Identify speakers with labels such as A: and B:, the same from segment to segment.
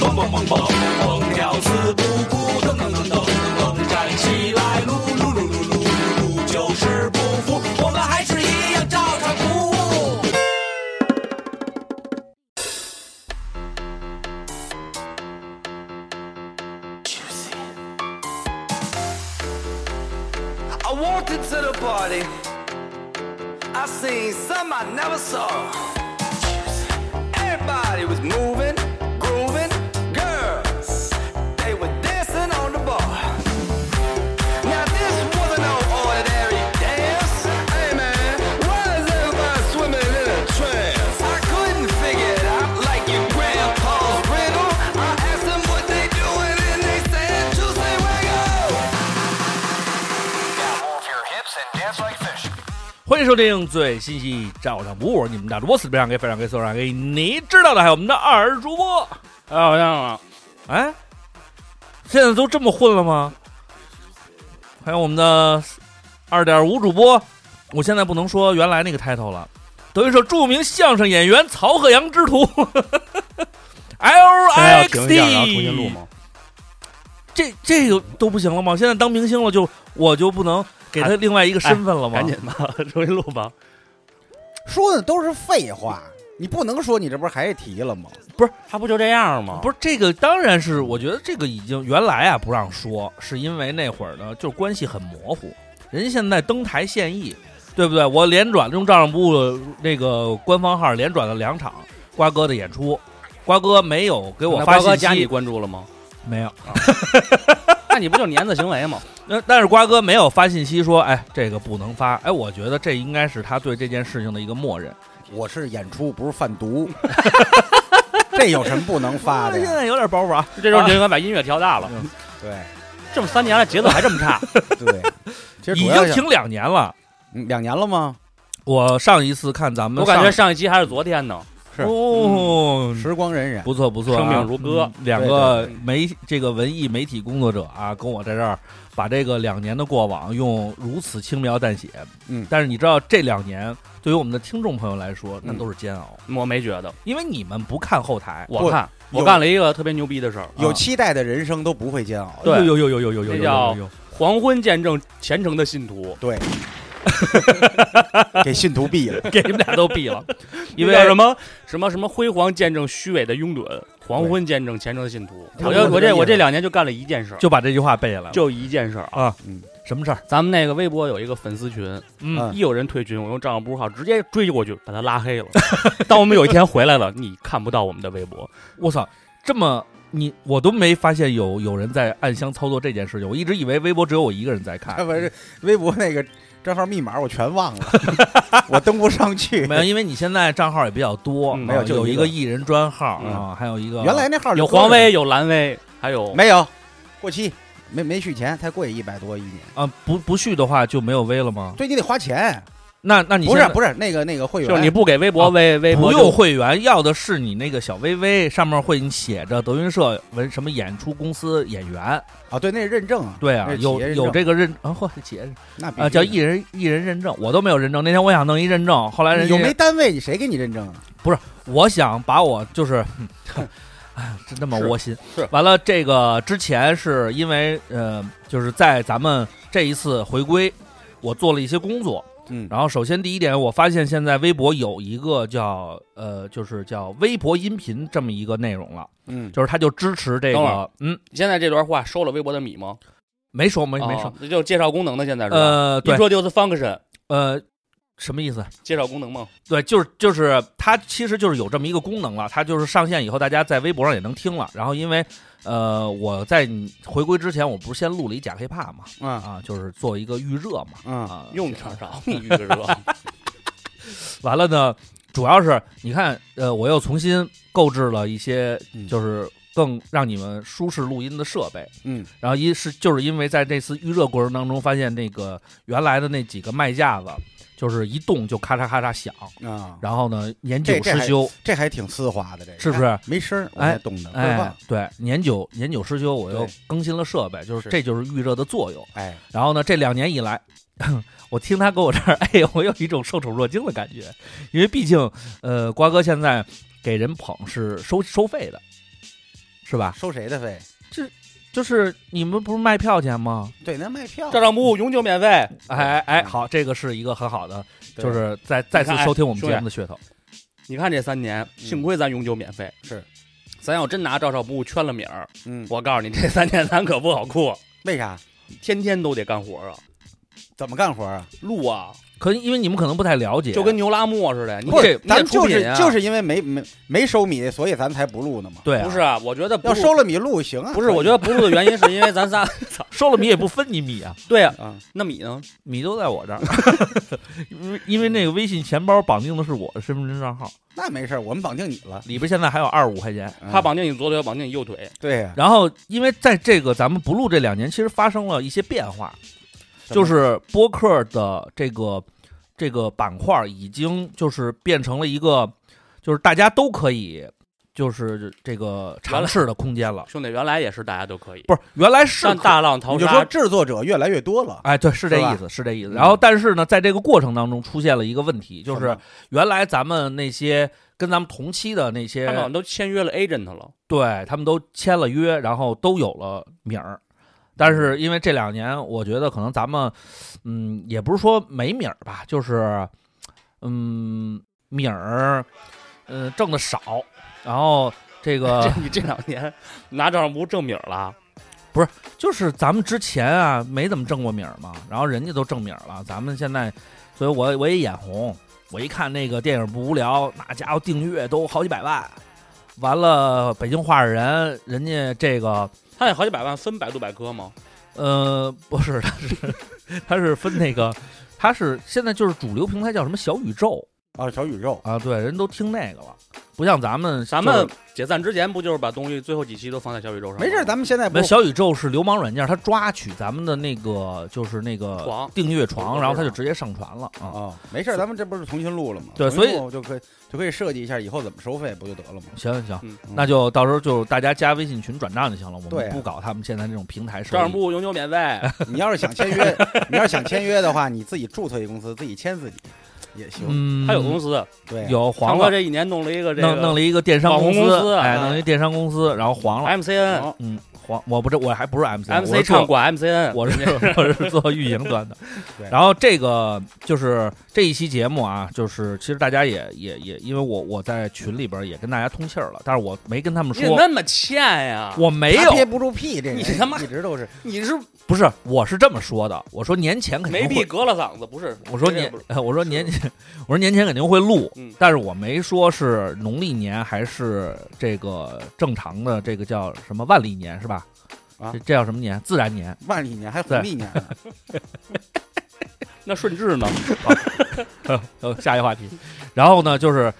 A: 蹦蹦蹦，蹦跳四不顾，噔噔噔噔噔，站起来，噜噜噜噜噜噜，就是不服，我们还是一样照常服务。
B: I walked into the party. I seen some I never saw. Everybody was moving, grooving. Girls, they were dancing on the bar. Now this wasn't no ordinary dance. Hey man, why is everybody swimming in a trance? I couldn't figure it out like your grandpa's riddle. I asked them what they doing and they said, Juice and wiggle.
C: 欢迎收听最新期《照常不误》，我是你们大主播死边上给非常给所长给你知道的，还有我们的二主播。
D: 啊，好像啊，
C: 哎，现在都这么混了吗？还有我们的二点五主播，我现在不能说原来那个 title 了，等于说著名相声演员曹鹤阳之徒 L
D: 现在
C: I
D: 要
C: X
D: 停一下，然后重新录
C: T。
D: 吗？
C: 这这个都不行了吗？现在当明星了就，我就不能给他
D: 哎
C: 另外一个身份了吗？
D: 赶紧吧，重新录吧。
E: 说的都是废话，你不能说你这不是还是提了吗？
C: 不是
D: 他不就这样吗？
C: 不
D: 是，
C: 是这个，当然是我觉得这个已经原来啊不让说，是因为那会儿呢就是关系很模糊，人家现在登台献艺，对不对？我连转用照相部的那个官方号连转了两场瓜哥的演出，瓜哥没有给我发
D: 瓜哥
C: 信
D: 加你
C: 息，
D: 关注了吗？
C: 没有，
D: 那你不就年子行为吗？
C: 那但是瓜哥没有发信息说，哎，这个不能发，哎，我觉得这应该是他对这件事情的一个默认。
E: 我是演出，不是贩毒， 这有什么不能发的
C: 现
E: 呀？
C: 在有点包袱啊，
D: 这时候你就应该把音乐调大了。
E: 对
D: 嗯这么三年了，节奏还这么差，
E: 对，其实
C: 已
E: 主要
C: 经
E: 是
C: 停两年了。
E: 嗯两年了吗？
C: 我上一次看咱们
D: 我
C: 上，
D: 感觉上一期还是昨天呢。
E: 是嗯
C: 哦，
E: 时光荏苒，
C: 不错不错啊、
D: 生命如歌
C: 嗯两个媒这个文艺媒体工作者啊，跟我在这儿把这个两年的过往用如此轻描淡写。
E: 嗯
C: 但是你知道这两年对于我们的听众朋友来说，那
E: 嗯
C: 都是煎熬，
D: 我没觉得，
C: 因为你们不看后台。
D: 我看
E: 有
D: 我干了一个特别牛逼的事儿，
E: 有
D: 啊
E: 期待的人生都不会煎熬。
D: 对
C: 有有有有有有有
D: 这叫
C: 有有，
D: 黄昏见证虔诚的信徒，
E: 对，给信徒毙了。
C: 给你们俩都毙了，因
D: 那叫什
C: 为
D: 么什么什么辉煌见证虚伪的拥趸，黄昏见证虔诚的信徒。
E: 对
D: 我
E: 差
D: 就
E: 不多
D: 我
E: 这
D: 这
E: 个
D: 我
E: 意
D: 这
E: 思
D: 两年就干了一件事儿，
C: 就把这句话背下来了。
D: 就一件事儿啊。
C: 啊，
E: 嗯，
C: 什么事儿？
D: 咱们那个微博有一个粉丝群，
C: 嗯
E: 嗯，
D: 一有人退群，我用账号不号直接追过去把他拉黑了。 当我们有一天回来了，你看不到我们的微博，
C: 我操，这么你我都没发现有有人在暗箱操作这件事情，我一直以为微博只有我一个人在看
E: 啊。不是 微博那个账号密码我全忘了， 我登不上去。
C: 没有，因为你现在账号也比较多，
D: 嗯
C: 啊
D: 没有
E: 就
C: 有
E: 一
C: 一
E: 个
C: 个艺人专号
D: 嗯
C: 啊，还有一个
E: 原来那号里
D: 有
E: 多
D: 黄
E: 着呢
D: 威，有蓝威，还有
E: 没有？过期没没续钱，太贵，一百多一年。
C: 啊不不续的话就没有微了吗？
E: 对你得花钱，
C: 那那你
E: 不
C: 现
E: 是
C: 在
E: 不是那个那个会员，
D: 就是你不给微
C: 啊
D: 博微微博
C: 不
D: 就嗯
C: 用会员，要的是你那个小微微上面会写着德云社文什么演出公司演员，
E: 啊，对，那是认证啊，
C: 对啊
E: 那，是企
C: 有
E: 业认证
C: 有这个认啊，或企业认
E: 那必须
C: 啊叫
E: 的
C: 艺人艺人认证，我都没有认证。那天我想弄一认证，后来人
E: 你
C: 家
E: 有没单位，你谁给你认证啊？
C: 我想把我就是， 哎，真他妈
E: 是
C: 窝心。
E: 是
C: 完了，这个之前是因为呃，就是在咱们这一次回归，我做了一些工作。
E: 嗯
C: 然后，首先第一点，我发现现在微博有一个叫呃，就是叫微博音频这么一个内容了，
E: 嗯，
C: 就是它就支持这
D: 等会儿
C: 个，嗯，
D: 现在这段话收了微博的米吗？
C: 没说没没
D: 啊
C: 说，，
D: 这就是介绍功能的现在是吧？
C: 呃，
D: 你
C: 对，
D: 说就是 function
C: 呃，什么意思？
D: 介绍功能吗？
C: 对，就是就是它其实就是有这么一个功能了，它就是上线以后，大家在微博上也能听了。然后因为呃，我在你回归之前，我不是先录了一假 hiphop 嘛，
E: 嗯
C: 啊，就是做一个预热嘛，
E: 嗯，
C: 啊，
D: 用得 着你预热，
C: 完了呢，主要是你看，呃，我又重新购置了一些，
E: 嗯
C: 就是更让你们舒适录音的设备。
E: 嗯，
C: 然后一是就是因为在这次预热过程当中，发现那个原来的那几个麦架子，就是一动就咔嚓咔嚓响，
E: 啊，
C: 然后呢年久
E: 这这
C: 失
E: 还
C: 修。
E: 这还挺丝滑的，这个
C: 是不是
E: 哎没声儿？我
C: 哎
E: 才懂的，倍儿
C: 哎
E: 棒，
C: 对，年久年久失修，我又
E: 对
C: 更新了设备，就是
E: 是
C: 这就是预热的作用。
E: 哎，
C: 然后呢，这两年以来， 我听他跟我这儿，哎，我有一种受宠若惊的感觉， 因为毕竟，呃，瓜哥现在给人捧是收收费的，是吧？
E: 收谁的费？
C: 就是你们不是卖票钱吗？
E: 对，那卖票
D: 照。账不误永久免费，
C: 哎哎，好，这个是一个很好的，
E: 对
C: 就是再再次收听我们
D: 兄弟
C: 节目的噱头。
D: 你看这三年，幸亏咱永久免费，
E: 是，
D: 咱要真拿照照不误圈了米儿，
E: 嗯，
D: 我告诉你，这三年咱可不好过，
E: 为啥？
D: 天天都得干活啊，
E: 怎么干活啊？
D: 路啊，
C: 可因为你们可能不太了解，
D: 就跟牛拉磨似的，你
E: 不
D: 得
E: 是，
D: 你
E: 咱
D: 得
E: 们
D: 出
E: 就是
D: 品啊，
E: 就是因为没没没收米，所以咱才不录呢嘛。
C: 对啊、
D: 不是啊？我觉得不
E: 要
D: 录
E: 收了米录行啊。
D: 不是，我觉得不录的原因是因 为咱仨，操，
C: 收了米也不分你米啊，
D: 对啊，
E: 得啊，
D: 那米呢？
C: 米都在我这儿，因为因为那个微信钱包绑定的是我的身份证账号，
E: 那没事儿，我们绑定你了。
C: 里边现在还有二十五块钱。
E: 嗯
D: 他绑定你左腿，绑定你右腿，
E: 对呀，
C: 然后，因为在这个咱们不录这两年，其实发生了一些变化，就是播客的这个这个板块已经就是变成了一个，就是大家都可以就是这个尝试的空间了。
D: 兄弟，原来也是大家都可以，
C: 不是，原来是
D: 但
C: 可
D: 大浪淘
E: 你就说
D: 沙，
E: 制作者越来越多了，
C: 哎，对，是这
E: 是吧
C: 意思，是这意思。
E: 嗯
C: 然后，但是呢，在这个过程当中出现了一个问题，就
E: 什
C: 是
E: 么
C: 原来咱们那些跟咱们同期的那些
D: 他们好像都签约了 agent 了，
C: 对他们都签了约，然后都有了名儿。但是因为这两年，我觉得可能咱们，嗯，也不是说没名儿吧，就是，嗯，名儿，呃，挣的少，然后这
E: 啊
C: 个
D: 你这两年拿照上不正米儿了，啊
C: 就是咱们之前啊没怎么挣过名儿嘛，然后人家都挣名儿了，咱们现在，所以我我也眼红，我一看那个电影不无聊，那家伙订阅都好几百万，完了北京画事人，人家这个。
D: 他那好几百万分百度百科吗？
C: 呃，不是，它是它是分那个，它是现在就是主流平台叫什么小宇宙
E: 啊，小宇宙。
C: 啊，对，人都听那个了，不像咱们
D: 咱
C: 就是
D: 们解散之前不就是把东西最后几期都放在小宇宙上吗？
E: 没事儿，咱们现在不
C: 没有小宇宙是流氓软件，它抓取咱们的那个就是那个
D: 床
C: 订阅
D: 我
C: 床，
D: 知
C: 然后它就
D: 道
C: 直接上传了啊。
E: 啊，没事儿，咱们这不是重新录了吗？
C: 对
E: 重新
C: 所以
E: 录就可以就可以设计一下以后怎么收费，不就得了吗？
C: 行行行，
D: 嗯
C: 那就到时候就大家加微信群转账就行了，我
E: 对
C: 们
E: 啊
C: 不搞他们现在这种平台
D: 照
C: 设
D: 样
C: 计。
D: 不永久免 费，
E: 你要是想签约，你要是想签约的话，你自己注册一公司，自己签自己也行。
C: 嗯，
D: 他有 公司，
E: 对啊，
C: 有
D: 长
C: 黄
D: 哥
C: 了，
D: 这一年弄了一个这
C: 弄弄
D: 个
C: 了一个电商
D: 网红公司
C: 哎，
D: 啊
C: 弄了一个电商公司，然后黄了，
D: MCN。
E: 哦
C: 嗯，黄，我不是我还不是 MC，我
D: MC
C: 是做
D: 唱管 MCN，
C: 我是我是做运营端的
E: 对。
C: 然后这个就是这一期节目啊，就是其实大家也也也，因为我我在群里边也跟大家通气儿了，但是我没跟他们
D: 你怎
C: 说
D: 么，那么欠呀？
C: 我没
E: 他憋
C: 有，
E: 不住屁，这人
D: 你他妈
E: 一直都是
D: 你是
C: 不是，我是这么说的，哎我说年前肯定
D: 没
C: 会
D: 必隔了嗓子，不是？
C: 我说
D: 这
C: 年
D: 不是，
C: 呃我说年前，我说年前肯定会录
D: 嗯，
C: 但是我没说是农历年还是这个正常的这个叫什么万历年是吧？
E: 啊
C: 这这叫什么年？自然年。
E: 万历年还红历年呢，
D: 那顺治呢？
C: 呃，下一个话题。然后呢，就是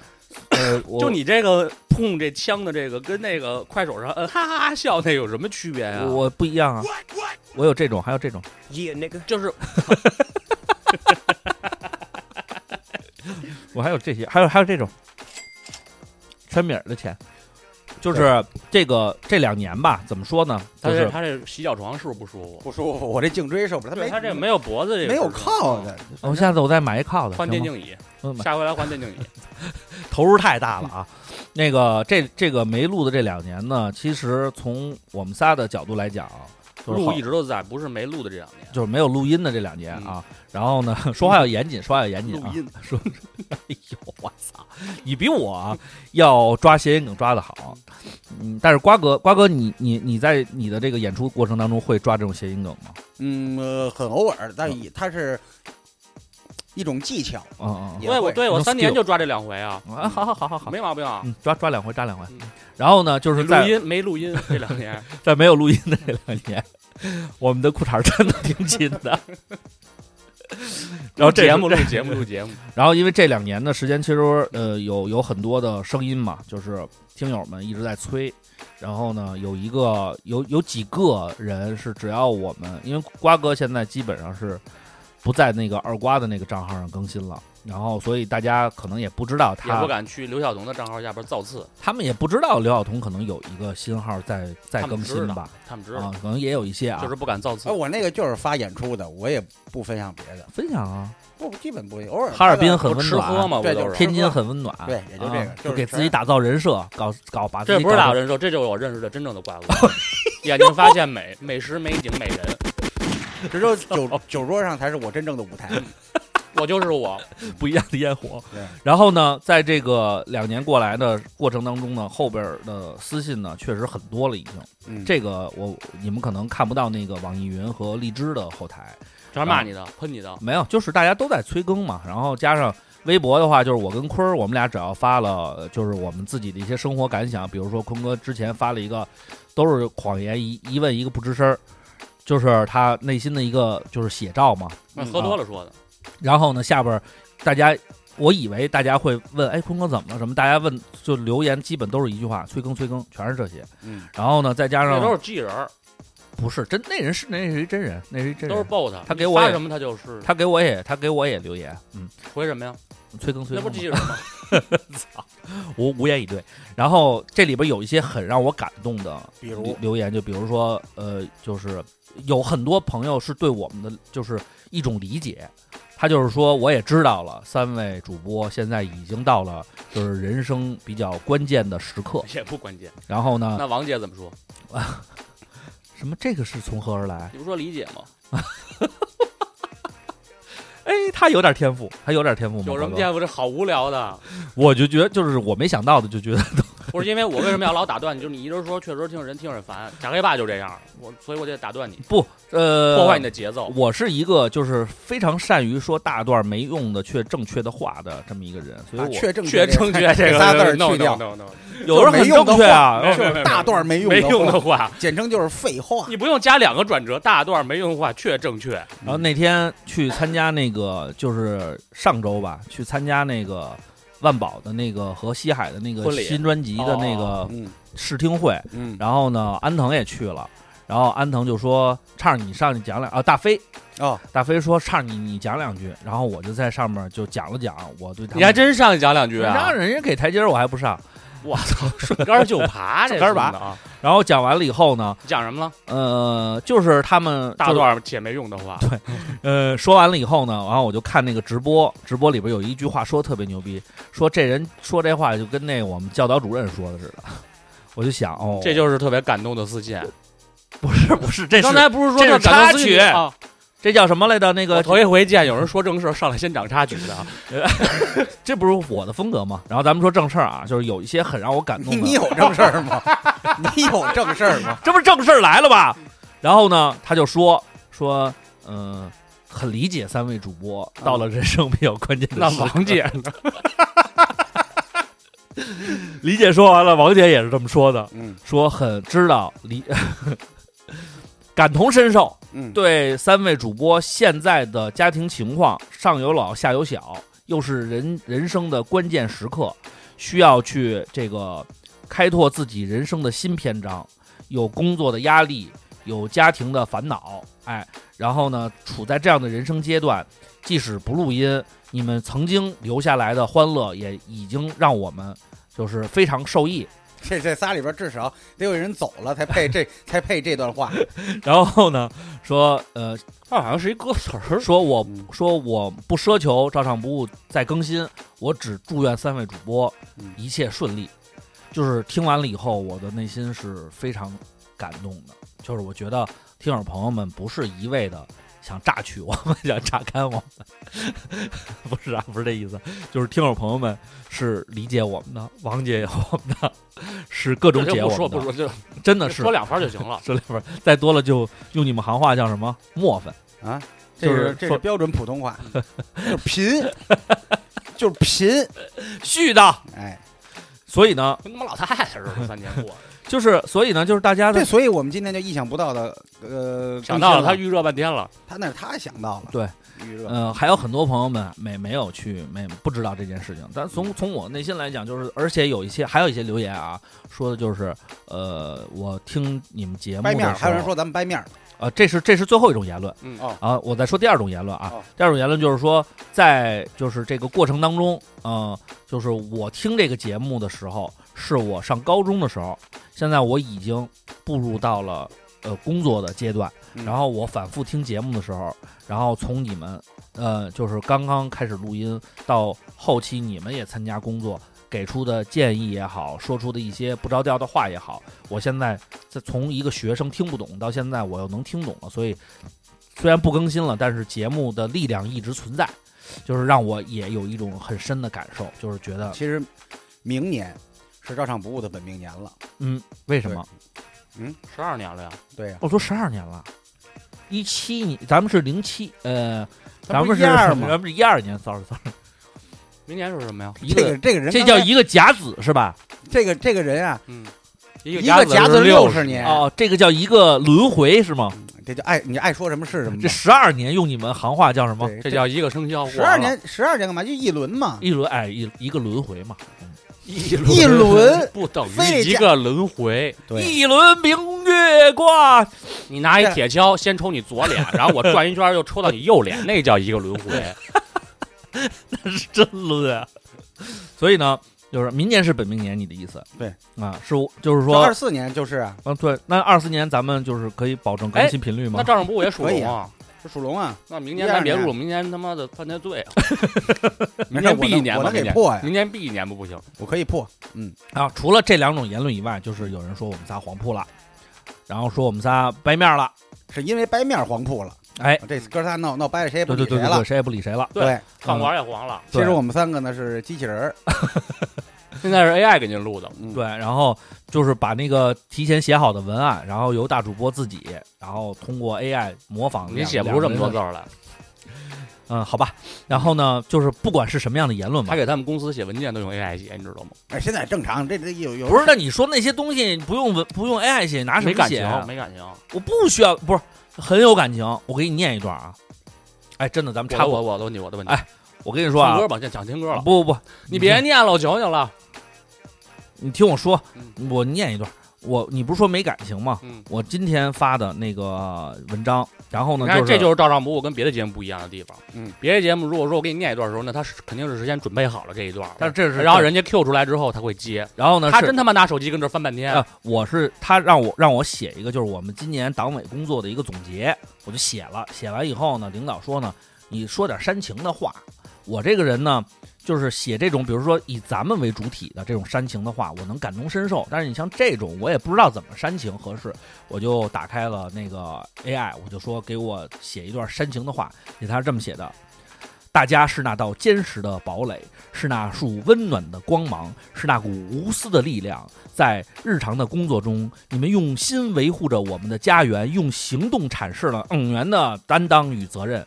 C: 呃，我
D: 就你这个碰这枪的这个，跟那个快手上嗯哈哈哈笑那有什么区别呀？
C: 我不一样啊，我有这种，还有这种，
D: 就是
C: 我还有这些，还有还有这种，圈米儿的钱，就是这个这两年吧，怎么说呢？
D: 他
C: 就
D: 这
C: 是
D: 他这洗脚床是不是不舒服？
E: 不舒服，我这颈椎受不了。
D: 对
E: 没
D: 他这没有脖子这个
E: 没有
D: 事情啊
E: 靠的，
C: 我下次我再买一靠的，
D: 换
C: 行
D: 电
C: 吗
D: 竞椅，
C: 嗯买
D: 下回来换电竞椅。
C: 投入太大了啊。那个这这个没录的这两年呢，其实从我们仨的角度来讲， 就是
D: 录
C: 好
D: 一直都在，不是没录的这两年。
C: 就是没有录音的这两年啊。然后呢，说话要严谨，说话要严谨啊。
D: 嗯录音
C: 说，哎呦，我操，你比我啊要抓谐音梗抓的好。嗯，但是瓜哥，瓜哥你，你你在你的这个演出过程当中会抓这种谐音梗吗？
E: 嗯，呃很偶尔，但也它是一种技巧。
C: 嗯嗯
E: 也
D: 对，我
E: 会
D: 对我
C: 能
D: 三年
C: skill
D: 就抓这两回啊，
C: 嗯，啊，好好好好好，
D: 没毛病啊。
C: 嗯，抓抓两回，抓两回
D: 嗯。
C: 然后呢，就是
D: 录
C: 在
D: 音没录音这两年，
C: 在没有录音的这两年，我们的裤衩儿真的挺紧的。 然后这
D: 节目录节目录 节目，
C: 然后因为这两年的时间，其实呃有有很多的声音嘛，就是听友们一直在催。然后呢，有一个有有几个人是只要我们，因为瓜哥现在基本上是不在那个二瓜的那个账号上更新了，然后所以大家可能也不知道
D: 也
C: 他
D: 不，敢去刘晓彤的账号下边造次，
C: 他们也不知道刘晓彤可能有一个新号在在
D: 他们
C: 更
D: 知
C: 新
D: 道
C: 吧，
D: 他们知道，
C: 啊，可能也有一些啊，
D: 就是不敢造次
E: 啊，。我那个就是发演出的，我也不分享别的，
C: 分享啊，
E: 不基本不会，偶尔
C: 哈尔滨
E: 发
C: 很
D: 我
C: 温
D: 吃喝
C: 暖，
D: 嘛，
E: 对
D: 我都。
E: 就是
C: 天津很温暖，
E: 对也就这个
C: 啊
E: 就是
C: 给自己
E: 全
C: 打造人设，搞搞把自
D: 这
C: 己
D: 不是
C: 搞
D: 打
C: 成
D: 人设，这就是我认识的真正的怪物。眼睛发现美，美食、美景、美人，
E: 个只有酒酒桌上才是我真正的舞台。
D: 我就是我。
C: 不一样的烟火
E: 对。
C: 然后呢，在这个两年过来的过程当中呢，后边的私信呢确实很多了，已经。
E: 嗯，
C: 这个我你们可能看不到那个网易云和荔枝的后台，
D: 全是骂你的，喷你的，
C: 没有，就是大家都在催更嘛。然后加上微博的话，就是我跟坤儿，我们俩只要发了，呃就是我们自己的一些生活感想，比如说坤哥之前发了一个，都是谎言一一问一个不吱声儿，就是他内心的一个就是写照嘛。
D: 那喝多了说的。
C: 然后呢，下边儿大家，我以为大家会问，哎，坤哥怎么了？什么？大家问就留言，基本都是一句话，催更催更，全是这些。
E: 嗯，
C: 然后呢，再加
D: 这都
C: 上
D: 是 G 人儿，
C: 不是真，那人是那是一真人，那是一真
D: 都是
C: 人。
D: 爆他。
C: 他
D: 你
C: 给我
D: 发
C: 也
D: 什么，他就是
C: 他给我也他给我也留言，嗯，
D: 回什么呀？
C: 催更催
D: 那不
C: 更
D: 是
C: 嘛，
D: G 人吗？
C: 无无言以对。然后这里边有一些很让我感动的
E: 比
C: 留
E: 如
C: 留言，就比如说，呃，就是有很多朋友是对我们的就是一种理解，他就是说，我也知道了，三位主播现在已经到了就是人生比较关键的时刻，
D: 也不关键。
C: 然后呢，
D: 那王姐怎么说？
C: 什么这个是从何而来？
D: 你不说理解吗？
C: 哎，他有点天赋，他有点天赋吗？
D: 有什
C: 华
D: 么
C: 哥？
D: 见过这好无聊的？
C: 我就觉得就是我没想到的，就觉得
D: 不是因为我为什么要老打断你？就是你一直说确实听人听着烦，贾黑爸就这样，我所以我得打断你，
C: 不呃
D: 破坏你的 节奏。
C: 我是一个就是非常善于说大段没用的却正确的话的这么一个人，所以
E: 把
C: 我
E: 确证
D: 确 正确这个
E: 仨字儿
D: ，no
E: 去
D: no
E: 掉，
D: no no，
C: 有时候
E: 没
C: 很
E: 用的
C: 正确啊，
D: 没有
E: 就
D: 没有没
E: 是
D: 有
E: 大段没用
D: 没用
E: 的
D: 的
E: 话，
D: 话，
E: 简称就是废话。
D: 你不用加两个转折，大段没用的话确正确。
C: 然后那天去参加那个，就是上周吧，去参加那个呃万宝的那个和西海的那个
D: 婚礼
C: 新专辑的那个
E: 嗯
C: 试听会，
E: 嗯
C: 然后呢，安藤也去了，然后安藤就说：“畅儿，你上去讲两啊，大飞。”
E: 哦，
C: 大飞说：“畅儿，你你讲两句。”然后我就在上面就讲了讲我对他们，
D: 你还真上去讲两句
C: 让
D: 啊！
C: 人家给台阶儿，我还不上。
D: 我操，顺杆儿就爬， 这
C: 顺杆儿爬
D: 孙子啊！
C: 然后讲完了以后呢，
D: 你讲什么了？
C: 呃，就是他们
D: 大
C: 就
D: 段儿且没用的 话，
C: 呃，说完了以后呢，然后我就看那个直播，直播里边有一句话说得特别牛逼，说这人说这话就跟那我们教导主任说的似的。 我就想，哦，
D: 这就是特别感动的私信。
C: 不是不是，这
D: 刚
C: 是
D: 才不是说
C: 这是
D: 感动
C: 插
D: 私
C: 曲
D: 信啊？
C: 这叫什么来着？那
D: 我
C: 个
D: 头一回见有人说正事儿上来先讲插曲的 啊，
C: 这不是我的风格吗？然后咱们说正事儿啊，就是有一些很让我感
E: 你
C: 动
E: 你
C: 的，
E: 有正事儿吗？你有正事儿吗？
C: 这不是正事儿来了吧？然后呢，他就说说，嗯、很理解三位主播到了人生比较关键
D: 那
C: 的时刻。
D: 王姐 呢？
C: 理解说完了，王姐也是这么说的。
E: 嗯
C: 说很知道理， 感同身受，
E: 嗯，
C: 对三位主播现在的家庭情况，上有老下有小，又是人人生的关键时刻，需要去这个开拓自己人生的新篇章，有工作的压力，有家庭的烦恼，哎，然后呢，处在这样的人生阶段，即使不录音，你们曾经留下来的欢乐，也已经让我们就是非常受益。
E: 这这仨里边至少得有人走了才配这才配这段话。
C: 然后呢，说呃，
D: 那啊好像是一歌词儿，
C: 说我
E: 嗯
C: 说我不奢求照常不误再更新，我只祝愿三位主播
E: 嗯
C: 一切顺利。就是听完了以后，我的内心是非常感动的。就是我觉得听友朋友们不是一味的想榨取我们，想榨干我们， 不是啊，不是这意思。就是听友朋友们是理解我们的，王姐有我们的，是各种
D: 这
C: 解
D: 就
C: 我
D: 不哎说
C: 们的，
D: 不说， 就
C: 真的是
D: 说两番就行 了。
C: 这里边再多了就用你们行话叫什么磨粉。
E: 这
C: 就是
E: 是这是
C: 说
E: 标准普通话，就是贫，就是贫。
C: 絮叨。
E: 哎，
C: 所以呢，
D: 跟他妈老太太似的，三年过，
C: 就是所以呢，就是大家
E: 对，
C: 在
E: 所以我们今天就意想不到的，呃，
D: 想到了，
E: 更
D: 他
E: 新
D: 预热半天了，
E: 他那是他想到了，
C: 对，
E: 预热，
C: 呃，还有很多朋友们没没有去没不知道这件事情，但从从我内心来讲，就是而且有一些还有一些留言啊，说的就是呃，我听你们节目
E: 掰
C: 的
E: 面
C: 时
E: 儿，
C: 候，
E: 还有人说咱们掰面儿，
C: 呃，这是这是最后一种言论，
D: 嗯
E: 哦
C: 啊，我再说第二种言论啊，
E: 哦
C: 第二种言论就是说，在就是这个过程当中，嗯、就是我听这个节目的时候，是我上高中的时候，现在我已经步入到了呃工作的阶段，
E: 嗯
C: 然后我反复听节目的时候，然后从你们呃就是刚刚开始录音到后期你们也参加工作。给出的建议也好，说出的一些不着调的话也好，我现在在从一个学生听不懂到现在我又能听懂了，所以虽然不更新了，但是节目的力量一直存在，就是让我也有一种很深的感受，就是觉得
E: 其实明年是照常不误的本命年了，
C: 嗯为什么？
D: 十二年了呀，
E: 对呀，
C: 我哦都十二年了，一七年咱们是零七，呃，
E: 他
C: 咱
E: 不
C: 们
E: 是
C: 是
E: 12吗
C: 咱们是一二年，sorry sorry，
D: 明年是什么呀？
C: 一
E: 这个这个人
C: 这
E: 刚
C: 叫
E: 才
C: 一个甲子是吧？
E: 这个这个人啊，
D: 嗯，一
E: 一个
D: 个夹
E: 夹
D: 子
E: 子
D: 是
E: 六
D: 十
E: 十，年，
C: 哦，这个叫一个轮回是吗？
E: 这就爱你爱说什么是什么吧，
C: 这十二年用你们行话叫什么？
E: 对
D: 这叫一个生肖。
E: 十二年，十二年干嘛？就一轮嘛，
C: 一轮哎一一个轮回嘛，
D: 一
E: 轮一轮
D: 不等
E: 非得
D: 于一
E: 加
D: 个轮回。
E: 对，
C: 一轮 明月挂，
D: 你拿一铁锹先抽你左脸，然后我转一圈又抽到你右脸，那叫一个轮回。
C: 是真抡啊！所以呢，就是明年是本命年，你的意思？
E: 对
C: 啊，是我就是
E: 这二
C: 说，
E: 四年就是啊，
C: 嗯，对，那二四年咱们就是可以保证更哎新频率吗
D: 那？照样不我也属
E: 可以
D: 龙啊？
E: 这属龙啊，
D: 那明年
E: 12
D: 咱别
E: 年
D: 入，明年他妈的犯天罪啊，
E: 明
D: 年避一年
E: 我
D: 吧，
E: 能
D: 明
E: 给
D: 年
E: 破呀，
C: 嗯
D: 明年避一年不不行。
E: 我可以破，
C: 啊，除了这两种言论以外，就是有人说我们仨黄铺了，然后说我们仨掰面了，
E: 是因为掰面黄铺了，
C: 哎，
E: 这哥仨闹闹掰了谁也不
C: 对
E: 理
C: 对
E: 谁
C: 对对对，
E: 了。
C: 谁也不理谁了。
D: 对饭馆也黄了，
E: 其实
C: 对
E: 我们三个呢是机器人儿，
D: 现在是 AI 给您录的。
E: 嗯
C: 对，然后就是把那个提前写好的文案，然后由大主播自己，然后通过 AI 模仿两。
D: 您写不出这么多字
C: 两个人
D: 儿来，
C: 的，嗯，好吧。然后呢，就是不管是什么样的言论吧
D: 他，给他们公司写文件都用 AI 写，你知道吗？
E: 哎，现在正常，这这有有
C: 不是，那你说那些东西不用文不用 AI 写，拿什
D: 没
C: 么
D: 感
C: 写
D: 情
C: 啊？，
D: 没感情。
C: 我不需要，不是很有感情。我给你念一段啊，哎，真的，咱们
D: 差
C: 插
D: 我
C: 播。
D: 我的问题，我的问题。
C: 哎我跟你说
D: 唱
C: 啊
D: 歌，吧，先讲听歌了。
C: 不不不，
D: 你别念了，我求你了。
C: 你听我说
D: 嗯，
C: 我念一段。我你不是说没感情吗？
D: 嗯，
C: 我今天发的那个文章，然后
D: 你
C: 呢，
D: 看，
C: 是
D: 这就是照常不误跟别的节目不一样的地方。
E: 嗯，
D: 别的节目如果说我给你念一段的时候，那他是肯定是事先准备好了这一段，嗯
C: 但是这是
D: 然后人家 Q 出来之后他会接，
C: 然后呢，
D: 他
C: 是
D: 真他妈拿手机跟这儿翻半天
C: 啊。，我是他让我让我写一个，就是我们今年党委工作的一个总结，我就写了。写完以后呢，领导说呢，你说点煽情的话。我这个人呢，就是写这种，比如说以咱们为主体的这种煽情的话，我能感同身受。但是你像这种，我也不知道怎么煽情合适，我就打开了那个 AI，我就说给我写一段煽情的话，给他这么写的。大家是那道坚实的堡垒，是那束温暖的光芒，是那股无私的力量。在日常的工作中，你们用心维护着我们的家园，用行动阐释了嗯员的担当与责任。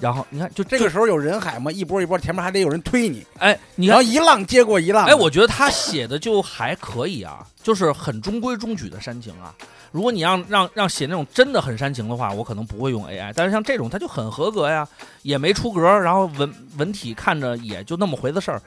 C: 然后你看，就
E: 这个时候有人海嘛，一波一波，前面还得有人推你，
C: 哎，你
E: 然
C: 看
E: 后，一浪接过一浪。
D: 啊
C: 哎，我觉得他写的就还可以啊，就是很中规中矩的煽情啊。如果你让让让写那种真的很煽情的话，我可能不会用 AI。但是像这种，它就很合格呀，也没出格，然后文文体看着也就那么回的事儿，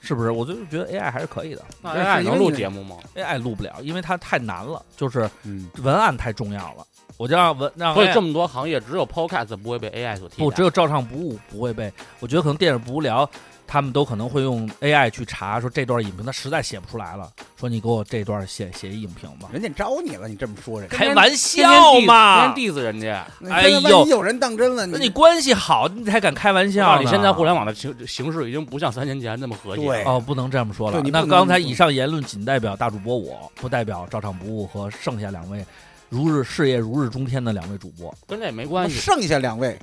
C: 是不是？我就觉得 AI 还是可以的
D: 那
E: 这是
D: AI
E: 因为
D: 能录
E: 你
D: 节目吗？
C: ，AI 录不了，因为它太难了，就是
E: 嗯，
C: 文案太重要了。我就让文让
D: 所以
C: AI
D: 这么多行业，只有 Podcast 不会被 AI 所替代。
C: 啊不，只有照唱不误不会被。我觉得可能电影不无聊，他们都可能会用 AI 去查，说这段影评他实在写不出来了，说你给我这段写写一影评吧。
E: 人家招你了，你这么说人，
C: 开玩
D: 天
C: 笑
D: 天 diss-
C: 嘛，
D: 天天 diss 人家。
C: 哎
E: 那万
C: 呦
E: 一有人当真了，
C: 那你关系好，你才敢开玩笑
D: 道
C: 呢。
D: 理哦现在互联网的形形式已经不像三年前那么和谐
E: 对
D: 了。
C: 哦，不能这么说了
E: 对。你不
C: 那
E: 能
C: 刚才以上言论仅代表大主播我，不代表照唱不误和剩下两位如日事业如日中天的两位主播。
D: 跟这也没
E: 那
D: 关系。
E: 剩下两位，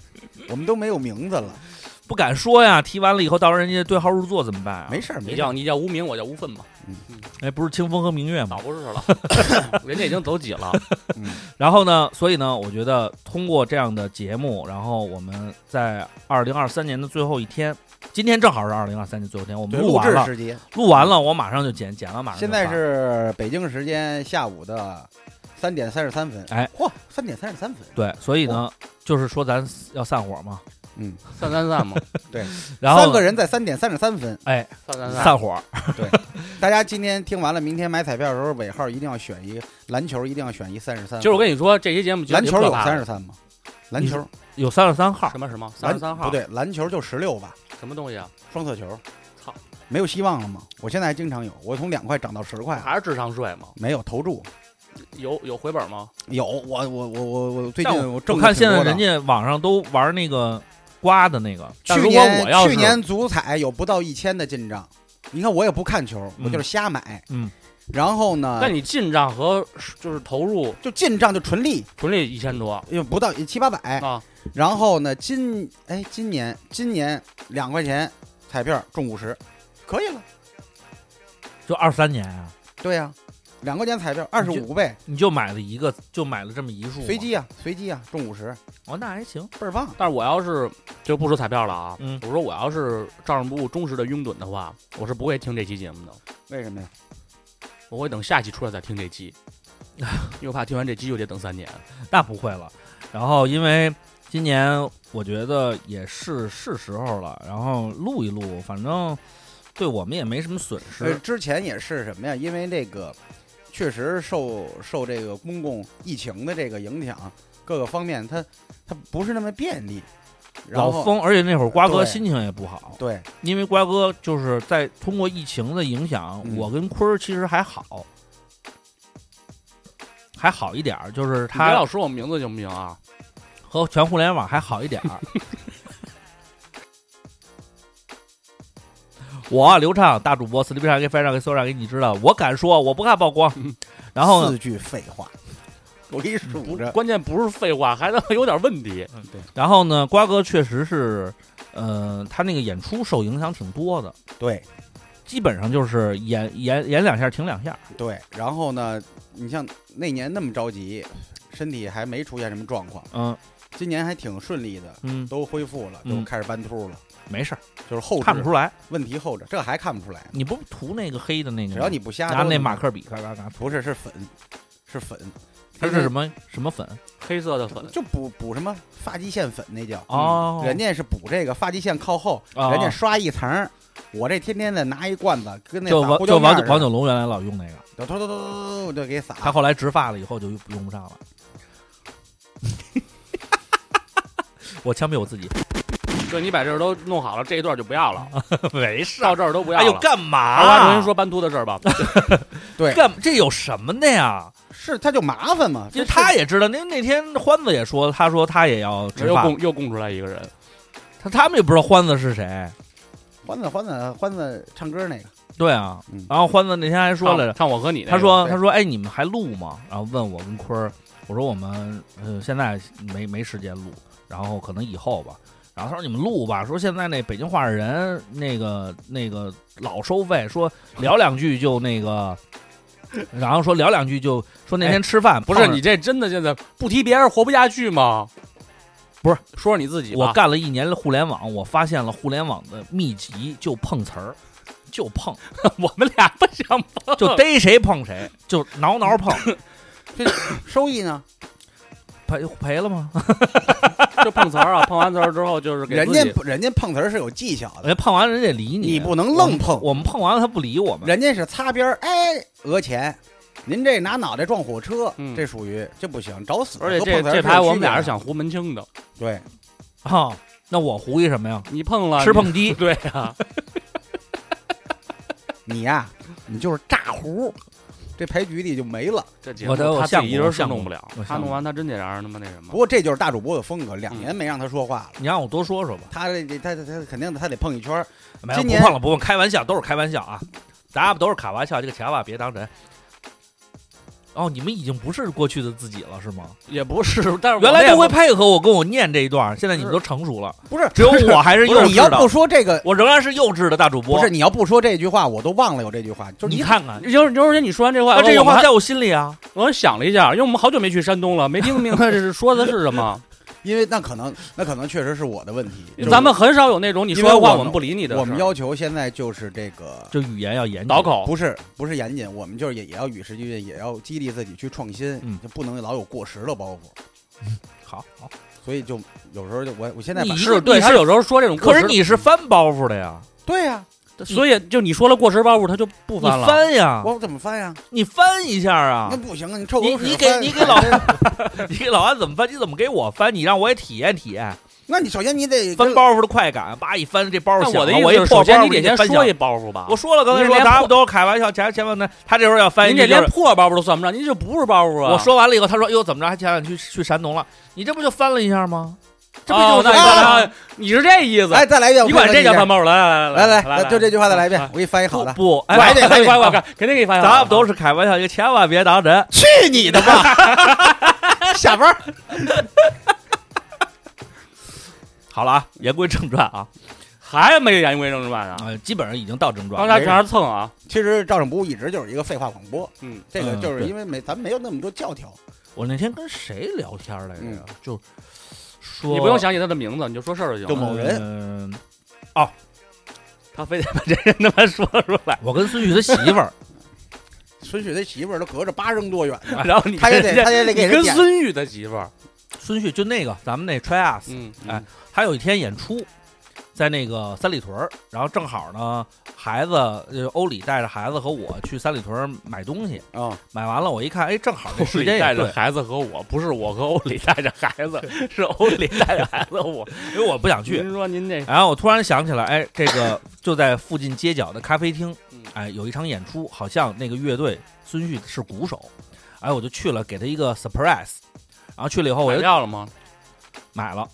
E: 我们都没有名字了，
C: 不敢说呀，提完了以后，到时候人家对号入座怎么办啊？
E: 没事儿，没
D: 你
E: 事
D: 叫
E: 儿，
D: 你叫无名，我叫无份嘛。
C: 哎，不是清风和明月吗
D: 早？不是了，人家已经走几了。
C: 然后呢，所以呢，我觉得通过这样的节目，然后我们在二零二三年的最后一天，今天正好是二零二三年最后一天，我们
E: 对，
C: 录
E: 录
C: 完
E: 制
C: 了，
E: 时间，
C: 录完了，我马上就剪，剪了马上就
E: 现
C: 发。
E: 在是北京时间下午的三点三十三分。
C: 哎，
E: 嚯，三点三十三分，
C: 对，所以呢，就是说咱要散伙嘛，
E: 嗯，
D: 散散散嘛，
C: 然后
E: 三个人在啊三点三十三分。
C: 哎
D: 散散散。
C: 散伙，
E: 大家今天听完了，明天买彩票的时候尾号一定要选一篮球，一定要选一三十三。
D: 其实我跟你说，这期节目
E: 篮球有三
D: 十
E: 十三吗？篮
C: 你
E: 球
C: 说有三十三号
D: 什，么什么三
E: 篮
D: 十三号
E: 不对，篮球就十六吧，
D: 什么东西啊？
E: 双色球。
D: 操，
E: 没有希望了吗？我现在还经常有，我从两块涨到十块了，
D: 还是智商税吗？
E: 没有投注。
D: 啊有有回本吗？
E: 有我我我我我最
C: 但
E: 近
C: 我
E: 我挣
C: 我
E: 得
C: 看
E: 挺
C: 现在
E: 多的
C: 人家网上都玩那个刮的那个，
D: 但
E: 去
D: 如果我要
E: 年
D: 是
E: 去年足彩有不到一千的进账，你看我也不看球，
C: 嗯
E: 我就是瞎买。
C: 嗯，
E: 然后呢
D: 那，你进账和就是投入
E: 就进账就纯利，
D: 纯利一千多，
E: 也不到七八百
D: 啊。
E: 然后呢，今哎今年今年两块钱彩票中五十，可以了。
C: 就二三年啊，
E: 对呀、两块钱彩票二十五倍，
C: 你就买了一个，就买了这么一数嘛，
E: 随机啊随机啊中五十，
C: 哦，那还行，
E: 倍儿棒。
D: 但是我要是就不说彩票了啊，
C: 嗯
D: 我说我要是照样不误忠实的拥趸的话，我是不会听这期节目的，
E: 为什么呀？
D: 我会等下期出来再听这 期，因为我怕听完这期又得等三年。
C: 那不会了。然后因为今年我觉得也是是时候了，然后录一录，反正对我们也没什么损
E: 呃，
C: 失。
E: 之前也是什么呀？因为这个确实受受这个公共疫情的这个影响，各个方面它它不是那么便利。然
C: 老
E: 后
C: 疯，而且那会儿瓜哥
E: 对
C: 心情也不好，
E: 对，
C: 因为瓜哥就是在通过疫情的影响，
E: 嗯
C: 我跟坤儿其实还好，还好一点儿，就是
D: 你别
C: 他
D: 老说我名字行不行啊？
C: 和全互联网还好一点啊儿。 我啊刘畅大主播，死里边上给翻上给搜上给你知道，我敢说我不怕曝光。
E: 嗯
C: 然后呢
E: 四，句废话，我给你数着。
D: 关键不是废话，还他妈有点问题。
C: 然后呢，瓜哥确实是，呃，他那个演出受影响挺多的，
E: 对
C: 基本上就是演演演两下停两下。
E: 对，然后呢，你像那年那么着急，身体还没出现什么状况，
C: 嗯
E: 今年还挺顺利的，
C: 嗯，
E: 都恢复了，
C: 嗯
E: 都开始搬秃了，
C: 没事儿，
E: 就是后
C: 看不
E: 置
C: 出来。
E: 问题后置，这还看不出来呢。
C: 你不涂那个黑的那个吗？
E: 只要你不瞎
C: 拿
E: 都
C: 嗯那
E: 能
C: 马克笔，嘎嘎嘎，
E: 不是是粉，是粉，
C: 它是什么什么粉？
D: 黑色的粉，
E: 就补补什么发际线粉那叫嗯
C: 哦
E: 人家是补这个发际线靠后，
C: 哦
E: 人家刷一层儿，我这天天的拿一罐子跟那
C: 就
E: 撒
C: 王
E: 胡
C: 就
E: 椒面
C: 王
E: 儿似的
C: 王九龙原来老用那个，
E: 就突突突突突就给撒，
C: 他后来植发了以后就用用不上了。 我枪毙我 自己，
D: 对你把这儿都弄好了，这一段就不要了，
C: 没事
D: 到这儿都不要
C: 哎
D: 了。
C: 呦，干嘛？啊
D: 好吧，重新说斑秃的事 儿吧。
E: 对，
C: 干这有什么的呀？
E: 是他就麻烦嘛，
C: 因
E: 这
C: 为他
E: 是
C: 也知道，那那天欢子也说，他说他也要植
D: 又
C: 发，
D: 供又供出来一个人，
C: 他他们也不知道欢子是谁。
E: 欢子欢子欢子唱歌那个，
C: 对啊，
E: 嗯
C: 然后欢子那天还说来着
D: 唱，唱我和你那个。
C: 他说：“
E: 对
C: 他说，哎，你们还录吗？”然后问我跟坤儿，我说我们呃现在没没时间录，然后可能以后吧。然后他说你们录吧，说现在那北京话事人那个那个老收费，说聊两句就那个，然后说聊两句就说那天吃饭、
D: 哎不是你，这真的现在不提别人活不下去吗？
C: 不是，
D: 说说你自己吧。
C: 我干了一年的互联网，我发现了互联网的秘籍就碰瓷儿，就碰，
D: 我们俩不想碰，
C: 就逮谁碰谁，就挠挠碰，
E: 收益呢？
C: 赔赔了吗？
D: 就碰瓷儿啊！碰完瓷儿之后就是给
E: 人
D: 自
E: 家
D: 己哎
E: 不人家碰瓷儿是有技巧的，
C: 人家碰哎完人得理
E: 你
C: 你
E: 不能愣碰，
C: 我们碰完了他不理我们，
E: 人家是擦边儿，哎，讹钱。您这拿脑袋撞火车，
D: 嗯
E: 这属于这不行，找死。
D: 而且
E: 和
D: 这
E: 碰瓷儿是有
D: 这牌我
E: 区
D: 们
E: 别
D: 俩是
E: 的
D: 想胡门清的，
E: 对，
C: 啊、那我胡一什么呀？
D: 你碰了
C: 吃碰鸡
D: 你，对啊，
E: 你呀、你就是炸胡，这牌局里就没了。
D: 这节
C: 我
D: 目
C: 都有
D: 他自
C: 相
D: 己一
C: 过
D: 人
C: 我
D: 是
C: 相
D: 弄
C: 过
D: 不了
C: 我，
D: 他
C: 相
D: 弄
C: 过
D: 完他真得让人他妈那什么
E: 不。过这就是大主播的风格，两年没让他说话了，
C: 你让我多说说吧。哎
E: 他这这他他他肯定他得碰一圈儿。
C: 没有，
E: 今
C: 不
E: 年
C: 碰了，不碰，开玩笑，都是开玩笑啊，咱们都是卡玩笑，这个卡哇别当真。哦，你们已经不是过去的自己了，是吗？
D: 也不是，但是
C: 原来都
D: 都
C: 会配合我跟我念这一段，现在你们都成熟了，
E: 不是
C: 只有我还是幼
E: 不是你要
C: 稚
E: 不
C: 的，
E: 说这个，
C: 我仍然是幼稚的大主播。
E: 不是你要不说这句话，我都忘了有这句话。就是
C: 你看看，
D: 刘刘主任，你说完这话，
C: 那这句
D: 我们
C: 话
D: 还
C: 在我心里啊，
D: 我想了一下，因为我们好久没去山东了，没听明白这是说的是什么。
E: 因为那可能那可能确实是我的问题。就是
D: 咱们很少有那种你说
E: 因
D: 的
E: 为我
D: 话
E: 们
D: 我们不理你的事儿。
E: 我们要求现在就是这个，
C: 就语言要严谨
D: 倒。口，
E: 不是不是严谨，我们就是也也要与时俱进，也要激励自己去创新，
C: 嗯
E: 就不能老有过时的包袱。
C: 好，好
E: 所以就有时候就我我现在把
C: 你
D: 是对
C: 你是
D: 他有时候说这种
C: 可
D: 过时，
C: 是你是翻包袱的呀，
E: 对呀、
D: 所以就你说了过时包袱，他就不
C: 你
D: 嗯翻了。
C: 翻呀，
E: 我怎么翻呀、
C: 你翻一下啊
E: 那，不行啊，你臭
C: 你
E: 狗屎
C: 你给
E: 翻
C: 你给老 你给老安怎么翻？你怎么给我翻？你让我也体验体验
E: 那你首先你得
C: 翻
E: 跟
C: 包袱的快感，叭一翻这包
D: 那
C: 响
D: 我的
C: 了，
D: 意
C: 我
D: 思
C: 一
D: 是，
C: 破
D: 首
C: 包
D: 先
C: 袱
D: 你得
C: 就
D: 先
C: 翻
D: 说
C: 响
D: 一。包袱吧
C: 我。说了，刚才
D: 你
C: 说
D: 连
C: 咱
D: 破
C: 们都是开玩笑，前前半段他这时候要翻
D: 您
C: 一
D: 这
C: 句就
D: 连
C: 是。
D: 破包袱都算不上，您这不是包袱啊！
C: 我说完了以后，他说：“哟，怎么着？还前两天去去山东了？你这不就翻了一下吗？这不
D: 哦
C: 就
D: 那
C: 是啊
D: 你
C: 翻了吗
D: 看你是这意思？
E: 哎再来一遍，
D: 你管这叫翻
E: 吗？
D: 包袱？来来
E: 来
D: 来
E: 来，就这句话再来一遍，。我给你翻一好
C: 不
E: 的。
C: 不，哎
D: 来
E: 来这
D: 来
E: 来这
D: 来，我肯定给你翻。啊
C: 咱们都是开玩笑，就千万别当真。
E: 去你的吧！ 下班儿。
C: 好了啊，言归正传啊，
D: 还没言归正 传啊，
C: 啊，基本上已经到正
D: 刚
C: 传了。
D: 才全是蹭啊。
E: 其实照正不误一直就是一个废话广播，
D: 嗯，
E: 这个
C: 嗯
E: 就是
C: 对
E: 因为没咱没有那么多教条。
C: 我那天跟谁聊天来着
E: 嗯？
C: 就说
D: 你不用想起他的名字，你就说事儿就
E: 就
D: 行了。
E: 某人
C: 嗯
D: 他非得把这人他妈说出来，
C: 我跟孙旭他媳妇 儿，
E: 孙雪的媳妇儿都隔着八扔多远，
D: 然后你
E: 他也得
D: 跟
E: 他也得给
D: 你
E: 人
D: 跟
E: 点。
D: 孙玉的媳妇儿，
C: 孙旭就那个咱们那 Try Us，
D: 嗯，
C: 哎，他有一天演出，在那个三里屯儿，然后正好呢，孩子呃欧里带着孩子和我去三里屯儿买东西，
D: 嗯
E: 啊，
C: 买完了我一看，哎，正好这
D: 欧
C: 时
D: 里
C: 间
D: 带
C: 也
D: 着
C: 对，
D: 孩子和我，不是我和欧里带着孩子，是欧里带着孩子我
C: 因为我不想去。
D: 您说您这
C: 然后我突然想起来，哎，这 个就在附近街角的咖啡厅
D: 嗯，
C: 哎，有一场演出，好像那个乐队孙旭是鼓手，哎，我就去了，给他一个 surprise。然后去了以后，我
D: 买
C: 就
D: 票了吗？
C: 买了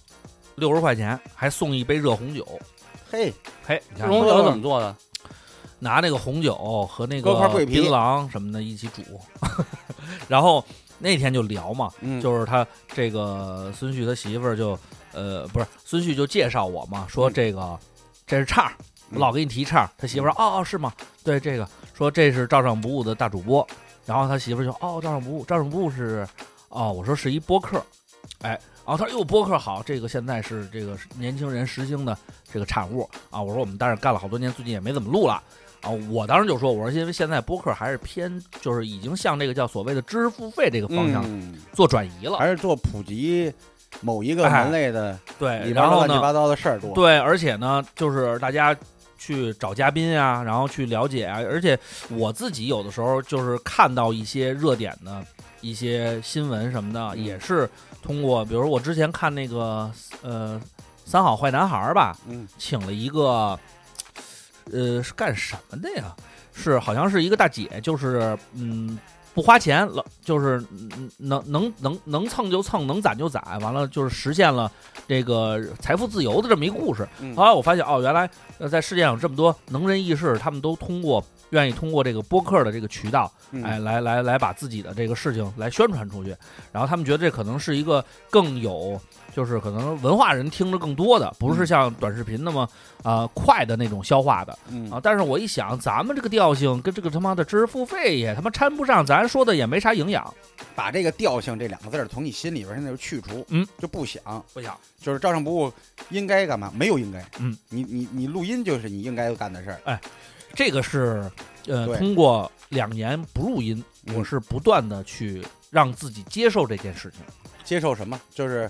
C: 六十块钱，还送一杯热红酒。
E: 嘿，
C: 嘿，你看
D: 龙酒怎么做的？
C: 拿那个红酒和那
E: 搁块桂
C: 个
E: 皮
C: 槟榔什么的一起煮， 然后那天就聊嘛，
E: 嗯，
C: 就是他这个孙旭他媳妇儿就呃不是孙旭就介绍我嘛，说
E: 嗯
C: 这个这是叉儿，我
E: 嗯
C: 老给你提叉儿，他媳妇儿说哦哦是吗？对这个说这是照上不误的大主播，然后他媳妇儿就哦照上不误，照上不误是哦我说是一播客，哎。然后他说：“哟，播客好，这个现在是这个年轻人时兴的这个产物啊。”我说：“我们但是干了好多年，最近也没怎么录了啊。”我当时就说：“我说因为现在播客还是偏，就是已经向这个叫所谓的知识付费这个方向
E: 嗯，
C: 做转移了。
E: 还是做普及某一个
C: 哎
E: 门类的
C: 对，
E: 里边
C: 然后
E: 乱七
C: 呢，
E: 八糟的事儿多。
C: 对，而且呢，就是大家去找嘉宾啊，然后去了解啊，而且我自己有的时候就是看到一些热点的一些新闻什么的，
E: 嗯
C: 也是通过，比如我之前看那个呃《三好坏男孩》吧，
E: 嗯，
C: 请了一个呃是干什么的呀？是好像是一个大姐，就是嗯。不花钱，老就是嗯能能能能蹭就蹭，能攒就攒，完了就是实现了这个财富自由的这么一故事。
E: 嗯
C: 后来我发现哦，原来呃在世界上有这么多能人异士，他们都通过愿意通过这个播客的这个渠道，
E: 嗯
C: 哎，，来来来把自己的这个事情来宣传出去，然后他们觉得这可能是一个更有，就是可能文化人听着更多的，不
E: 嗯
C: 是像短视频那么呃快的那种消化的
E: 嗯
C: 啊。但是我一想，咱们这个调性跟这个他妈的知识付费也他妈掺不上，咱说的也没啥营养，
E: 把这个调性这两个字儿从你心里边儿现在就去除，
C: 嗯，
E: 就不想，
C: 不想
E: 就是照上不误，应该干嘛？没有应该，
C: 嗯，
E: 你你你录音就是你应该干的事儿，
C: 这个是呃
E: 对
C: 通过两年不录音，
E: 嗯
C: 我是不断的去让自己接受这件事情。
E: 接受什么？就是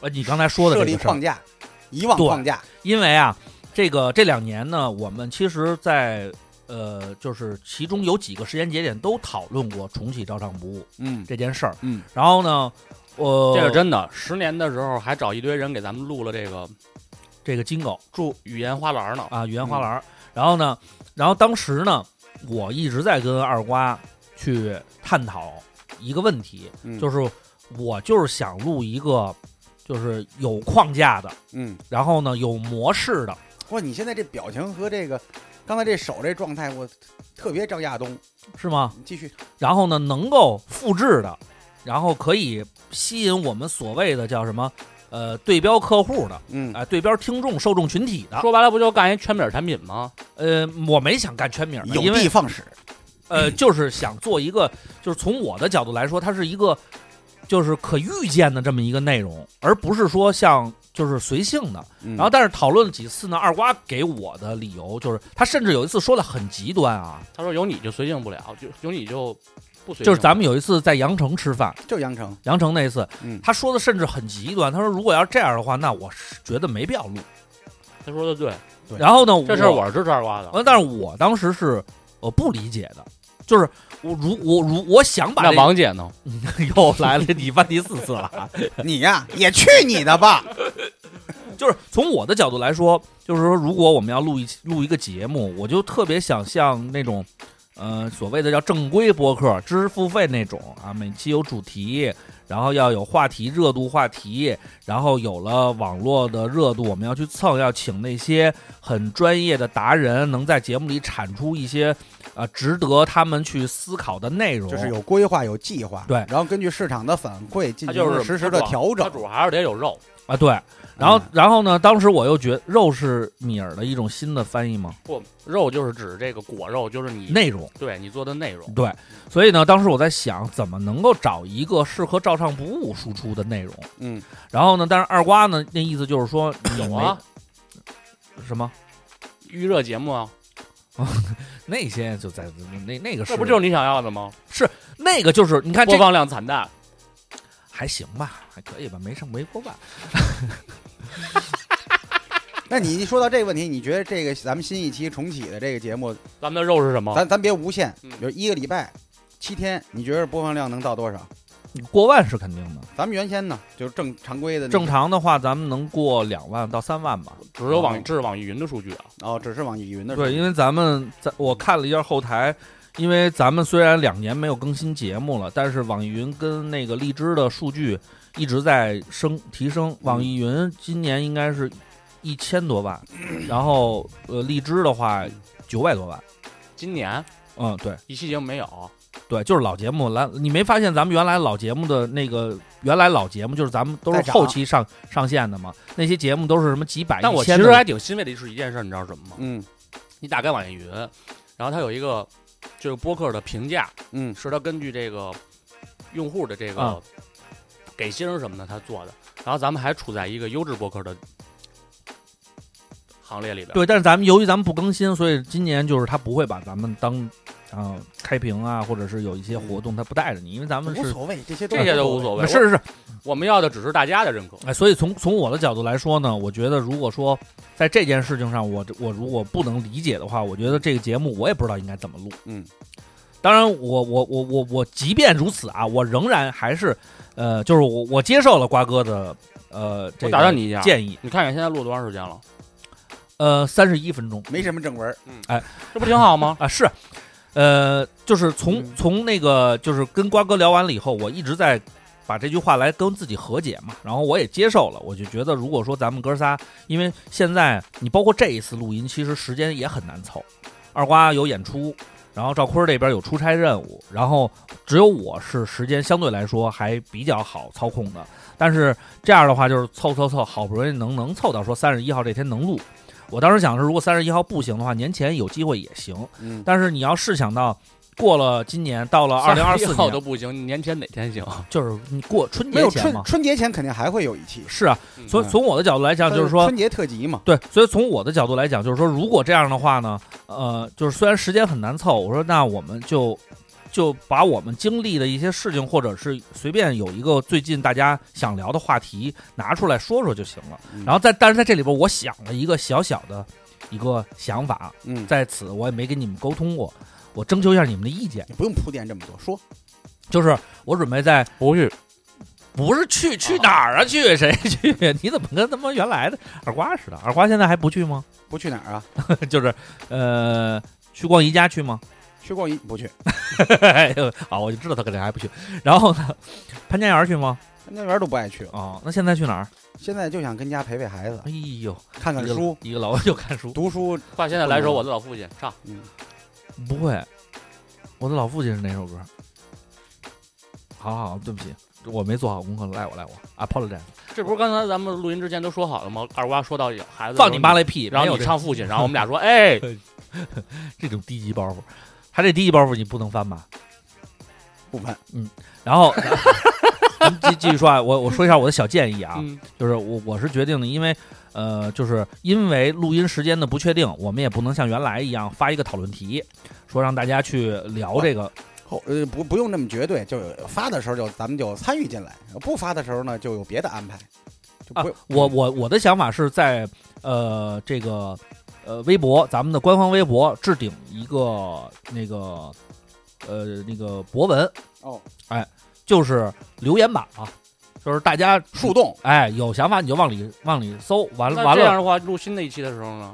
C: 呃，你刚才说的
E: 设
C: 这
E: 立
C: 个事儿
E: 框，架，遗忘
C: 对
E: 框架，
C: 因为啊，这个这两年呢，我们其实在，呃，就是其中有几个时间节点都讨论过重启照常不误
E: 嗯
C: 这件事儿。
E: 嗯，
C: 然后呢，呃，
D: 这是真的。十年的时候还找一堆人给咱们录了这个
C: 这个金狗
D: 住语言花篮呢。
C: 啊，语言花
E: 嗯
C: 篮。儿。然后呢，然后当时呢，我一直在跟二瓜去探讨一个问题，
E: 嗯
C: 就是我就是想录一个，就是有框架的，
E: 嗯。
C: 然后呢有模式的。
E: 哇，你现在这表情和这个刚才这手这状态，我特别张亚东。
C: 是吗？
E: 你继续，
C: 然后呢，能够复制的，然后可以吸引我们所谓的叫什么，呃，对标客户的，
E: 嗯
C: 哎、，对标听众受众群体的。
D: 说白了不就干一全本产品吗？
C: 呃，我没想干全名儿的，因
E: 有的
C: 为
E: 放矢。
C: 呃，就是想做一个，就是从我的角度来说，它是一个就是可预见的这么一个内容，而不是说像就是随性的。
E: 嗯
C: 然后，但是讨论了几次呢，二瓜给我的理由就是，他甚至有一次说的很极端啊，
D: 他说有你就随性不了，就有你就不随性。
C: 就是咱们有一次在羊城吃饭，
E: 就杨成，
C: 羊城那一次，
E: 嗯
C: 他说的甚至很极端，他说如果要是这样的话，那我是觉得没必要录。
D: 他说的对，
E: 对
C: 然后呢，
D: 这事儿我是支持二瓜的。
C: 呃我，但是我当时是我不理解的，就是我如我如我想把
D: 那
C: 这嗯
D: 王姐呢？
C: 又来了，你犯第四次了啊，
E: 你呀也去你的 吧。
C: 哦就是从我的角度来说，就是说如果我们要录一期录一个节目，我就特别想像那种。呃，所谓的叫正规播客、知识付费那种啊，每期有主题，然后要有话题热度话题，然后有了网络的热度，我们要去蹭，要请那些很专业的达人，能在节目里产出一些呃值得他们去思考的内容。
E: 就是有规划、有计划，
C: 对
E: 然后根据市场的反馈进
D: 他
E: 行
D: 就是
E: 实时的调
D: 他主
E: 整。
D: 要还是得有肉。
C: 啊，对，然后、
E: 嗯
C: 然后呢，当时我又觉肉是米儿的一种新的翻译吗？
D: 不，肉就是指这个果肉，就是你
C: 内容。
D: 对你做的内容。
C: 对，所以呢，当时我在想怎么能够找一个适合照唱不误输出的内容。
E: 嗯，
C: 然后呢，但是二瓜呢，那意思就是说你
D: 有
C: 没
D: 啊，
C: 什么
D: 预热节目啊，
C: 那些就在那那个是
D: 这不就是你想要的吗？
C: 那个就是你看这
D: 播
C: 个
D: 放量惨淡，
C: 还行吧，还可以吧，没上没过万。
E: 那你一说到这个问题，你觉得这个咱们新一期重启的这个节目，
D: 咱们的肉是
C: 哦
D: 什么？
E: 咱咱别无限，
D: 嗯
E: 比如一个礼拜七天，你觉得播放量能到多少？
C: 过万是肯定的，
E: 咱们原先呢，就是正常规的那
C: 正常的话咱们能过两万到三万吧。
D: 只有
C: 嗯
D: 网，这是网易云的数据啊。
E: 哦，只是网易云的
C: 对，因为咱们在我看了一下后台，因为咱们虽然两年没有更新节目了，但是网易云跟那个荔枝的数据一直在升提升。网易云今年应该是一千多万，然后呃，荔枝的话九百多万。
D: 今年
C: 嗯，对
D: 一期节目没有，
C: 对，就是老节目来，你没发现咱们原来老节目的那个原来老节目，就是咱们都是
E: 在涨
C: 后期上上线的嘛，那些节目都是什么几百、
D: 但
C: 哎一
D: 我其
C: 千的
D: 实还挺欣慰的是一件事，你知道什么吗？
E: 嗯
D: 你打开网易云，
C: 嗯
D: 然后它有一个这个播客的评价，
E: 嗯
D: 是它根据这个用户的这
C: 啊
D: 个给星什么的，它做的。然后咱们还处在一个优质播客的行列里边。
C: 对，但是咱们由于咱们不更新，所以今年就是他不会把咱们当啊、开屏啊，或者是有一些活动，他不带着你，因为咱们
E: 无
C: 是呃
E: 所谓，这些都
D: 这些都
E: 无
D: 无所谓，
C: 是是是，
D: 我们要的只是大家的认可。
C: 哎，所以从从我的角度来说呢，我觉得如果说在这件事情上，我我如果不能理解的话，我觉得这个节目我也不知道应该怎么录。
E: 嗯，
C: 当然我，我我我我即便如此啊，我仍然还是呃，就是我我接受了瓜哥的呃这
D: 我
C: 个
D: 打断你一下，
C: 建议，
D: 你看看现在录多长时间了，
C: 呃，三十一分钟。
E: 没什么正文，
D: 这不挺好吗？
C: 啊，是，呃，就是从、
E: 嗯
C: 从那个就是跟瓜哥聊完了以后，我一直在把这句话来跟自己和解嘛，然后我也接受了，我就觉得如果说咱们哥仨，因为现在你包括这一次录音，其实时间也很难凑，二瓜有演出。然后赵坤儿这边有出差任务，然后只有我是时间相对来说还比较好操控的，但是这样的话就是凑凑凑，好不容易能能凑到说三十一号这天能录。我当时想的是，如果三十一号不行的话，年前有机会也行，
E: 嗯，
C: 但是你要试想到，过了今年，到了 二零二四
D: 号都
C: 年，
D: 不行，你年前哪 天行？
C: 就是你过春
E: 没
C: 节
E: 有
C: 前
E: 春
C: 嘛。
E: 春节前肯定还会有一期，
C: 是啊，
D: 嗯
C: 所以从我的角度来讲，就是说，
E: 春节特辑嘛，
C: 对，所以从我的角度来讲，就是说，如果这样的话呢，呃，就是虽然时间很难凑，我说那我们就就把我们经历的一些事情，或者是随便有一个最近大家想聊的话题拿出来说说就行了。
E: 嗯
C: 然后在，但是在这里边，我想了一个小小的一个想法，
E: 嗯，
C: 在此我也没跟你们沟通过，我征求一下你们的意见，
E: 也不用铺垫这么多，说
C: 就是我准备在
D: 不去，
C: 不是去去哪儿啊？去谁去？ 你怎么跟他妈原来的二瓜似的？二瓜现在还不去吗？
E: 不去哪儿啊？
C: 就是呃，去逛宜家去吗？
E: 去逛一不去，
C: 哎呦好，我就知道他肯定还不去。然后呢，潘家园去吗？
E: 潘家园都不爱去了，
C: 哦，那现在去哪儿？
E: 现在就想跟家陪陪孩子，
C: 哎呦，
E: 看看
C: 一个
E: 书，
C: 一个老外就看书，
E: 读书。
D: 换现在来首我的老父亲 唱，
C: 不会。我的老父亲是哪首歌？好好，对不起，我没做好功课，赖我赖我，apologize。
D: 这不是刚才咱们录音之前都说好了吗？二瓜说到有孩子
C: 放你妈
D: 来，
C: 来屁！
D: 然后
C: 没有
D: 你
C: 这
D: 唱父 亲，然后我们俩说，哎，
C: 这种低级包袱，他这低级包袱你不能翻吧？
E: 不翻，
C: 然后 咱们继继续说啊，我我说一下我的小建议啊，
D: 嗯
C: 就是我我是决定的，因为呃，就是因为录音时间的不确定，我们也不能像原来一样发一个讨论题，说让大家去聊这个。
E: 后呃不不用那么绝对，就有发的时候就咱们就参与进来，不发的时候呢就有别的安排，就
C: 啊
E: 不用、，
C: 我我我的想法是在呃这个呃微博，咱们的官方微博置顶一个那个呃那个博文，哎
E: 哦
C: 就是留言板啊，就是大家
E: 树洞
C: 哎有想法你就往里往里搜，完了
D: 那
C: 完
D: 这样
C: 了
D: 的话，录新的一期的时候呢，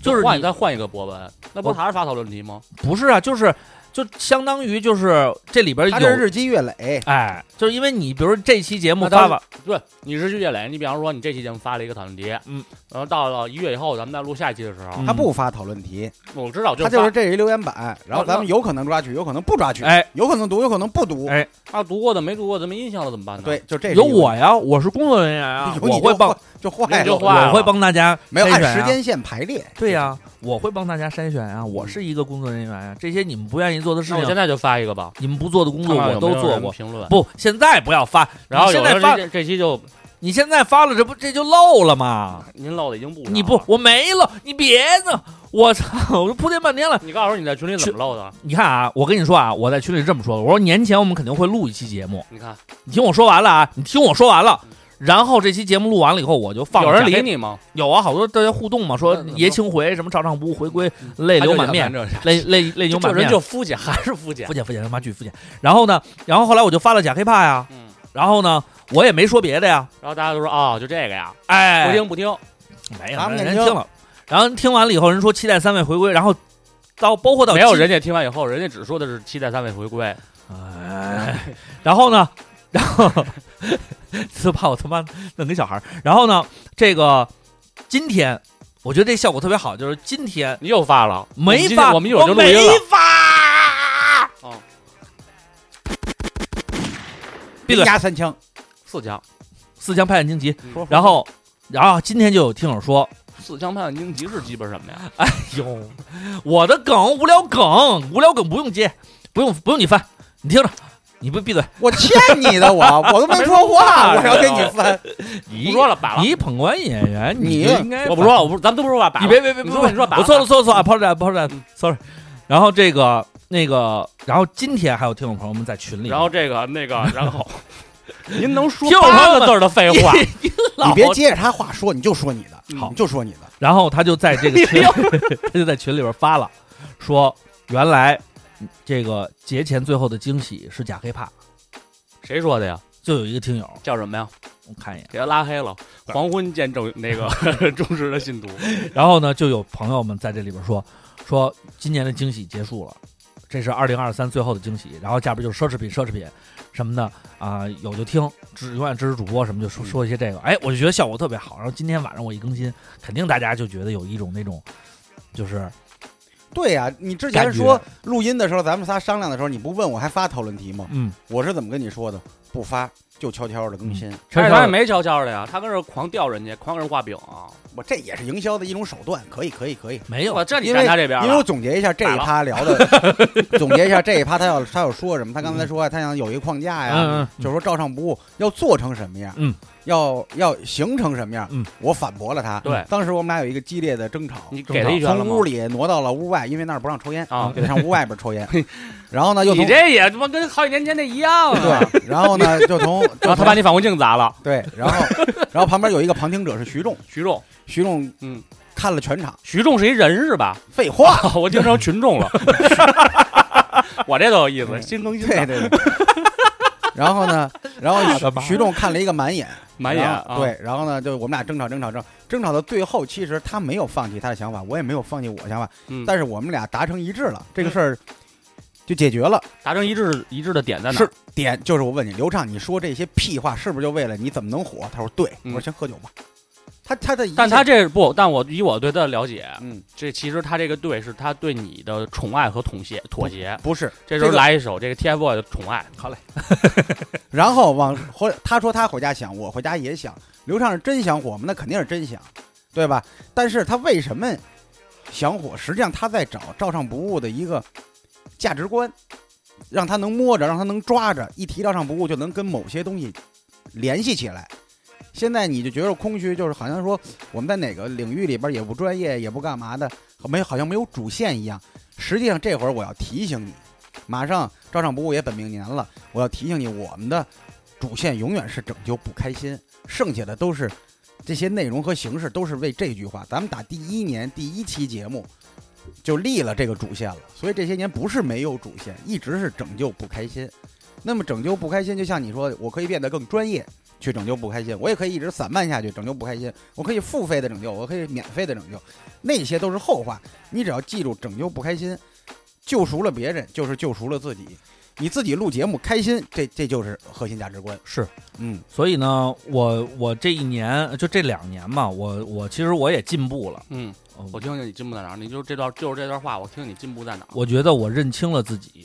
C: 就是
D: 换
C: 你
D: 你再换一个博文，那不
C: 我
D: 还是发讨论题吗？
C: 不是啊，就是就相当于就是这里边
E: 它这是
C: 有。
E: 日积月累，
C: 哎，就是因为你，比如这期节目
D: 那当
C: 发
D: 然
C: 完，
D: 对，你是徐月磊，你比方说你这期节目发了一个讨论题，
C: 嗯，
D: 然后到了一月以后，咱们再录下一期的时候，
C: 嗯
E: 它不发讨论题，
D: 我知道就
E: 它
D: 是
E: 就是
D: 发
E: 这一留言板，然后咱们有可能抓取，有可能不抓取，
C: 哎，
E: 有可能读，有可能不读，
C: 哎
D: 啊，读过的没读过的没印象了怎么办呢？
E: 对，，就这
C: 有我呀，我是工作人员啊，
E: 有
C: 我
E: 你
C: 会帮，
E: 就坏
D: 你
E: 了，
D: 就坏了
C: 我会帮大家
E: 没有
C: 筛选
E: 按
C: 啊
E: 时间线排列，
C: 对呀、我会帮大家筛选啊，我是一个工作人员啊，这些你们不愿意做的事
D: 那我现
C: 情，
D: 在就发一个吧，
C: 你们不做的工作
D: 看看有
C: 我都
D: 没有
C: 做
D: 人
C: 过。
D: 评论，
C: 不，现在不要发，
D: 然后
C: 你
D: 有
C: 现
D: 人
C: 在发，
D: 这这期就
C: 你现在发了，这不这就漏了吗？
D: 您唠的已经不少了啊
C: 你不，，我没漏，你别呢，我操，我都铺垫半天了。
D: 你告诉我你在群里怎么唠的？
C: 你看啊，我跟你说啊，我在群里这么说的，我说年前我们肯定会录一期节目，
D: 你看
C: 你听我说完了啊，你听我说完了。然后这期节目录完了以后，我就放
D: 有人
C: 假
D: 理
C: 那
D: 你吗？
C: 有啊，好多大家互动嘛，说
D: 那怎么
C: 爷青回什么照唱不误回归，泪
D: 他就
C: 流满
D: 想
E: 嗯
C: 面，
D: 咱这
C: 泪泪泪流
D: 这
C: 满
D: 人
C: 面，
D: 就肤浅，还是肤浅
C: 肤。浅肤浅他妈巨肤浅。然后呢，然后后来我就发了假黑怕呀，
D: 嗯，
C: 然后呢，我也没说别的呀，
D: 然后大家都说啊，就这个呀，
C: 哎，
D: 不听不听，
C: 没有
E: 咱们
C: 人
E: 得
C: 人
E: 听
C: 听了，然后听完了以后，人说期待三位回归，然后到包括到
D: 没有
C: 今
D: 人家听完以后，人家只说的是期待三位回归，
C: 哎，然后呢， 然后就把我他妈弄给小孩儿。然后呢，这个今天我觉得这效果特别好，就是今天
D: 你又发了，
C: 没
D: 我们今
C: 发，
D: 我们一会儿就录音
C: 没
D: 了。
C: 发。
D: 哦
C: 闭嘴！
E: 压三枪，
D: 四强，
C: 四枪拍案惊奇，
E: 说
C: 然后，然后今天就有听友说
D: 四强判荆棘是基本什么呀？：“
C: 哟，我的梗无聊梗，无聊梗不用接，不用不用你翻，你听着，你不闭嘴，
E: 我欠你的我，我都没说 话，我要给你翻，
C: 你
D: 不说了，摆了。
C: 你捧关演员，
E: 你
C: 就应该
D: 我不
C: 翻
D: 说了，我不，咱们都不说话，摆了。
C: 你别别别，
D: 你
C: 不
D: 说
C: 是
D: 你说吧
C: 我错了错了错了，apologize
D: 嗯
C: apologize，sorry。然后这个那个，然后今天还有听众朋友们在群里，
D: 然后这个那 个，然后 您能说
C: 听我
D: 八
C: 说
D: 个
C: 吧
D: 字儿的废话？
E: 你别接着他话说，你就说你的，
C: 嗯
D: 好
E: 你就说你的，
C: 然后他就在这 个群， 他就在群里边发了，说原来嗯这个节前最后的惊喜是假黑怕，
D: 谁说的呀？
C: 就有一个听友，
D: 叫什么呀？
C: 我看一眼，
D: 给他拉黑了。 黄昏见证那 个忠实的信徒，
C: 然后呢就有朋友们在这里边说说今年的惊喜结束了。这是二零二三最后的惊喜，然后下边就是奢侈品、奢侈品什么的啊、有就听，支永远支持主播什么，就说说一些这个，哎，我就觉得效果特别好。然后今天晚上我一更新，肯定大家就觉得有一种那种，就是
E: 对呀、你之
C: 感
E: 前
C: 觉
E: 说录音的时候，咱们仨商量的时候，你不问我还发讨论题吗？
C: 嗯，
E: 我是怎么跟你说的？不发就悄悄的更新，
C: 悄
D: 但是
C: 悄
D: 他也
C: 地
D: 没悄悄的呀，他跟这儿狂吊人家，狂给人画饼啊。
E: 我这也是营销的一种手段，可以，可以，可以。
C: 没有
D: 我这你
E: 因为
D: 站他这边
E: 因为我
D: 了，
E: 总结一下这一趴聊的， 总结一下这一趴他要他要说什么？他刚才说他想有一个框架呀，
C: 嗯嗯嗯
E: 就是说照上不误要做成什么样，
C: 嗯，
E: 要要形成什么样，
C: 嗯，
E: 我反驳了他。
D: 对
E: 当时我们俩有一个激烈的争吵，
D: 你给他一拳了
E: 从
D: 吗
E: 屋？里挪到了屋外，因为那儿不让抽烟，
D: 啊
E: 给，他上屋外边抽烟。然后呢，又
D: 你
E: 从
D: 这也他妈跟好几年前那一样啊。
E: 对，然后呢，就 从
D: 然
E: 就
D: 后他把
E: 从
D: 你反光镜砸了，
E: 对，然后然后旁边有一个旁听者是徐仲，
D: 徐仲，
E: 徐仲
D: 嗯，
E: 看了全场，
D: 徐仲是一人是 吧？
E: 废话，
D: 哦我听成群众 了。我这都有意思，
E: 嗯
D: 新更新
E: 对对
D: 的，
E: 对。然后呢，然
C: 我的
E: 后
C: 妈
E: 徐徐仲看了一个满眼，
D: 满眼
E: 然后
D: 啊。，
E: 对，然后呢，就我们俩争吵争吵争争吵到最后，其实他没有放弃他的想法，我也没有放弃我的想法，
D: 嗯
E: 但是我们俩达成一致了，这个事儿就解决了。
D: 达成一致一致的点在哪？
E: 是，点就是我问你，刘畅，你说这些屁话是不是就为了你怎么能火？他说对，我
D: 嗯
E: 说先喝酒吧。他他的一切，
D: 但他这不，但我以我对他的了解，
E: 嗯
D: 这其实他这个对是他对你的宠爱和妥协妥协。
E: 不是，
D: 这时候
E: 这个
D: 来一首这个 TFBOY 的《宠爱》，好嘞，
E: 然后往回他说他回家想，我回家也想。刘畅是真想火吗？那肯定是真想，对吧？但是他为什么想火？实际上他在找照唱不误的一个价值观，让他能摸着，让他能抓着，一提照唱不误就能跟某些东西联系起来。现在你就觉得空虚，就是好像说我们在哪个领域里边也不专业，也不干嘛的，没有好像没有主线一样。实际上这会儿我要提醒你，马上照唱不误也本命年了，我要提醒你，我们的主线永远是拯救不开心，剩下的都是这些内容和形式都是为这句话。咱们打第一年第一期节目就立了这个主线了，所以这些年不是没有主线，一直是拯救不开心。那么拯救不开心，就像你说，我可以变得更专业去拯救不开心，我也可以一直散漫下去拯救不开心，我可以付费的拯救，我可以免费的拯救，那些都是后话。你只要记住拯救不开心，救赎了别人就是救赎了自己。你自己录节目开心，这这就是核心价值观。
C: 是，
E: 嗯
C: 所以呢，我我这一年就这两年嘛，我我其实我也进步了，
D: 嗯，
C: 呃
D: 我听听你进步在哪儿，你就这段就是这段话，我听你进步在哪儿。
C: 我觉得我认清了自己，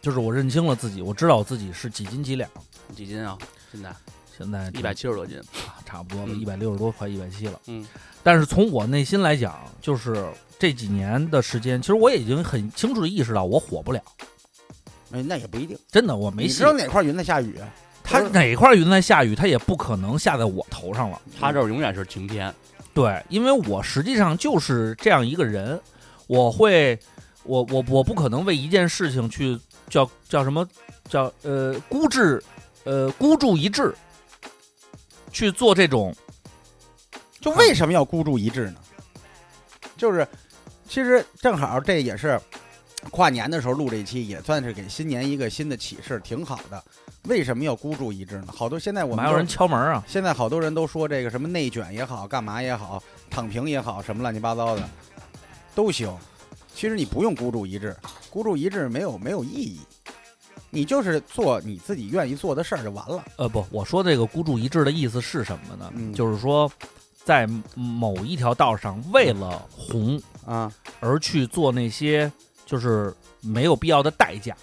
C: 就是我认清了自己，我知道我自己是几斤几两，
D: 几斤啊？现在
C: 现在
D: 一百七十多斤，
C: 差不多了，
D: 嗯
C: 一百六十多，快一百七了。
D: 嗯，
C: 但是从我内心来讲，就是这几年的时间，其实我也已经很清楚的意识到我火不了，
E: 哎那也不一定，
C: 真的我没
E: 你
C: 戏
E: 知。道哪块云在下雨？啊
C: 它哪块云在下雨，它也不可能下在我头上了。
D: 嗯他这儿永远是晴天。
C: 对，因为我实际上就是这样一个人，我会，我我我不可能为一件事情去叫叫什么叫呃孤志，呃孤注一掷，去做这种
E: 就为什么要孤注一掷呢？就是，其实正好这也是跨年的时候录这一期，也算是给新年一个新的启示，挺好的。为什么要孤注一掷呢？好多现在我们
C: 哪有
E: 都
C: 人敲门啊？
E: 现在好多人都说这个什么内卷也好，干嘛也好，躺平也好，什么乱七八糟的都行。其实你不用孤注一掷，孤注一掷没有没有意义，你就是做你自己愿意做的事儿就完了。
C: 呃，不，我说这个孤注一掷的意思是什么呢？
E: 嗯
C: 就是说，在某一条道上，
E: 嗯
C: 为了红
E: 啊，
C: 而去做那些就是没有必要的代价，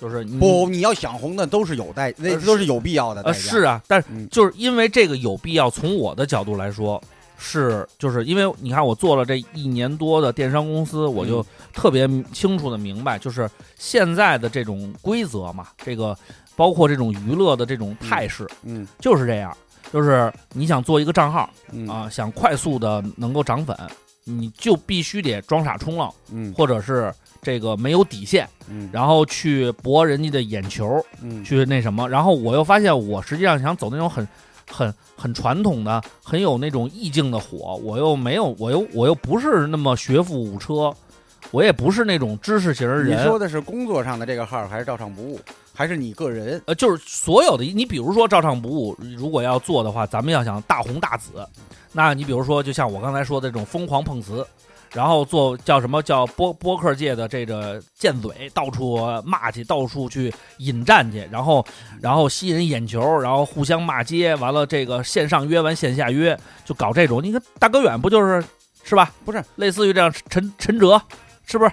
C: 就是你
E: 不，你要想红的都是有代，那
C: 嗯呃是
E: 都是有必要的代
C: 呃，
E: 价。
C: 是啊，但是
E: 嗯
C: 就是因为这个有必要，从我的角度来说，是就是因为你看我做了这一年多的电商公司，我
E: 嗯
C: 就特别清楚的明白，就是现在的这种规则嘛，这个包括这种娱乐的这种态势，
E: 嗯
C: 就是这样，就是你想做一个账号
E: 嗯
C: 啊，想快速的能够涨粉，你就必须得装傻充愣，
E: 嗯
C: 或者是这个没有底线，
E: 嗯
C: 然后去博人家的眼球，
E: 嗯
C: 去那什么，然后我又发现我实际上想走那种很、很、很传统的、很有那种意境的火，我又没有，我又我又不是那么学富五车，我也不是那种知识型的
E: 你
C: 人，
E: 说的是工作上的这个号，还是照常不误，还是你个人？
C: 呃，就是所有的，你比如说照唱不误，如果要做的话，咱们要想大红大紫，那你比如说，就像我刚才说的这种疯狂碰瓷，然后做叫什么叫播播客界的这个贱嘴，到处骂去，到处去引战去，然后然后吸引眼球，然后互相骂街，完了这个线上约完线下约，就搞这种。你看大哥远不就是是吧？
E: 不是
C: 类似于这样陈陈哲，是不是？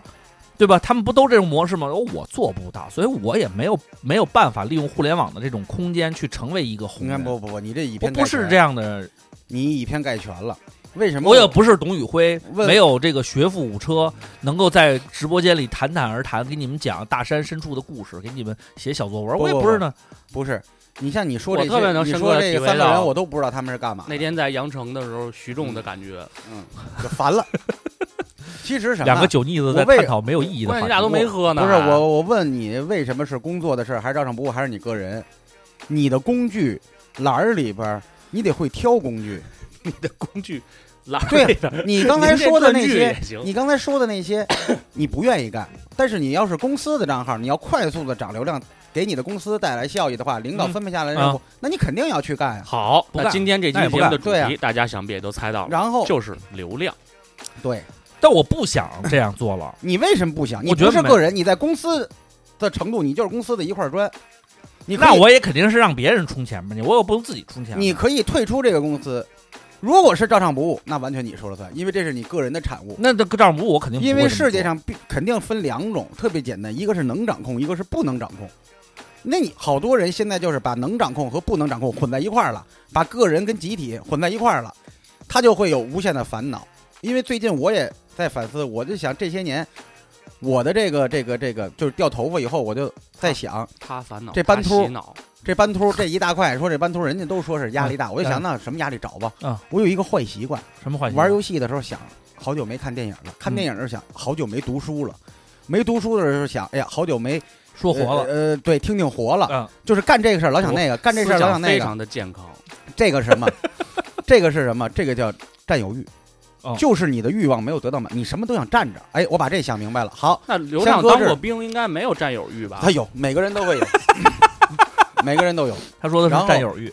C: 对吧？他们不都这种模式吗？哦我做不到，所以我也没有没有办法利用互联网的这种空间去成为一个红
E: 你看
C: 人。
E: 不不不，你这以
C: 我
E: 偏概
C: 不是
E: 全
C: 这，样的，
E: 你以偏概全了。为什么
C: 我也不是董宇辉，
E: 问
C: 没有这个学富五车，能够在直播间里侃侃而谈，给你们讲大山深处的故事，给你们写小作文。
E: 不
C: 我也
E: 不
C: 不是呢，
E: 不是，你像你说这些，
D: 我特别能
E: 你
D: 深刻
E: 说
D: 地
E: 这
D: 体
E: 个
D: 会
E: 三个
D: 到
E: 人，我都不知道他们是干嘛的，
D: 那天在羊城的时候，徐仲的感觉，
E: 就烦了。 其实什么？
C: 两个酒腻子在
E: 我为
C: 探讨没有意义的话
D: 关键
C: 题
D: 你俩。都没喝呢。
E: 不是我，我问你为什么是工作的事儿，还是照常不误，还是你个人？你的工具栏儿里边儿，你得会挑工具。
D: 你的工具拉
E: 对
D: 这边儿
E: 你刚才
D: 您这
E: 说的
D: 断
E: 那
D: 句
E: 些
D: 也，行
E: 你刚才说的那些，你不愿意干，但是你要是公司的账号，你要快速的涨流量，给你的公司带来效益的话，领导
C: 嗯
E: 分配下来的任务，那你肯定要去干啊呀。
D: 好，
C: 不
D: 那
C: 干
D: 今天这期
C: 那也
D: 节
C: 不
D: 目的
E: 干
D: 主
E: 对啊
D: 题，大家想必也都猜到了，
E: 然后
D: 就是流量。
E: 对，。
C: 但我不想这样做了
E: 你为什么不想？你
C: 我觉得
E: 不是
C: 没
E: 个人，你在公司的程度，你就是公司的一块砖。你可以
C: 那我也肯定是让别人充钱吧，你我又不用自己充钱吧。
E: 你可以退出这个公司。如果是照常不误，那完全你说了算，因为这是你个人的产物。
C: 那这个账目嗯我肯定不会
E: 因为世界
C: 这么
E: 上必肯定分两种，特别简单，一个是能掌控，一个是不能掌控。那你好多人现在就是把能掌控和不能掌控混在一块儿了，把个人跟集体混在一块儿了，他就会有无限的烦恼。因为最近我也在反思，我就想这些年我的这个这个这个就是掉头发以后，我就在想
D: 他烦恼，
E: 这斑
D: 他
E: 秃
D: 洗脑，
E: 这斑秃这一大块，说这斑秃人家都说是压力大，我就想
C: 嗯
E: 那什么压力找吧。
C: 嗯
E: 我有一个坏习惯，
C: 做什么话题
E: 玩游戏的时候想，好久没看电影了；看电影的时候想，好久没读书了；没读书的时候想，哎呀，好久没
C: 说活了，
E: 呃，呃对，听听活了。
C: 嗯，
E: 就是干这个事儿老想那个，干这事儿老
D: 思想
E: 想那
D: 非
E: 个。
D: 常的健康。
E: 这个是什么？这个是什么？这个叫占有欲
C: 哦。
E: 就是你的欲望没有得到满，你什么都想占着。哎，我把这想明白了。好，
D: 那刘
E: 像
D: 畅
E: 搁
D: 当
E: 这儿
D: 过兵，应该没有占有欲吧
E: 他？有，每个人都会有， 每个人都有。
C: 他说的
E: 然
C: 是
E: 后
C: 占有欲，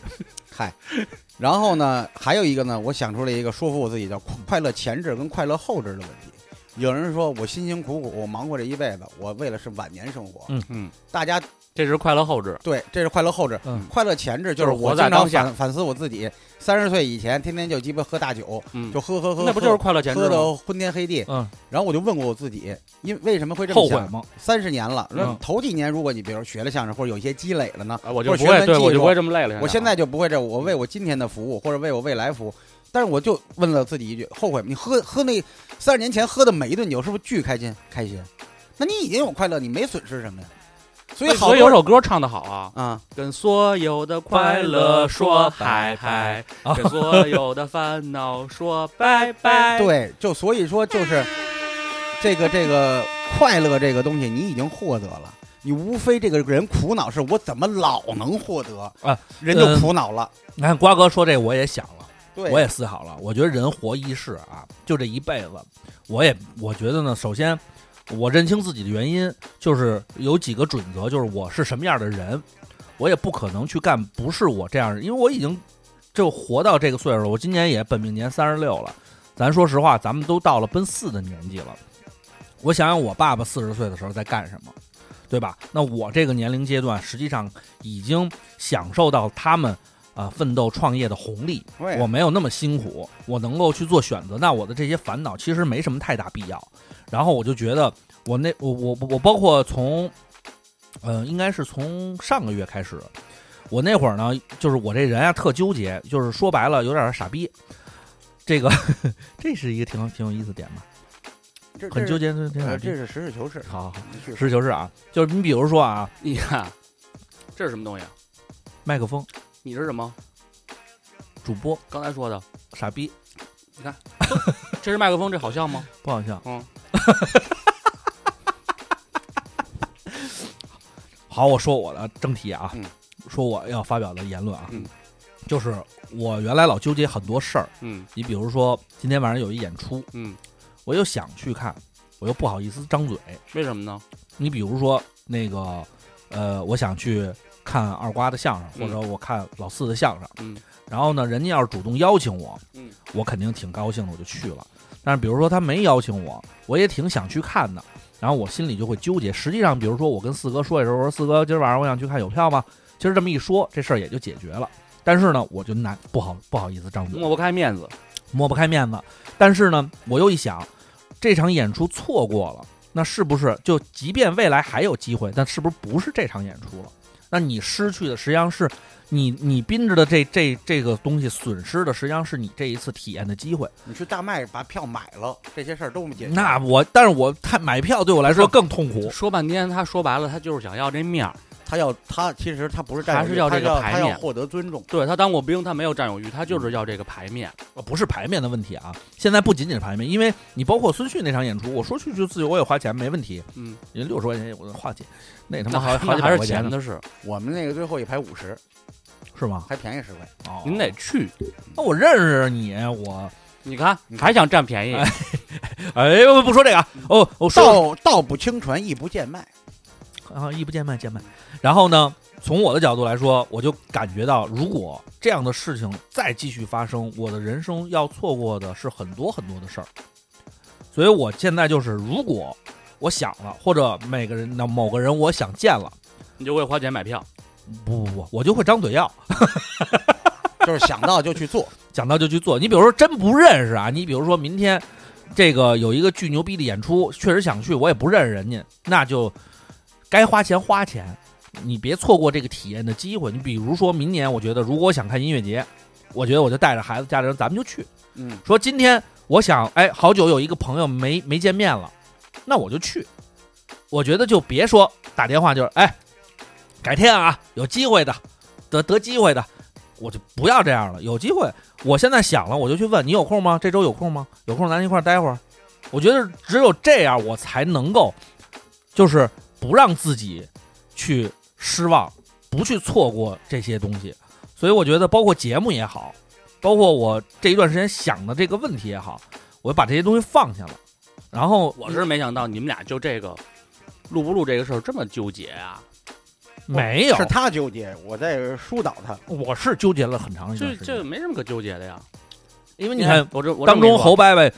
E: 然后呢，还有一个呢，我想出了一个说服我自己叫快乐前置跟快乐后置的问题。有人说我辛辛苦苦我忙活这一辈子，我为了是晚年生活。
C: 嗯
D: 嗯，
E: 大家
D: 这是快乐后置，
E: 对，这是快乐后置。
C: 嗯
E: 快乐前置
D: 就是
E: 是
D: 活
E: 我
D: 在
E: 经常
D: 当下
E: 反反思我自己，三十岁以前天天就鸡巴喝大酒，
D: 嗯，
E: 就喝喝喝，
D: 那不就是快乐前置
E: 喝
D: 吗？
E: 的昏天黑地。
C: 嗯，
E: 然后我就问过我自己，因为什么会这
C: 后
E: 么
C: 悔
E: 想？
C: 吗？
E: 三十年了，那
C: 嗯
E: 头几年如果你比如学了相声或者有一些积累了呢，
D: 啊，我就
E: 或者
D: 不
E: 学
D: 会，
E: 完
D: 对
E: 技
D: 我就
E: 术
D: 不会这么累了。
E: 我现
C: 啊
E: 在就不会这，我为我今天的服务或者为我未来服务。但是我就问了自己一句：后悔吗？你喝喝那三十年前喝的每一顿酒，是不是巨开心？开心？那你已经有快乐，你没损失什么呀？所以好
D: 所以
E: 多
D: 有
E: 人
D: 首歌唱的好啊，
E: 啊，
D: 跟所有的快乐说嗨 嗨，
C: 啊
D: 跟所有的烦恼说拜拜。，
E: 对，就所以说就是这个这个快乐这个东西，你已经获得了。你无非这个人苦恼是我怎么老能获得
C: 啊，
E: 人就
C: 嗯
E: 苦恼了。
C: 你看瓜哥说这，我也想了。
E: 对，啊
C: 我也思考了，我觉得人活一世啊，就这一辈子，我也我觉得呢，首先我认清自己的原因，就是有几个准则，就是我是什么样的人，我也不可能去干不是我这样的，因为我已经就活到这个岁数了，我今年也本命年三十六了，咱说实话，咱们都到了奔四的年纪了，我想想我爸爸四十岁的时候在干什么。对吧？那我这个年龄阶段，实际上已经享受到他们啊、奋斗创业的红利，
E: 对
C: 我没有那么辛苦，我能够去做选择，那我的这些烦恼其实没什么太大必要。然后我就觉得我那我我我包括从，呃，应该是从上个月开始，我那会儿呢，就是我这人啊特纠结，就是说白了有点傻逼。这个 这是一个挺挺有意思的点吧，
E: 这
C: 很纠。结，挺挺
E: 这
C: 傻
E: 是
C: 逼
E: 这。是实事求是，
C: 好，好好
E: 你去
C: 实事求是啊，就是你比如说啊，
D: 你看这是什么东西啊？
C: 麦克风、
D: 你是什么？
C: 主播、
D: 刚才说的，
C: 傻逼，
D: 这是麦克风，这好笑吗？
C: 不好笑。
D: 嗯，
C: 好，我说我的正题啊，
E: 嗯
C: 说我要发表的言论啊，
D: 嗯
C: 就是我原来老纠结很多事儿，
D: 嗯
C: 你比如说今天晚上有一演出，
D: 嗯，
C: 我又想去看，我又不好意思张嘴。
D: 为什么呢？
C: 你比如说那个，呃，我想去看二瓜的相声，
D: 嗯
C: 或者我看老四的相声，
D: 嗯，
C: 然后呢，人家要是主动邀请我，
D: 嗯，
C: 我肯定挺高兴的，我就去了。但是比如说他没邀请我，我也挺想去看的，然后我心里就会纠结。实际上，比如说我跟四哥说一声，我说四哥，今儿晚上我想去看，有票吗？其实这么一说，这事儿也就解决了。但是呢，我就难不好不好意思张嘴，
D: 抹不开面子。
C: 抹不开面子。但是呢，我又一想，这场演出错过了，那是不是就即便未来还有机会，但是不是不是这场演出了？那你失去的实际上是你你宾着的这这这个东西损失的，实际上是你这一次体验的机会。
E: 你去大麦把票买了，这些事儿都不解决。
C: 那我，但是我太买票对我来说更痛苦。
D: 说半天，他说白了，他就是想要这面儿。
E: 他要他其实他不是占有欲
D: 还是要这个
E: 他
D: 牌
E: 他要
D: 面
E: 获得尊重。
D: 对他当过兵，他没有占有欲，他就是要这个牌面。
C: 呃不是排面的问题啊，现在不仅仅是排面，因为你包括孙旭那场演出，我说去就自由，我也花钱没问题，
D: 嗯，
C: 人六十块钱我花钱，那他
D: 那
C: 妈好好
D: 那
C: 几
D: 还
C: 百
D: 是
C: 块
D: 钱
C: 呢，
D: 的事，
E: 我们那个最后一排五十，
C: 是吗？
E: 还便宜十块。
C: 哦，
D: 您得去。
C: 那我认识你，我
D: 你看
E: 你，看
D: 还想占便宜，
C: 哎，我不说这个啊，哦，我说
E: 道道不清传，艺不见卖。
C: 啊，艺不见卖，见卖。然后呢，从我的角度来说，我就感觉到，如果这样的事情再继续发生，我的人生要错过的是很多很多的事儿。所以我现在就是，如果我想了，或者每个人那某个人我想见了，
D: 你就会花钱买票。
C: 不不不，我就会张嘴要，
E: 就是想到就去 做。
C: 想到就去做。你比如说真不认识啊，你比如说明天这个有一个巨牛逼的演出，确实想去，我也不认识人家，那就该花钱花钱，你别错过这个体验的机会。你比如说明年，我觉得如果我想看音乐节，我觉得我就带着孩子、家里人，咱们就去。
E: 嗯，
C: 说今天我想，哎，好久有一个朋友没没见面了，那我就去。我觉得就别说打电话，就是哎，改天啊，有机会的，得得机会的，我就不要这样了。有机会，我现在想了，我就去问你有空吗？这周有空吗？有空咱一块儿待会儿。我觉得只有这样，我才能够，就是不让自己去失望，不去错过这些东西。所以我觉得，包括节目也好，包括我这一段时间想的这个问题也好，我把这些东西放下了。然后
D: 我是没想到你们俩就这个录不录这个事儿这么纠结啊！
C: 没有，
E: 是他纠结，我在疏导他。
C: 我嗯是纠结了很长一段
D: 这
C: 时
D: 这
C: 间。
D: 没什么可纠结的呀。
C: 因为你看，
D: 我这我这
C: 当
D: 么跟
C: 中
D: 你说啊
C: 侯伯伯，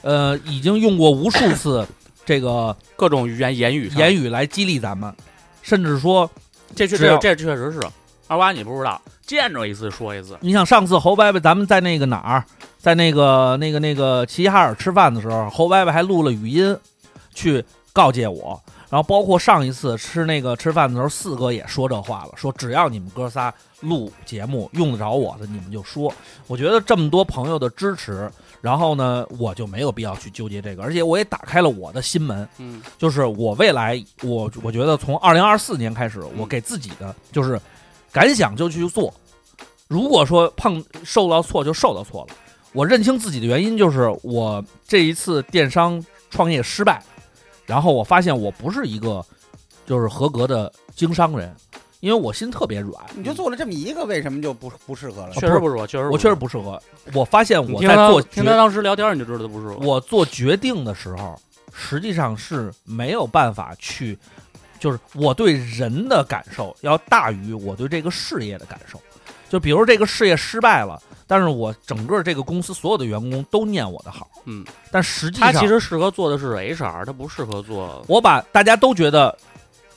C: 呃，已经用过无数次这个
D: 各种语言言语上
C: 言语来激励咱们，甚至说，
D: 这确
C: 只要
D: 这这确实是二瓜，你不知道，见着一次说一次。
C: 你想上次侯伯伯咱们在那个哪儿，在那个那个那个齐齐哈尔吃饭的时候，侯伯伯还录了语音去告诫我。然后包括上一次吃那个吃饭的时候，四哥也说这话了，说只要你们哥仨录节目用得着我的，你们就说。我觉得这么多朋友的支持，然后呢，我就没有必要去纠结这个，而且我也打开了我的心门，
D: 嗯，
C: 就是我未来，我我觉得从二零二四年开始，我给自己的就是敢想就去做。如果说碰受到错就受到错了，我认清自己的原因就是我这一次电商创业失败，然后我发现我不是一个就是合格的经商人，因为我心特别软，
E: 你就做了这么一个，为什么就不不适合了？
D: 确实不是我，确实
C: 我确实不适合。我发现
D: 你
C: 我
D: 听
C: 在
D: 他
C: 做
D: 听他
C: 决
D: 当时聊天，你就知道他不是我。
C: 我做决定的时候，实际上是没有办法去，就是我对人的感受要大于我对这个事业的感受。就比如这个事业失败了，但是我整个这个公司所有的员工都念我的好，
D: 嗯，
C: 但实际
D: 他
C: 上
D: 其实适合做的是 HR，他不适合做。
C: 我把大家都觉得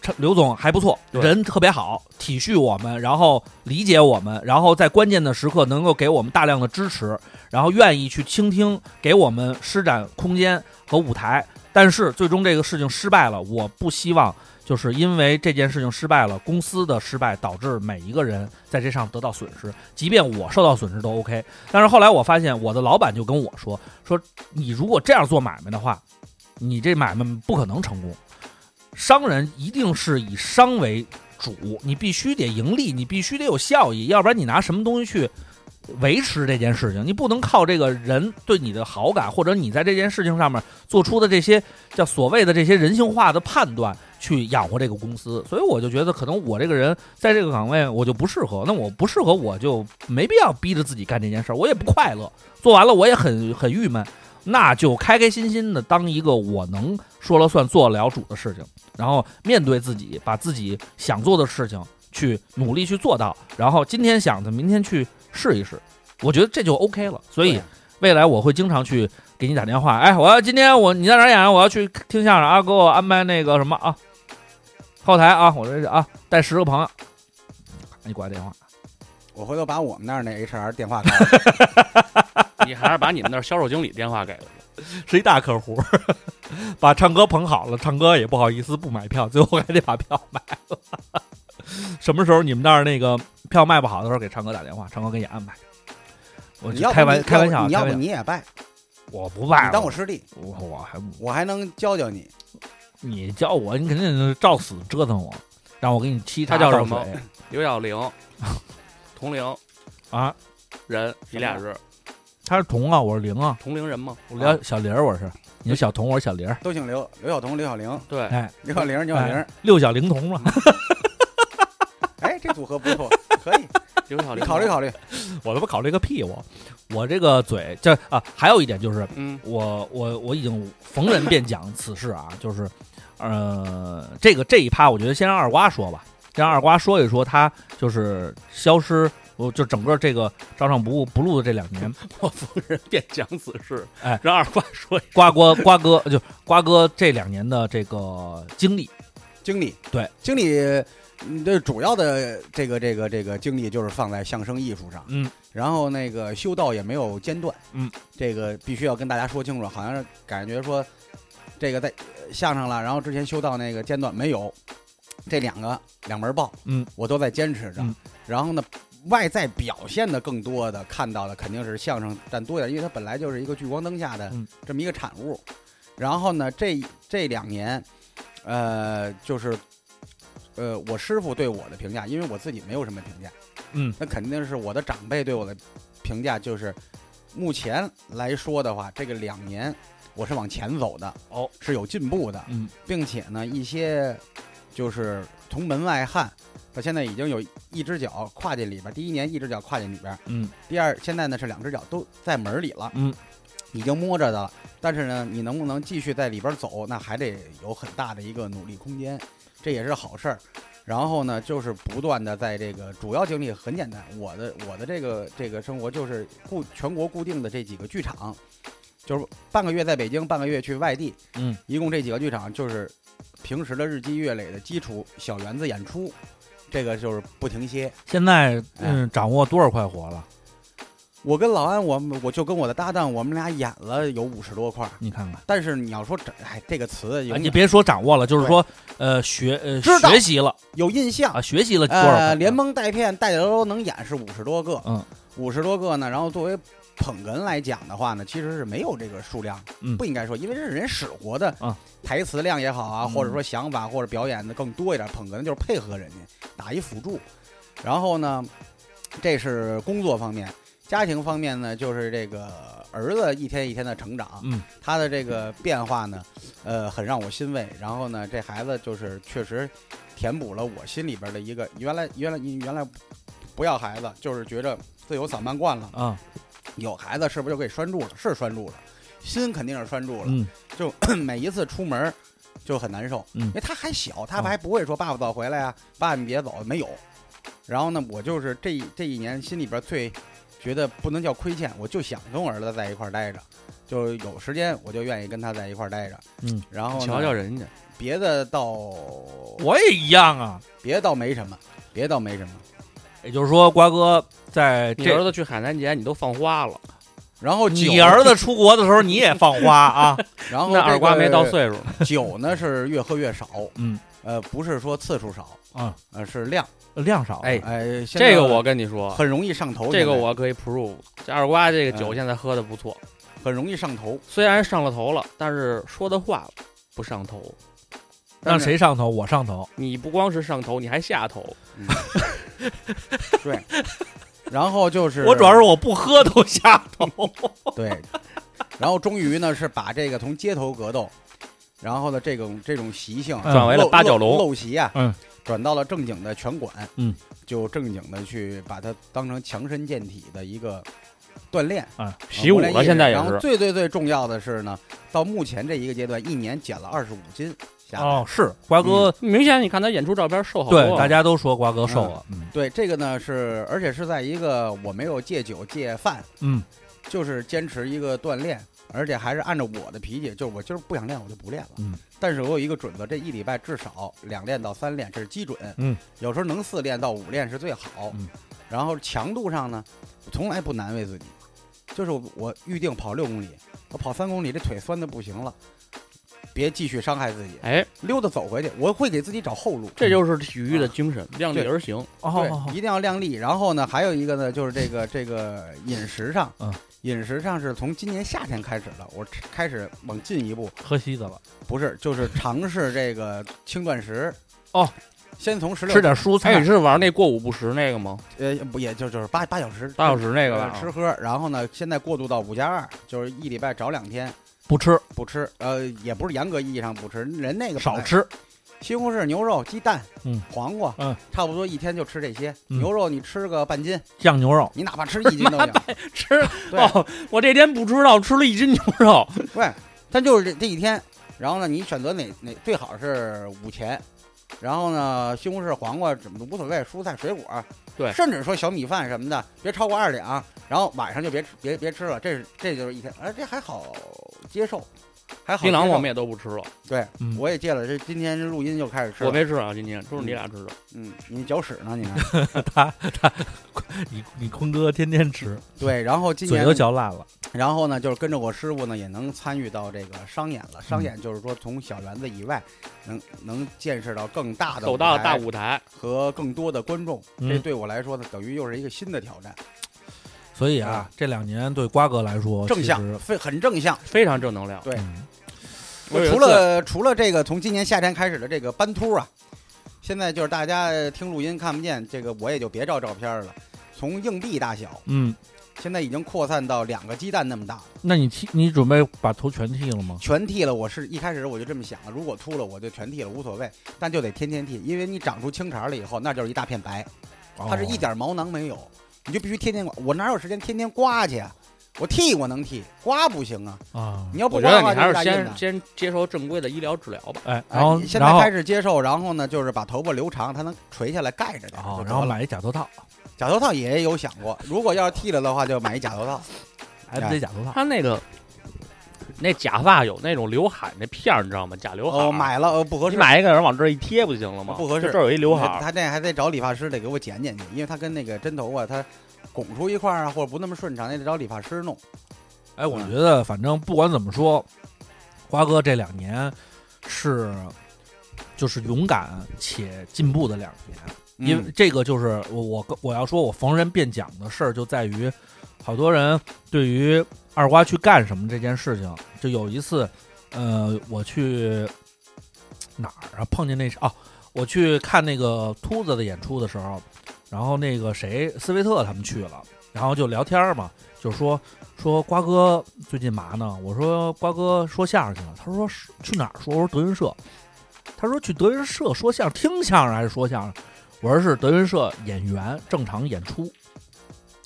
C: 陈刘总还不错，
D: 对
C: 人特别好，体恤我们，然后理解我们，然后在关键的时刻能够给我们大量的支持，然后愿意去倾听，给我们施展空间和舞台。但是最终这个事情失败了，我不希望就是因为这件事情失败了，公司的失败导致每一个人在这上得到损失，即便我受到损失都 OK。但是后来我发现，我的老板就跟我说：“说你如果这样做买卖的话，你这买卖不可能成功。商人一定是以商为主，你必须得盈利，你必须得有效益，要不然你拿什么东西去维持这件事情？你不能靠这个人对你的好感，或者你在这件事情上面做出的这些叫所谓的这些人性化的判断去养活这个公司。所以我就觉得，可能我这个人在这个岗位我就不适合，那我不适合我就没必要逼着自己干这件事儿，我也不快乐，做完了我也很很郁闷。那就开开心心的当一个我能说了算、做得了主的事情，然后面对自己，把自己想做的事情去努力去做到，然后今天想的，明天去试一试，我觉得这就 OK 了。所以
E: 对
C: 未来我会经常去给你打电话，哎，我要今天我你在哪儿演啊？我要去听相声啊，给我安排那个什么啊，后台啊，我这啊带十个朋友，你挂电话，
E: 我回头把我们那儿那 HR 电话给他
D: 你还是把你们那儿销售经理电话给了。
C: 是一大客户， 把唱歌捧好了，唱歌也不好意思不买票，最后还得把票买了。 什么时候你们那儿那个票卖不好的时候，给唱歌打电话，唱歌给你安排。 我
E: 你
C: 就
E: 要不
C: 开玩
E: 你
C: 开玩笑，啊
E: 你
C: 开
E: 要
C: 玩
E: 不
C: 笑
E: 你也拜，
C: 我不卖
E: 你
C: 了，
E: 当我师弟，
C: 我我还不
E: 我还能教教你。
C: 你叫我，你肯定是照死折腾我，让我给你沏茶
D: 他叫
C: 倒
D: 什么
C: 水
D: 刘 小玲，同龄
C: 啊？
D: 人，你俩是
C: 他是童啊，我是零啊，
D: 同龄人吗？
C: 我聊小玲儿，我是你是小童，我是小玲儿，
E: 都姓刘，刘晓彤、刘晓玲、
D: 对，
C: 哎，
E: 刘晓玲、刘晓玲
C: 哎，六小龄童嘛，
E: 哎，这组合不错，可以，
D: 刘小
E: 你
D: 玲，
E: 考虑考虑。
C: 我他妈考虑个屁我，我这个嘴这啊，还有一点就是
D: 嗯，
C: 我我我已经逢人便讲此事啊，就是，呃，这个这一趴，我觉得先让二瓜说吧，让二瓜说一说他就是消失我就整个这个照唱不误不录的这两年，
D: 我夫人便将此事，
C: 哎
D: 让二瓜说一说。
C: 瓜哥瓜哥就瓜哥这两年的这个经历，
E: 经历，
C: 对
E: 经历，嗯这主要的这个这个这个精力就是放在相声艺术上，
C: 嗯，
E: 然后那个修道也没有间断，
C: 嗯，
E: 这个必须要跟大家说清楚，好像是感觉说这个在呃相声了，然后之前修道那个间断没有，这两个两门报，
C: 嗯，
E: 我都在坚持着，
C: 嗯
E: 然后呢。外在表现的更多的看到的肯定是相声占多一点，因为它本来就是一个聚光灯下的
C: 嗯
E: 这么一个产物。然后呢，这这两年，呃，就是呃，我师傅对我的评价，因为我自己没有什么评价，
C: 嗯，
E: 那肯定是我的长辈对我的评价，就是目前来说的话，这个两年我是往前走的，
C: 哦，
E: 是有进步的，
C: 嗯，
E: 并且呢，一些就是从门外汉到现在已经有一只脚跨进里边儿，第一年一只脚跨进里边，
C: 嗯，
E: 第二现在呢是两只脚都在门儿里了，
C: 嗯，
E: 已经摸着的了，但是呢，你能不能继续在里边儿走，那还得有很大的一个努力空间，这也是好事儿。然后呢，就是不断的在这个主要经历很简单，我的我的这个这个生活就是固全国固定的这几个剧场，就是半个月在北京，半个月去外地，
C: 嗯，
E: 一共这几个剧场就是平时的日积月累的基础小园子演出，这个就是不停歇。
C: 现在嗯掌握多少块活了？
E: 我跟老安，我们我就跟我的搭档，我们俩演了有五十多块儿，
C: 你看看。
E: 但是你要说这，哎，这个词有、
C: 啊你别说掌握了，就是说，呃，学呃
E: 知道
C: 学习了
E: 有印象
C: 啊，学习了多少
E: 呃，
C: 块？
E: 连蒙带骗带的都能演是五十多个，
C: 嗯，
E: 五十多个呢。然后作为捧哏来讲的话呢，其实是没有这个数量，
C: 嗯
E: 不应该说，因为这是人使活的，
C: 啊
E: 台词量也好啊，
C: 嗯
E: 或者说想法或者表演的更多一点，捧哏就是配合人家打一辅助。然后呢，这是工作方面，家庭方面呢，就是这个儿子一天一天的成长，
C: 嗯，
E: 他的这个变化呢，呃，很让我欣慰。然后呢，这孩子就是确实填补了我心里边的一个原来原来原来不要孩子，就是觉着自由散漫惯了，
C: 啊，
E: 有孩子是不是就给拴住了？是拴住了，心肯定是拴住了。
C: 嗯
E: 每一次出门儿就很难受，
C: 嗯
E: 因为他还小，他
D: 啊
E: 还不会说“爸爸早回来啊，爸你别走”，没有。然后呢，我就是这一这一年心里边最觉得不能叫亏欠，我就想跟我儿子在一块儿待着，就有时间我就愿意跟他在一块儿待着。
C: 嗯，
E: 然后呢
D: 瞧瞧人家，
E: 别的倒
C: 我也一样啊。
E: 别的倒没什么，别的倒没什么。
C: 也就是说，瓜哥在
D: 你儿
C: 这，
D: 子去海南节，你都放花了，
E: 然后酒
C: 你儿子出国的时候你也放花啊？
E: 然后
D: 那二瓜没到
E: 岁。
D: 岁数，
E: 酒呢是越喝越少，
C: 嗯
E: 呃，不是说次数少，
C: 啊，
E: 呃，是量。
C: 量少。
D: 哎
E: 哎，现在
D: 这个我跟你说，
E: 很容易上头，
D: 这个
E: 现在
D: 我可以 prove。这二瓜这个
E: 嗯
D: 酒现在喝的不错，
E: 很容易上头。
D: 虽然上了头了，但是说的话不上头。
C: 让谁上头？我上头。
D: 你不光是上头，你还下头。
E: 然后就是
C: 我主要是我不喝都下头。
E: 对，然后终于呢是把这个从街头格斗，然后呢这种这种习性
C: 嗯转
D: 为了
E: 陋
D: 八角笼
E: 陋陋习啊，
C: 嗯，
E: 转到了正经的拳馆，
C: 嗯，
E: 就正经的去把它当成强身健体的一个锻炼。
C: 啊，
D: 习武
E: 我来一
D: 了，
E: 人
D: 现在也
E: 然后
D: 是。
E: 最最最重要的是呢，到目前这一个阶段，一年减了二十五斤下来。
C: 哦，是瓜哥，
D: 明显你看他演出照片瘦嗯好多啊了。
C: 对大家都说瓜哥瘦了。嗯
E: 对，这个呢是，而且是在一个我没有戒酒戒饭，
C: 嗯，
E: 就是坚持一个锻炼，而且还是按照我的脾气，就是我今儿不想练，我就不练了。
C: 嗯，
E: 但是我有一个准则，这一礼拜至少两练到三练，这是基准。
C: 嗯，
E: 有时候能四练到五练是最好。
C: 嗯，
E: 然后强度上呢，我从来不难为自己，就是我我预定跑六公里，我跑三公里这腿酸的不行了，别继续伤害自己，
D: 哎，
E: 溜达走回去，我会给自己找后路。
D: 这就是体育的精神，量力
E: 对
D: 而行。
C: 哦
E: 对，
C: 好好
E: 一定要量力。然后呢，还有一个呢，就是这个这个饮食上，
C: 嗯
E: 饮食上是从今年夏天开始了，我吃开始往进一步，
C: 喝西子了，
E: 不是，就是尝试这个轻断食。
C: 哦，
E: 先从十六
C: 吃点蔬
D: 哎，
C: 菜
D: 你。是玩那过午不食那个吗？
E: 呃，不也就就是八八小时，
D: 八小时那个
E: 呃
C: 啊
D: 吧。
E: 吃喝。然后呢，现在过渡到五加二，就是一礼拜找两天
C: 不吃，
E: 不吃，呃，也不是严格意义上不吃，人那个本
C: 少
E: 来
C: 吃。
E: 西红柿、牛肉、鸡蛋、
C: 嗯
E: 黄瓜，
C: 嗯，
E: 差不多一天就吃这些。
C: 嗯
E: 牛肉你吃个半斤，
C: 酱牛肉，
E: 你哪怕吃 一斤都行。
D: 吃
E: 对
D: 哦，我这天不知道吃了一斤牛肉，
E: 对，但就是这这一天，然后呢，你选择哪哪最好是午前，然后呢，西红柿、黄瓜什么的无所谓，蔬菜、水果，
D: 对
E: 甚至说小米饭什么的，别超过二两，然后晚上就别吃，别别吃了，这是这就是一天，哎，这还好接受，还好接
D: 槟
E: 受。
D: 榔我们也都不吃了，
E: 对，
C: 嗯
E: 我也戒了，这今天录音就开始吃了，
D: 我没吃啊，今天都是你俩吃的。
E: 嗯，你搅屎呢你？
C: 你你坤哥天天吃，
E: 对，然后今
C: 嘴
E: 年
C: 都嚼烂了。
E: 然后呢，就是跟着我师傅呢，也能参与到这个商演了。商演就是说，从小园子以外，能能见识到更大的
D: 走到
E: 舞台
D: 大舞台，
E: 和更多的观众，
C: 嗯
E: 这对我来说呢，等于又是一个新的挑战，
C: 所以啊，这两年对瓜哥来说
E: 正
C: 哦其
E: 向，
C: 实
E: 非很正向。
D: 非常正能量。
E: 对
C: 嗯
D: 我有一
E: 除
D: 次
E: 了除了这个，从今年夏天开始的这个班秃啊，现在就是大家呃听录音看不见，这个我也就别照照片了。从硬币大小，
C: 嗯，
E: 现在已经扩散到两个鸡蛋那么大了，
C: 那你剃你准备把头全剃了吗？
E: 全剃了。我是一开始我就这么想的，如果秃了我就全剃了，无所谓，但就得天天剃，因为你长出青茬了以后，那就是一大片白。
C: 哦
E: 它是一点毛囊没有，你就必须天天刮。我哪有时间天天刮去？啊？我剃我能剃，刮不行啊！
C: 哦啊，
E: 你要不
D: 我觉
E: 刮的
D: 得
E: 话
D: 你
E: 就是
D: 还是
E: 大印
D: 先
E: 子。
D: 先接受正规的医疗治疗吧。
C: 哎，
E: 哎
C: 然后
E: 你现
C: 然
E: 在
C: 后
E: 开始接受，然后呢，就是把头发留长，它能垂下来盖着点儿就
C: 哦，
E: 得
C: 然后
E: 了
C: 买一假头套，
E: 假头套也有想过，如果要是剃了的话，就买一假头套。
C: 还
E: 哎
C: 得假头 套。
D: 他那个那假发有那种刘海那片儿，你知道吗？假刘海。
E: 哦，买了，呃，不合
D: 啊你
E: 适，
D: 买一个人往这儿一贴不就行了吗？
E: 不合适
D: 就这儿有一刘海
E: 他
D: 儿，
E: 他这还得找理发师得给我剪剪去，因为他跟那个真头发他拱出一块儿啊，或者不那么顺畅，也得找理发师弄。
C: 哎，我
E: 嗯
C: 觉得反正不管怎么说，瓜哥这两年是就是勇敢且进步的两年，因为
E: 嗯
C: 这个就是我我跟我要说我逢人便讲的事儿，就在于好多人对于二瓜去干什么这件事情，就有一次，呃，我去哪儿啊碰见那哦，我去看那个秃子的演出的时候，然后那个谁斯威特他们去了，然后就聊天儿嘛，就说说瓜哥最近嘛呢？我说瓜哥说相声去了，他说是去哪儿说？我说德云社，他说去德云社说相声，听相声还是说相声？我说是德云社演员正常演出。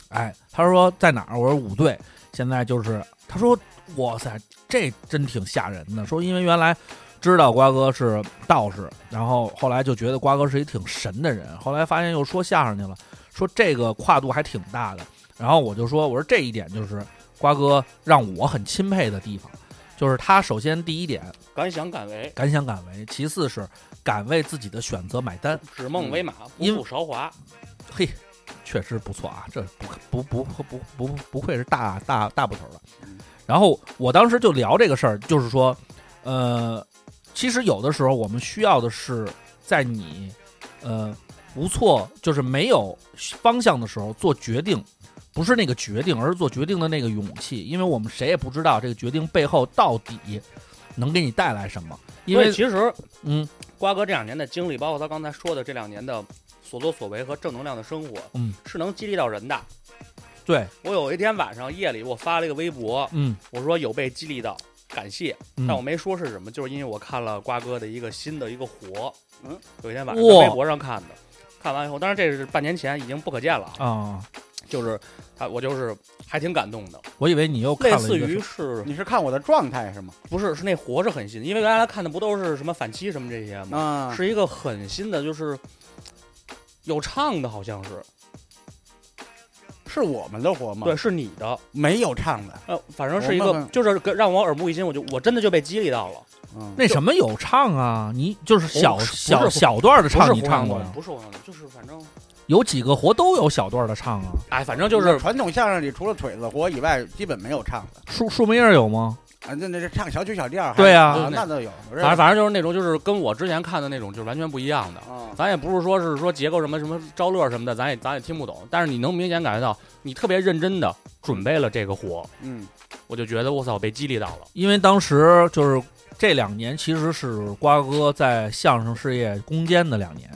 C: 哎，他说在哪儿？我说五队，现在就是他说哇塞，这真挺吓人的。说因为原来知道瓜哥是道士，然后后来就觉得瓜哥是一挺神的人，后来发现又说相声去了，说这个跨度还挺大的。然后我就说，我说这一点就是瓜哥让我很钦佩的地方，就是他首先第一点
D: 敢想敢为，
C: 敢想敢为，其次是敢为自己的选择买单。
D: 指梦为马，不
C: 嗯因
D: 负韶华。
C: 嘿，确实不错啊，这不不不不不不不愧是大大大部头了。
D: 嗯
C: 然后我当时就聊这个事儿，就是说，呃，其实有的时候我们需要的是在你呃无措，就是没有方向的时候做决定。不是那个决定，而是做决定的那个勇气，因为我们谁也不知道这个决定背后到底能给你带来什么。因
D: 所
C: 为
D: 以，其实
C: 嗯
D: 瓜哥这两年的经历，包括他刚才说的这两年的所作所为和正能量的生活，
C: 嗯，
D: 是能激励到人的。
C: 对，
D: 我有一天晚上夜里，我发了一个微博，
C: 嗯，
D: 我说有被激励到，感谢，
C: 嗯
D: 但我没说是什么，就是因为我看了瓜哥的一个新的一个活，
E: 嗯，
D: 有一天晚上
C: 哇
D: 在微博上看的，看完以后，当然这是半年前，已经不可见了啊，
C: 啊，
D: 就是他，我就是还挺感动的，
C: 我以为你又看
D: 类
C: 了
D: 似
C: 一个什
D: 于
C: 么
D: 是
E: 你是看我的状态是吗？
D: 不是是那活是很新，因为原来看的不都是什么反七什么这些吗？
E: 啊，
D: 嗯是一个很新的，就是有唱的，好像是，
E: 是我们的活吗？
D: 对，，是你的，
E: 没有唱的。
D: 呃，反正是一
E: 我
D: 个
E: 们，
D: 就是给让我耳目一新，我就我真的就被激励到了。
E: 嗯，
C: 那什么有唱啊？你就是小
D: 不是
C: 小
D: 不是
C: 小段的
D: 不是
C: 唱，你
D: 胡
C: 唱
D: 杨
C: 过
D: 的
C: 呀？
D: 不是我唱的，就是反正，
C: 有几个活都有小段的唱啊？
D: 哎，反正就是
E: 传统相声里除了腿子活以外，基本没有唱的
C: 树树木叶儿有吗？
E: 啊。那那是唱小曲小调儿还，
C: 对呀
E: 啊，那倒有。我认
D: 反正
E: 识
D: 反正就是那种，就是跟我之前看的那种，就是完全不一样的。
E: 啊，
D: 咱也不是说是说结构什么什么招乐什么的，咱也咱也听不懂，但是你能明显感觉到你特别认真的准备了这个活，
E: 嗯，
D: 我就觉得我操，我被激励到了。
C: 因为当时就是这两年，其实是瓜哥在相声事业攻坚的两年。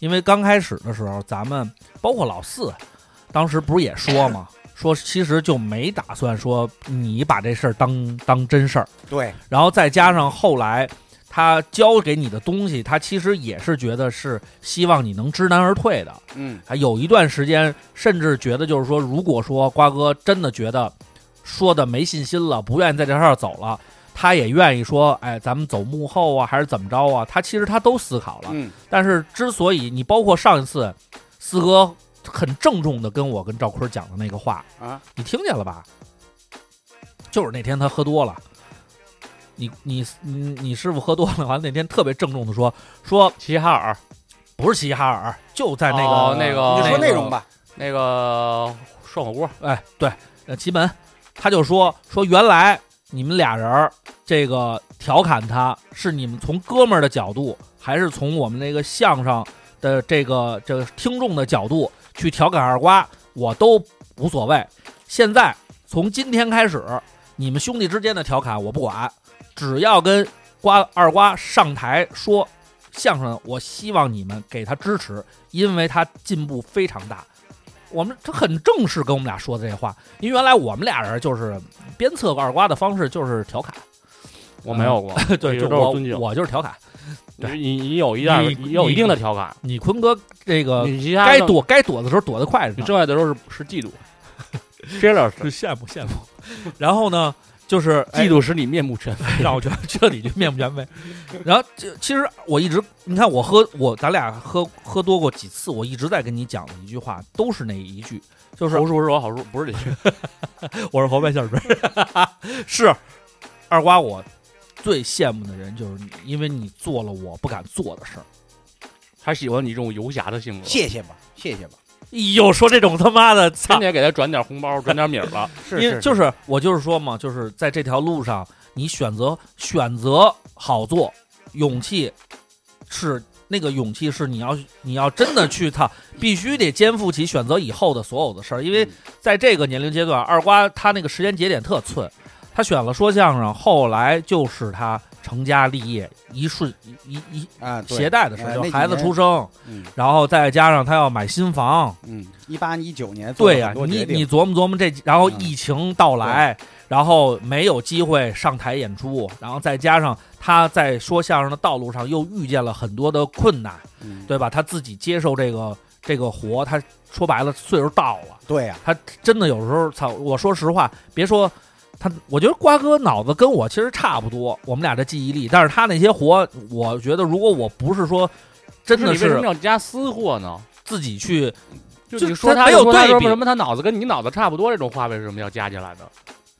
C: 因为刚开始的时候，咱们包括老四，当时不是也说嘛，说其实就没打算说你把这事儿当当真事儿。
E: 嗯对，
C: 然后再加上后来他教给你的东西，他其实也是觉得是希望你能知难而退的。
E: 嗯，
C: 还有一段时间，甚至觉得就是说，如果说瓜哥真的觉得说的没信心了，不愿意在这事儿走了，他也愿意说，哎，咱们走幕后啊，还是怎么着啊？他其实他都思考了，
E: 嗯
C: 但是之所以你包括上一次，四哥很郑重的跟我跟赵坤讲的那个话，
E: 啊，
C: 你听见了吧？就是那天他喝多了，你你你你师傅喝多了，完了那天特别郑重的说说
D: 齐哈尔
C: 不是齐齐哈尔，就在那个、
D: 哦那个
E: 你就说
D: 那
E: 内
D: 个
E: 容吧，
D: 那个涮火锅，
C: 哎，对，呃，奇门，他就说说原来你们俩人儿这个调侃他是你们从哥们儿的角度，还是从我们那个相声的这个这个听众的角度去调侃二瓜，我都无所谓。现在从今天开始，你们兄弟之间的调侃我不管，只要跟瓜二瓜上台说相声，我希望你们给他支持，因为他进步非常大。我们他很正式跟我们俩说的这话，因为原来我们俩人就是鞭策二瓜的方式就是调 侃，
D: 我没有过，
C: 对，就
D: 一直
C: 是
D: 都是
C: 我
D: 尊敬。
C: 我就是调侃。对
D: 你你有一点
C: 你
D: 你有一定的调侃，
C: 你坤哥这个
D: 你其他
C: 该
D: 的
C: 躲该躲的时候躲得快着
D: 呃你
C: 呢，
D: 正爱的时候是是嫉妒，这老师
C: 是羡慕羡慕。然后呢，就是哎
D: 嫉妒使你面目全非。
C: 让我觉得彻底就面目全非。然后这其实我一直，你看我喝我咱俩喝喝多过几次，我一直在跟你讲的一句话，都是那一句， 就是
D: 好叔是我好叔，不是这句。
C: 我是侯白相水， 是二瓜我。最羡慕的人就是你，因为你做了我不敢做的事儿。
D: 他喜欢你这种游侠的性格，
E: 谢谢吧，谢谢吧，
C: 又说这种他妈的，
D: 天
C: 操！
D: 天给他转点红包，转点米儿了。
E: 是
C: 因
E: 是
C: 为就是我就是说嘛，就是在这条路上，你选择选择好做，勇气是那个勇气是你要你要真的去他必须得肩负起选择以后的所有的事儿，因
E: 嗯
C: 为在这个年龄阶段，二瓜他那个时间节点特寸，他选了说相声，后来就是他成家立业，一瞬一一一
E: 啊，对
C: 携带的事儿，
E: 呃
C: 就
E: 那几
C: 孩子
E: 年
C: 出生，
E: 嗯
C: 然后再加上他要买新房，
E: 嗯，一八一九年做了
C: 对呀、
E: 很多
C: 你
E: 决定
C: 你琢磨琢磨这，然后
E: 嗯
C: 疫情到来，然后没有机会上台演出，然后再加上他在说相声的道路上又遇见了很多的困难，
E: 嗯
C: 对吧？他自己接受这个这个活，他说白了岁数到了，
E: 对呀，
C: 他真的有时候操，我说实话，别说。他，我觉得瓜哥脑子跟我其实差不多，我们俩这记忆力，但是他那些活，我觉得如果我不是说真
D: 那
C: 的
D: 你为什
C: 是
D: 么要加私货呢？
C: 自己去
D: 就
C: 就
D: 你说
C: 他
D: 他
C: 没有
D: 说他
C: 对
D: 说
C: 比
D: 什么他脑子跟你脑子差不多这种话，为什么要加进来呢？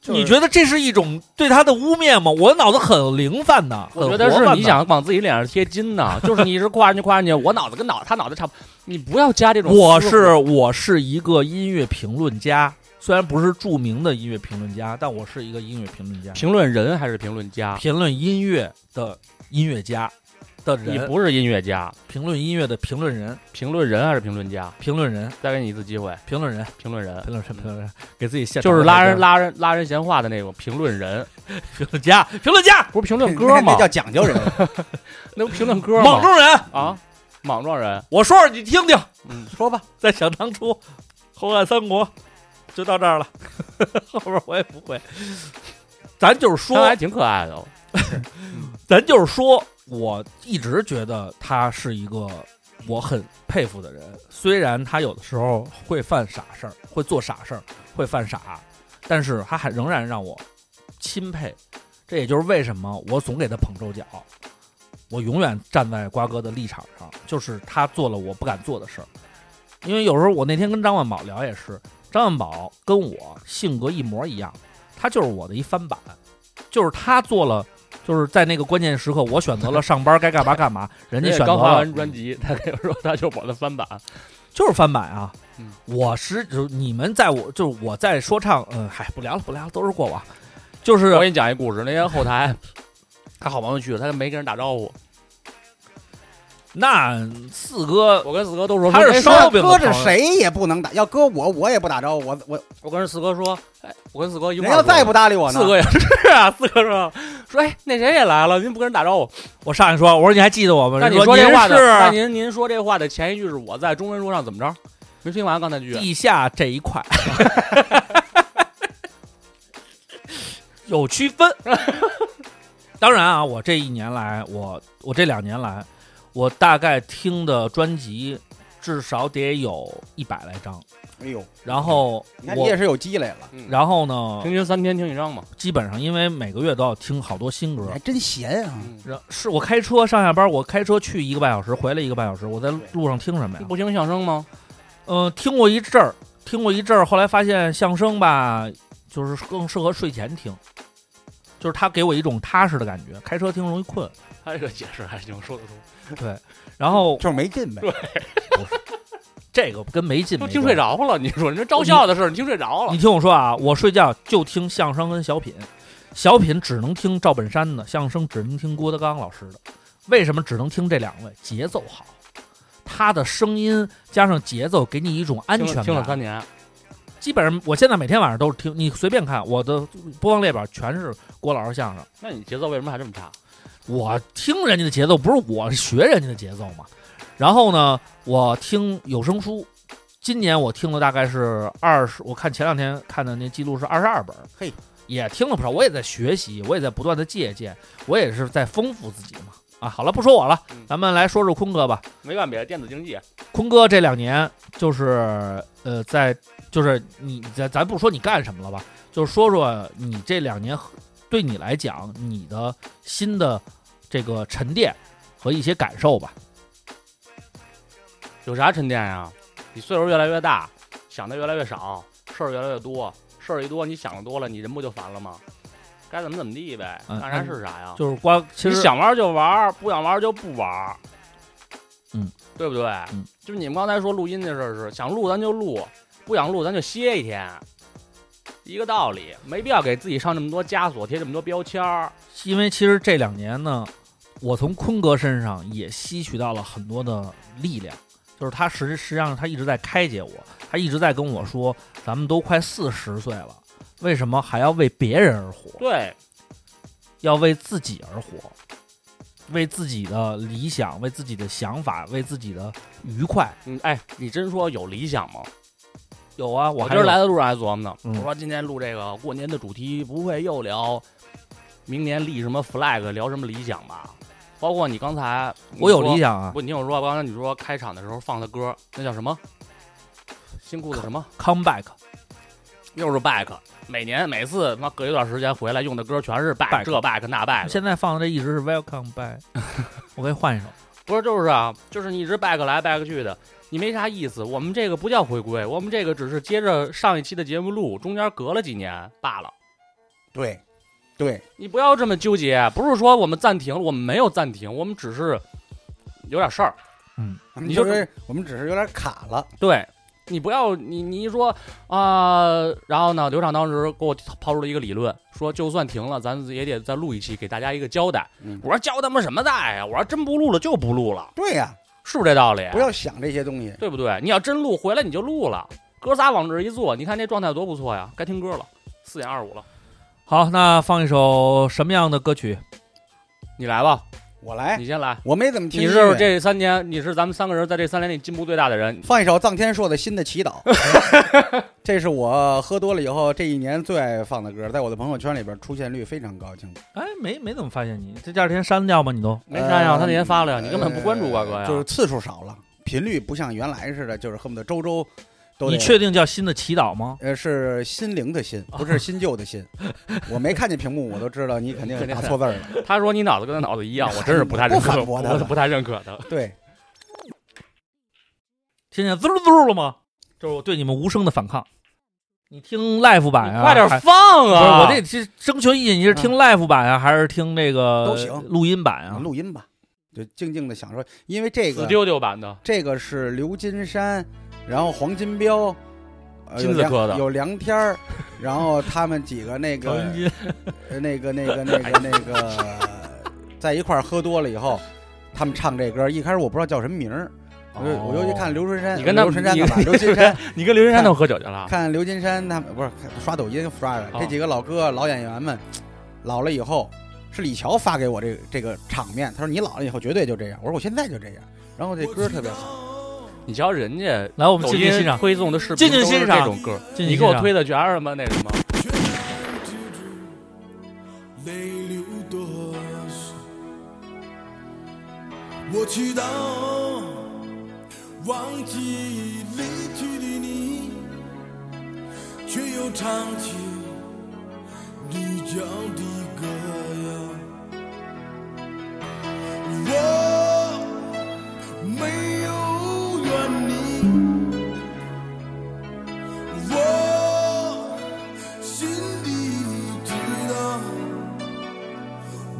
E: 就是
C: 你觉得这是一种对他的污蔑吗？我脑子很灵泛的，
D: 我觉
C: 很
D: 得
C: 活泛
D: 是
C: 的
D: 你想往自己脸上贴金呢，就是你一直夸人家夸人家，我脑子跟脑他脑子差不多，你不要加这种私货。
C: 我是我是一个音乐评论家，虽然不是著名的音乐评论家，但我是一个音乐评论家，
D: 评论人还是评论家？
C: 评论音乐的音乐家的
D: 你
C: 人，
D: 不是音乐家，
C: 评论音乐的评论人，
D: 评论人还是评论家？
C: 评论人，
D: 再给你一次机会，
C: 评论人，
D: 评论人
C: 评论人，评论人，给自己现
D: 就是拉人
C: 拉
D: 拉人拉人闲话的那种评 论人，
C: 评论家，评论家，
D: 不是评
E: 那
D: 论歌吗
E: 那？叫讲究人，
D: 那不评论歌
C: 莽
D: 吗？
C: 撞人，
D: 啊，莽撞人，
C: 我说说你听听，
D: 嗯，
E: 说吧，
C: 在想当初，后汉三国就到 这儿了，后边我也不会。咱就是说
D: 他，还挺可爱的。哦
C: 咱就是说，我一直觉得他是一个我很佩服的人，虽然他有的时候会犯傻事儿，会做傻事儿，会犯傻，但是他还仍然让我钦佩。这也就是为什么我总给他捧臭脚，我永远站在瓜哥的立场上，就是他做了我不敢做的事儿。因为有时候我那天跟张万宝聊也是，张万宝跟我性格一模一样，他就是我的一翻版，就是他做了，就是在那个关键时刻，我选择了上班该干嘛干嘛，人家选择
D: 刚发
C: 了嗯
D: 完专辑，他跟我说他就是我的翻版，
C: 就是翻版啊。
D: 嗯
C: 我是就是你们在我就是我在说唱，嗯，嗨，不聊了不聊了，都是过往。就是
D: 我给你讲一故事，那天后台他好朋友去了，他没跟人打招呼。
C: 那四哥
D: 我跟四哥都说，
C: 他是
D: 哎
C: 烧
E: 要
C: 饼的
E: 搁着
C: 朋友
E: 谁也不能打，要搁我我也不打招呼，我我
D: 我跟四哥说，哎，我跟四哥一
E: 人
D: 块儿
E: 要
D: 说
E: 再不搭理我呢，
D: 四哥也是 啊，四哥说说，哎，那谁也来了，您不跟人打招呼？
C: 我上去说，我说你还记得我吗？
D: 那
C: 人
D: 你
C: 说
D: 这话
C: 您
D: 的，那
C: 是啊
D: 您您说这话的前一句是我在中文说唱怎么着？没听完刚才那句，啊
C: 地下这一块 有区分。当然啊，我这一年来，我我这两年来，我大概听的专辑至少得有一百来张，
E: 哎呦，
C: 然后
E: 你嗯看你也
C: 我，
E: 是有积累了，
C: 然后呢
D: 平，均三天听一张嘛。
C: 基本上因为每个月都要听好多新
E: 你
C: 歌
E: 还，真闲啊！
D: 嗯
C: 然是我开车上下班，我开车去一个半小时，回来一个半小时，我在路上听什么呀？
D: 不听相声吗？
C: 嗯、听过一阵儿，听过一阵儿，后来发现相声吧，就是更适合睡前听，就是它给我一种踏实的感觉，开车听容易困。
D: 他这个解释还行，说得通。
C: 然后
E: 就是没劲呗。
C: 这个跟没劲没
D: 都
C: 关系
D: 听睡着了，你说你这招笑的事儿，你听睡着 了
C: 你。听我说啊，我睡觉就听相声跟小品，小品只能听赵本山的，相声只能听郭德纲老师的。为什么只能听这两位？节奏好，他的声音加上节奏，给你一种安全
D: 听听了
C: 感。
D: 三年，
C: 基本上我现在每天晚上都是听，你随便看我的播放列表全是郭老师相声。
D: 那你节奏为什么还这么差？
C: 我听人家的节奏，不是我学人家的节奏嘛。然后呢，我听有声书，今年我听了大概是二十，我看前两天看的那记录是二十二本，
E: 嘿，
C: 也听了不少。我也在学习，我也在不断的借鉴，我也是在丰富自己嘛。啊，好了，不说我了
D: 嗯，
C: 咱们来说说坤哥吧。
D: 没办别的，电子竞技，
C: 坤哥这两年就是呃，在就是你咱咱不说你干什么了吧，就是说说你这两年和对你来讲你的新的这个沉淀和一些感受吧。
D: 有啥沉淀呀？你岁数越来越大，想的越来越少，事儿越来越多，事儿一多，你想的多了，你人不就烦了吗？该怎么怎么地呗，
C: 嗯
D: 干啥是啥呀？
C: 就是光其
D: 你
C: 实
D: 想玩就玩，不想玩就不玩。
C: 嗯，
D: 对不对？
C: 嗯
D: 就是你们刚才说录音这事儿是，想录咱就录，不想录咱就歇一天，一个道理，没必要给自己上这么多枷锁，贴这么多标签儿。
C: 因为其实这两年呢，我从坤哥身上也吸取到了很多的力量，就是他实实际上他一直在开解我，他一直在跟我说，咱们都快四十岁了，为什么还要为别人而活？
D: 对，
C: 要为自己而活，为自己的理想，为自己的想法，为自己的愉快。
D: 你哎，你真说有理想吗？
C: 有啊，我
D: 我
C: 还
D: 今儿
C: 是
D: 来的路上还琢磨呢，
C: 嗯
D: 我说今天录这个过年的主题，不会又聊明年立什么 flag，聊什么理想吧？包括你刚才，
C: 我有
D: 想。
C: 理想啊
D: 不，你听我说，刚才你说开场的时候放的歌，那叫什么？新裤子什么？
C: ，come back
D: 又是 back。每年每次他妈隔一段时间回来用的歌全是 back，,
C: Back
D: 这 back 那 back，
C: 现在放的这一直是 welcome back，我给你换一首。
D: 不是就是啊，就是你一直 back 来 back 去的，你没啥意思。我们这个不叫回归，我们这个只是接着上一期的节目录，中间隔了几年罢了。
E: 对，对，
D: 你不要这么纠结，不是说我们暂停了，我们没有暂停，我们只是有点事儿。
E: 我们
D: 你就
E: 就是我们只是有点卡了，
D: 对你不要你你一说啊、然后呢，刘畅当时给我抛出了一个理论，说就算停了，咱也得再录一期，给大家一个交代。
E: 嗯
D: 我说交他妈什么代呀？我说真不录了就不录了，
E: 对呀、
D: 是不是这道理？
E: 不要想这些东西。
D: 对不对？你要真录回来你就录了，哥仨往这儿一坐，你看这状态多不错呀！该听歌了，四点二十五了，
C: 好，那放一首什么样的歌曲？
D: 你来吧，
E: 我来，
D: 你先来。
E: 我没怎哎么听
D: 你
E: 音乐。
D: 是这三年，你是咱们三个人在这三年里进步最大的人。
E: 放一首臧天朔的《新的祈 祷》，这是我喝多了以后这一年最爱放的歌，在我的朋友圈里边出现率非常高，请
C: 哎，没没怎么发现你，这第二天删掉吗？你都
D: 没删呀，
E: 呃
D: 他那天发了呀，你根本不关注瓜哥呀。
E: 就是次数少了，频率不像原来似的，就是恨不得周周都得。
C: 你确定叫新的祈祷吗？
E: 呃，是心灵的心，
D: 哦
E: 不是新旧的 心。我没看见屏幕，我都知道你肯定打错字儿 了。
D: 他说你脑子跟他脑子一样，我真是不太认
E: 我
D: 可，
E: 反驳他
D: 我
E: 了
D: 是不太认可的。
E: 对，
C: 听见滋噜滋噜了吗？就是我对你们无声的反抗。你听 live 版
D: 你
C: 啊，
D: 快点
C: 还
D: 放啊！嗯
C: 不是，我得这征求意见，你是听 live 版啊，还是听那个
E: 都行
C: 录音版啊？
E: 录音吧，就静静的享受，因为这
D: 死
E: 个
D: 丢丢版的，
E: 这个是刘金山，然后黄金彪，呃
D: 金子科的
E: 有梁有梁天儿，然后他们几个那
C: 高
E: 个
C: 音金
E: 呃那个那 个那个那个 在一块儿喝多了以后，他们唱这歌，一开始我不知道叫什么名儿，我就我就一看刘春山，
D: 哦你跟他
E: 刘春山
D: 你
E: 干嘛？刘金山，
D: 你跟刘云
E: 山都
D: 喝酒去了？
E: 看刘金山他们不是看刷抖音刷的，
D: 哦
E: 这几个老哥老演员们，老了以后是李乔发给我这个这个场面，他说你老了以后绝对就这样，我说我现在就这样，然后这歌特别好，
D: 你瞧人家
C: 来，我们
D: 抖
C: 静静欣
D: 音
C: 赏，
D: 推送的视频
C: 静静
D: 都是
C: 欣赏
D: 这种歌，
C: 静静
D: 你给我
C: 欣赏
D: 推的全是什么那什么？
A: 泪流的是我祈祷，
F: 忘记离去的你，却又唱起离家的歌谣。我没有怨你，我心里知道，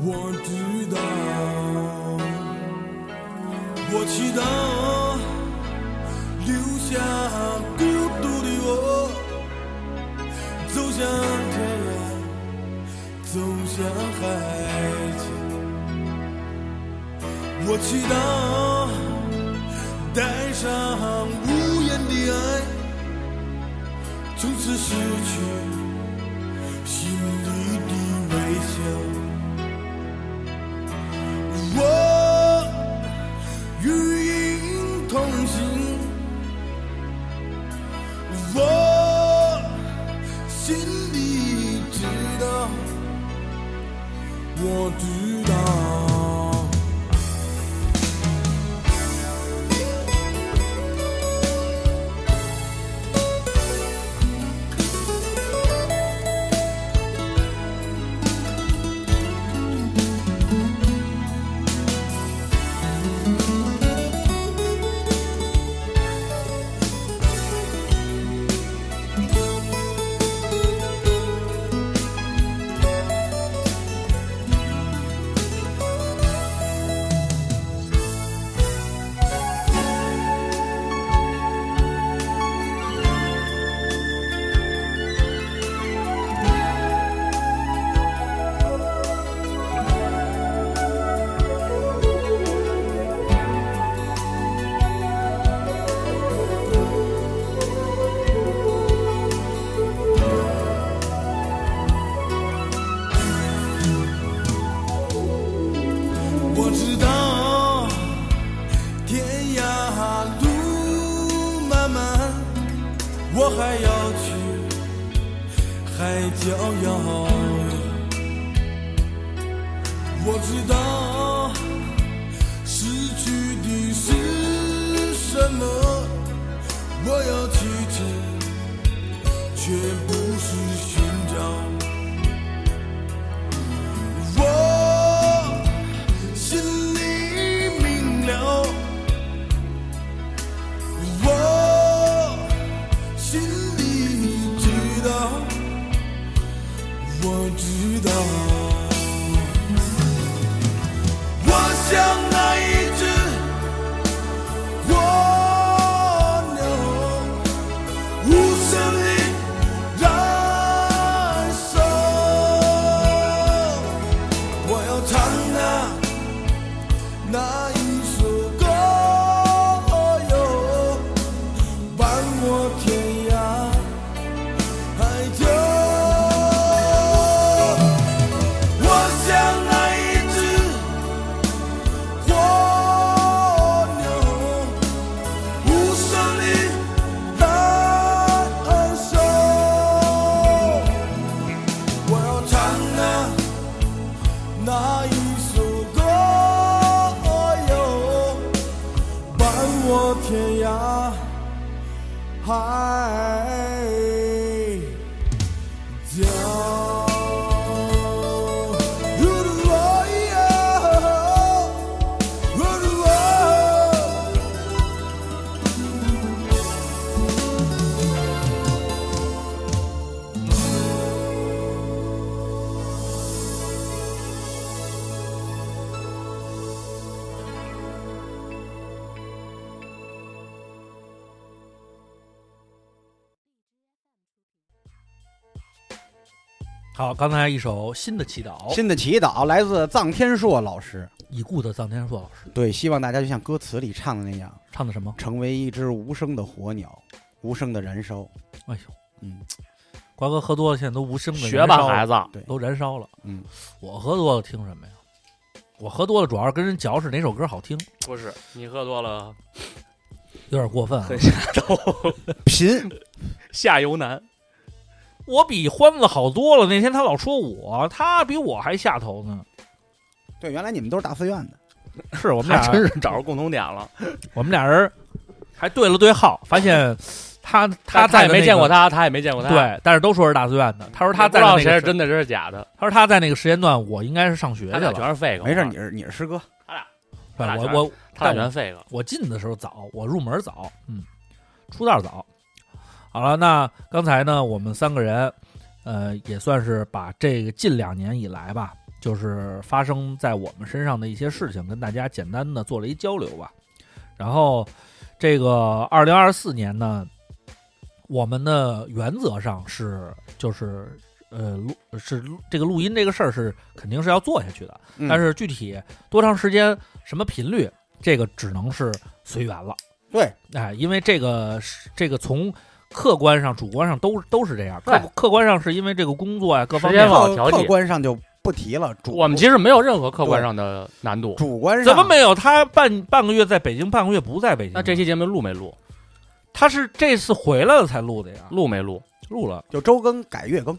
F: 我知道。我祈祷留下孤独的我，走向天涯，走向海角。我祈祷带上无言的爱，从此失去心里的微笑。我。与影同行。我心里知道，我知道。我知道，天涯路漫漫，我还要去海角遥远。我知道，失去的是什么，我要去找，却不是寻找。我。心里明了，我心里知道，我知道。我像那一只蜗牛，无声地燃烧。我要唱啊。那一首歌哟，伴我天涯海角。我像那一只蜗牛，无声地燃烧。我要唱啊。那一首歌哟，伴我天涯海角。呜噜哦哟呜噜哦
C: 好，刚才一首新的祈祷，
E: 新的祈祷来自臧天朔老师。
C: 已故的臧天朔老师
E: 对，希望大家就像歌词里唱的那样，
C: 唱的什么？
E: 成为一只无声的火鸟，无声的燃烧。
C: 哎呦，
E: 嗯，
C: 瓜哥喝多了，现在都无声的
D: 学吧，孩子，
C: 都燃烧了。
E: 嗯，
C: 我喝多了听什么呀？我喝多了主要是跟人嚼是哪首歌好听，
D: 不是你喝多了，
C: 有点过分、啊。
D: 下头
E: 贫
D: 下游难。
C: 我比欢子好多了，那天他老说我，他比我还下头呢。
E: 对，原来你们都是大寺院的，
C: 是我们
D: 还
C: 俩
D: 真是找着共同点了。
C: 我们俩人还对了对号，发现 他 他
D: 他
C: 在
D: 也
C: 的
D: 没
C: 那
D: 见
C: 个
D: 过，他，他也没见过他。，
C: 对，但是都说是大自愿的。他说他
D: 不
C: 在
D: 知
C: 的
D: 道
C: 那
D: 谁
C: 个
D: 是
C: 时
D: 真的，谁是假的。
C: 他说他在那个时间段，我应该是上学去
D: 他俩
C: 了。
D: 全是 fake。
E: 没事，你是你是师哥，
C: 对
D: 他俩全
C: 我我
D: 他俩
C: 但
D: 全 fake。
C: 我进的时候早，我入门早，嗯，出道早。好了，那刚才呢，我们三个人，呃，也算是把这个近两年以来吧，就是发生在我们身上的一些事情，跟大家简单的做了一交流吧。然后，这个二零二四年呢，我们的原则上是就是。呃，录是录这个录音这个事儿是肯定是要做下去的，
E: 嗯
C: 但是具体多长时间、什么频率，这个只能是随缘了。
E: 对，
C: 哎，因为这个是这个从客观上、主观上都都是这样。客
D: 对
C: 客观上是因为这个工作呀、各方
D: 时间
C: 面
D: 往
E: 客
D: 调剂
E: 客观上就不提了，主
D: 我们其实没有任何客观上的难度。
E: 主观上
C: 怎么没有他半半个月在北京，半个月不在北京呢？
D: 啊那这期节目录没录？
C: 他是这次回来了才录的呀，
D: 录没录？
C: 录了。
E: 就周更改月更，